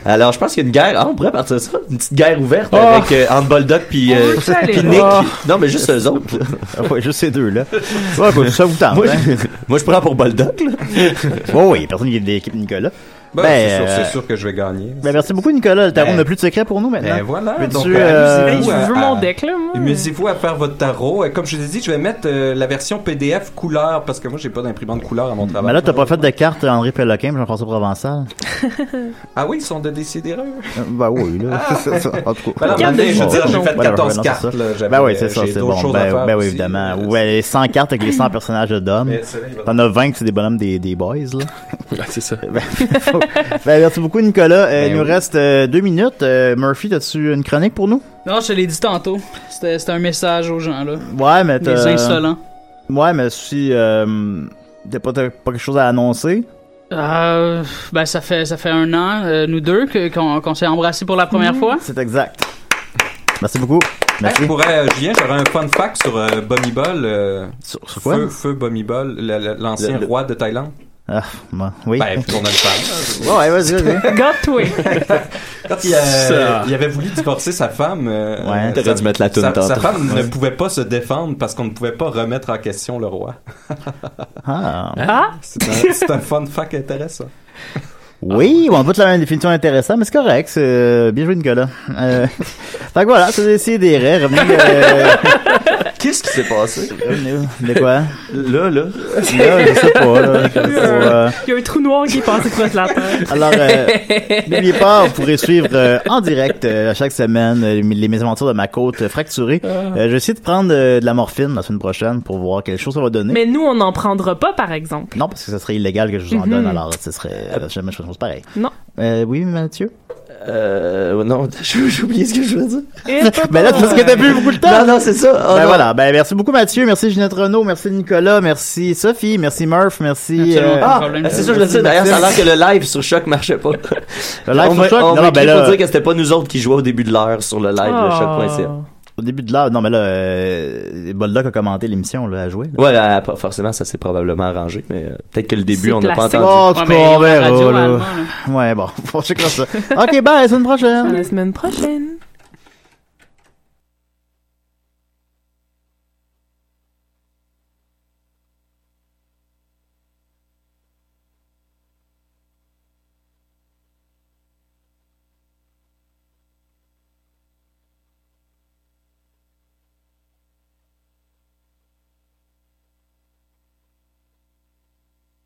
Speaker 8: Alors, je pense qu'il y a une guerre. Ah, on pourrait partir de ça. Une petite guerre ouverte
Speaker 5: Oh.
Speaker 8: avec euh, entre Boldock puis euh,
Speaker 6: Ah!
Speaker 5: veut-tu aller
Speaker 8: puis Nick.
Speaker 5: voir?
Speaker 8: Non, mais juste eux autres. là.
Speaker 5: ouais, juste ces deux, là. Ouais, écoute, ça vous tente,
Speaker 8: Moi,
Speaker 5: hein?
Speaker 8: je, moi, je prends pour Boldock. là.
Speaker 5: Oh, oui, personne qui est de l'équipe Nicolas.
Speaker 9: Ben, c'est sûr,
Speaker 5: euh,
Speaker 9: c'est sûr que je vais gagner.
Speaker 5: ben, merci beaucoup, Nicolas. Le tarot
Speaker 9: Ben,
Speaker 5: n'a plus de secret pour nous maintenant.
Speaker 9: Ben voilà,
Speaker 5: Veux-tu,
Speaker 9: donc
Speaker 5: euh,
Speaker 9: amusez-vous
Speaker 6: je
Speaker 9: à-
Speaker 6: veux
Speaker 9: à-
Speaker 6: mon deck, là, moi.
Speaker 9: Amusez-vous à faire votre tarot. Et Comme je vous ai dit, je vais mettre euh, la version PDF couleur parce que moi, j'ai pas d'imprimante couleur à mon travail.
Speaker 5: Mais Hmm. Ah, ben là, t'as pas fait de carte André Péloquin puis Jean-François Provençal?
Speaker 9: Ah oui, ils sont de décidéreux.
Speaker 5: Euh, Ben oui, là. c'est ça. En tout cas.
Speaker 9: Ben non, mais je veux dire, j'ai
Speaker 5: Bon,
Speaker 9: fait
Speaker 5: ben,
Speaker 9: 14
Speaker 5: non, c'est
Speaker 9: cartes,
Speaker 5: ça.
Speaker 9: là, j'avais-
Speaker 5: Ben oui, c'est ça,
Speaker 9: j'ai
Speaker 5: c'est
Speaker 9: d'autres
Speaker 5: bon.
Speaker 9: choses à
Speaker 5: Ben, ben
Speaker 9: faire
Speaker 5: oui,
Speaker 9: aussi. Euh,
Speaker 5: évidemment. Ouais, 100 cartes avec les 100 personnages de Dom.
Speaker 9: Mais celui-là, il va-
Speaker 5: T'en as 20 que c'est des bonhommes des, des boys, là.
Speaker 7: c'est ça.
Speaker 5: Ben, faut- ben, merci beaucoup, Nicolas. Euh,
Speaker 9: Ben
Speaker 5: il nous
Speaker 9: oui.
Speaker 5: reste euh, deux minutes. Euh, Murphy, as-tu une chronique pour nous?
Speaker 11: Non, je te l'ai dit tantôt. C'était c'était un message aux gens, là.
Speaker 5: Ouais, mais t'as...
Speaker 11: Les insolents.
Speaker 5: Ouais, mais si euh, t'as pas, t'as pas quelque chose à annoncer...
Speaker 11: Euh, ben, ça fait, ça fait un
Speaker 5: Hein?
Speaker 11: an, euh, nous deux, que- qu'on qu'on s'est embrassés pour la première fois.
Speaker 5: C'est exact. Merci beaucoup. Merci.
Speaker 9: Hey, pour euh, Julien, j'aurais un fun fact sur euh, Bhumibol. euh,
Speaker 5: quoi?
Speaker 9: Feu, feu Bhumibol, le- le- l'ancien
Speaker 5: Ah. Le- le-
Speaker 9: roi de Thaïlande.
Speaker 5: Ah, bon, oui.
Speaker 9: Ben, puis on a le temps.
Speaker 5: Ouais, ouais, vas-y, vas-y.
Speaker 6: Gâte-toi.
Speaker 9: Quand il, euh, il avait voulu divorcer sa femme, euh,
Speaker 5: Ouais.
Speaker 9: euh,
Speaker 5: T'aurais
Speaker 9: sa-
Speaker 5: dû mettre la toune
Speaker 9: sa,
Speaker 5: tantôt.
Speaker 9: sa femme ne
Speaker 5: Ouais.
Speaker 9: pouvait pas se défendre parce qu'on ne pouvait pas remettre en question le roi.
Speaker 5: Ah.
Speaker 9: Hein?
Speaker 6: Ah!
Speaker 9: C'est un, c'est un fun fact intéressant.
Speaker 5: Oui, bon, on peut te la même définition intéressante, mais c'est correct. C'est, euh, bien joué, Nicolas. Euh, fait que voilà, c'est essayé des raies. Revenez. Euh,
Speaker 8: Qu'est-ce qui s'est passé?
Speaker 5: de quoi?
Speaker 8: Là, là.
Speaker 5: Là, je sais pas. Là,
Speaker 6: Il y,
Speaker 5: Pour,
Speaker 6: a un-
Speaker 5: euh,
Speaker 6: il y a un trou noir qui est passé cross la terre.
Speaker 5: Alors, euh, n'oubliez pas, vous pourrez suivre euh, en direct euh, chaque semaine euh, les mésaventures de ma côte euh, fracturée.
Speaker 6: Ah.
Speaker 5: Euh, je vais essayer de prendre euh, de la morphine la semaine prochaine pour voir quelle chose ça va donner.
Speaker 6: Mais nous, on n'en prendra pas, par exemple.
Speaker 5: Non, parce que ça serait illégal que je vous en
Speaker 6: Mhm.
Speaker 5: donne, alors ce serait euh, jamais je ferais une chose pareille.
Speaker 6: Non.
Speaker 5: Euh, oui, Mathieu?
Speaker 8: Euh, non, j'ai j'ai oublié ce que je voulais dire.
Speaker 5: Ben là, c'est parce que t'as plus beaucoup de temps.
Speaker 8: Non, non, c'est ça. Oh,
Speaker 5: ben
Speaker 8: non.
Speaker 5: voilà, ben merci beaucoup Mathieu, merci Ginette Renault, merci Nicolas, merci Sophie, merci Murph, merci... euh,
Speaker 11: Absolument.
Speaker 8: Ah,
Speaker 11: problème.
Speaker 8: c'est ça, je le dis. D'ailleurs, ça a l'air que le live sur Choc marchait pas.
Speaker 5: Le live
Speaker 8: Ah, on
Speaker 5: sur
Speaker 8: m'a-
Speaker 5: Choc?
Speaker 8: on
Speaker 5: Non,
Speaker 8: m'a
Speaker 5: non, ben
Speaker 8: écrit
Speaker 5: là-
Speaker 8: pour dire que c'était pas nous autres qui jouaient au début de l'heure sur le live
Speaker 6: Oh. Ah.
Speaker 8: de Choc.ca.
Speaker 5: Au début de l'heure, non mais là, euh, Boldock a commenté l'émission, là, à jouer.
Speaker 8: Ouais, là, pas- forcément, ça s'est probablement arrangé, mais euh, peut-être que le début,
Speaker 6: C'est
Speaker 8: on n'a pas
Speaker 6: classique.
Speaker 8: entendu.
Speaker 5: Oh, en tout
Speaker 11: Ouais,
Speaker 5: cas,
Speaker 11: mais
Speaker 5: on
Speaker 11: la
Speaker 5: verra,
Speaker 11: radio
Speaker 5: là.
Speaker 11: allemande,
Speaker 5: Ouais, bon, on checkera ça. Ok, bye, à la semaine
Speaker 6: À
Speaker 5: prochaine!
Speaker 6: la semaine prochaine.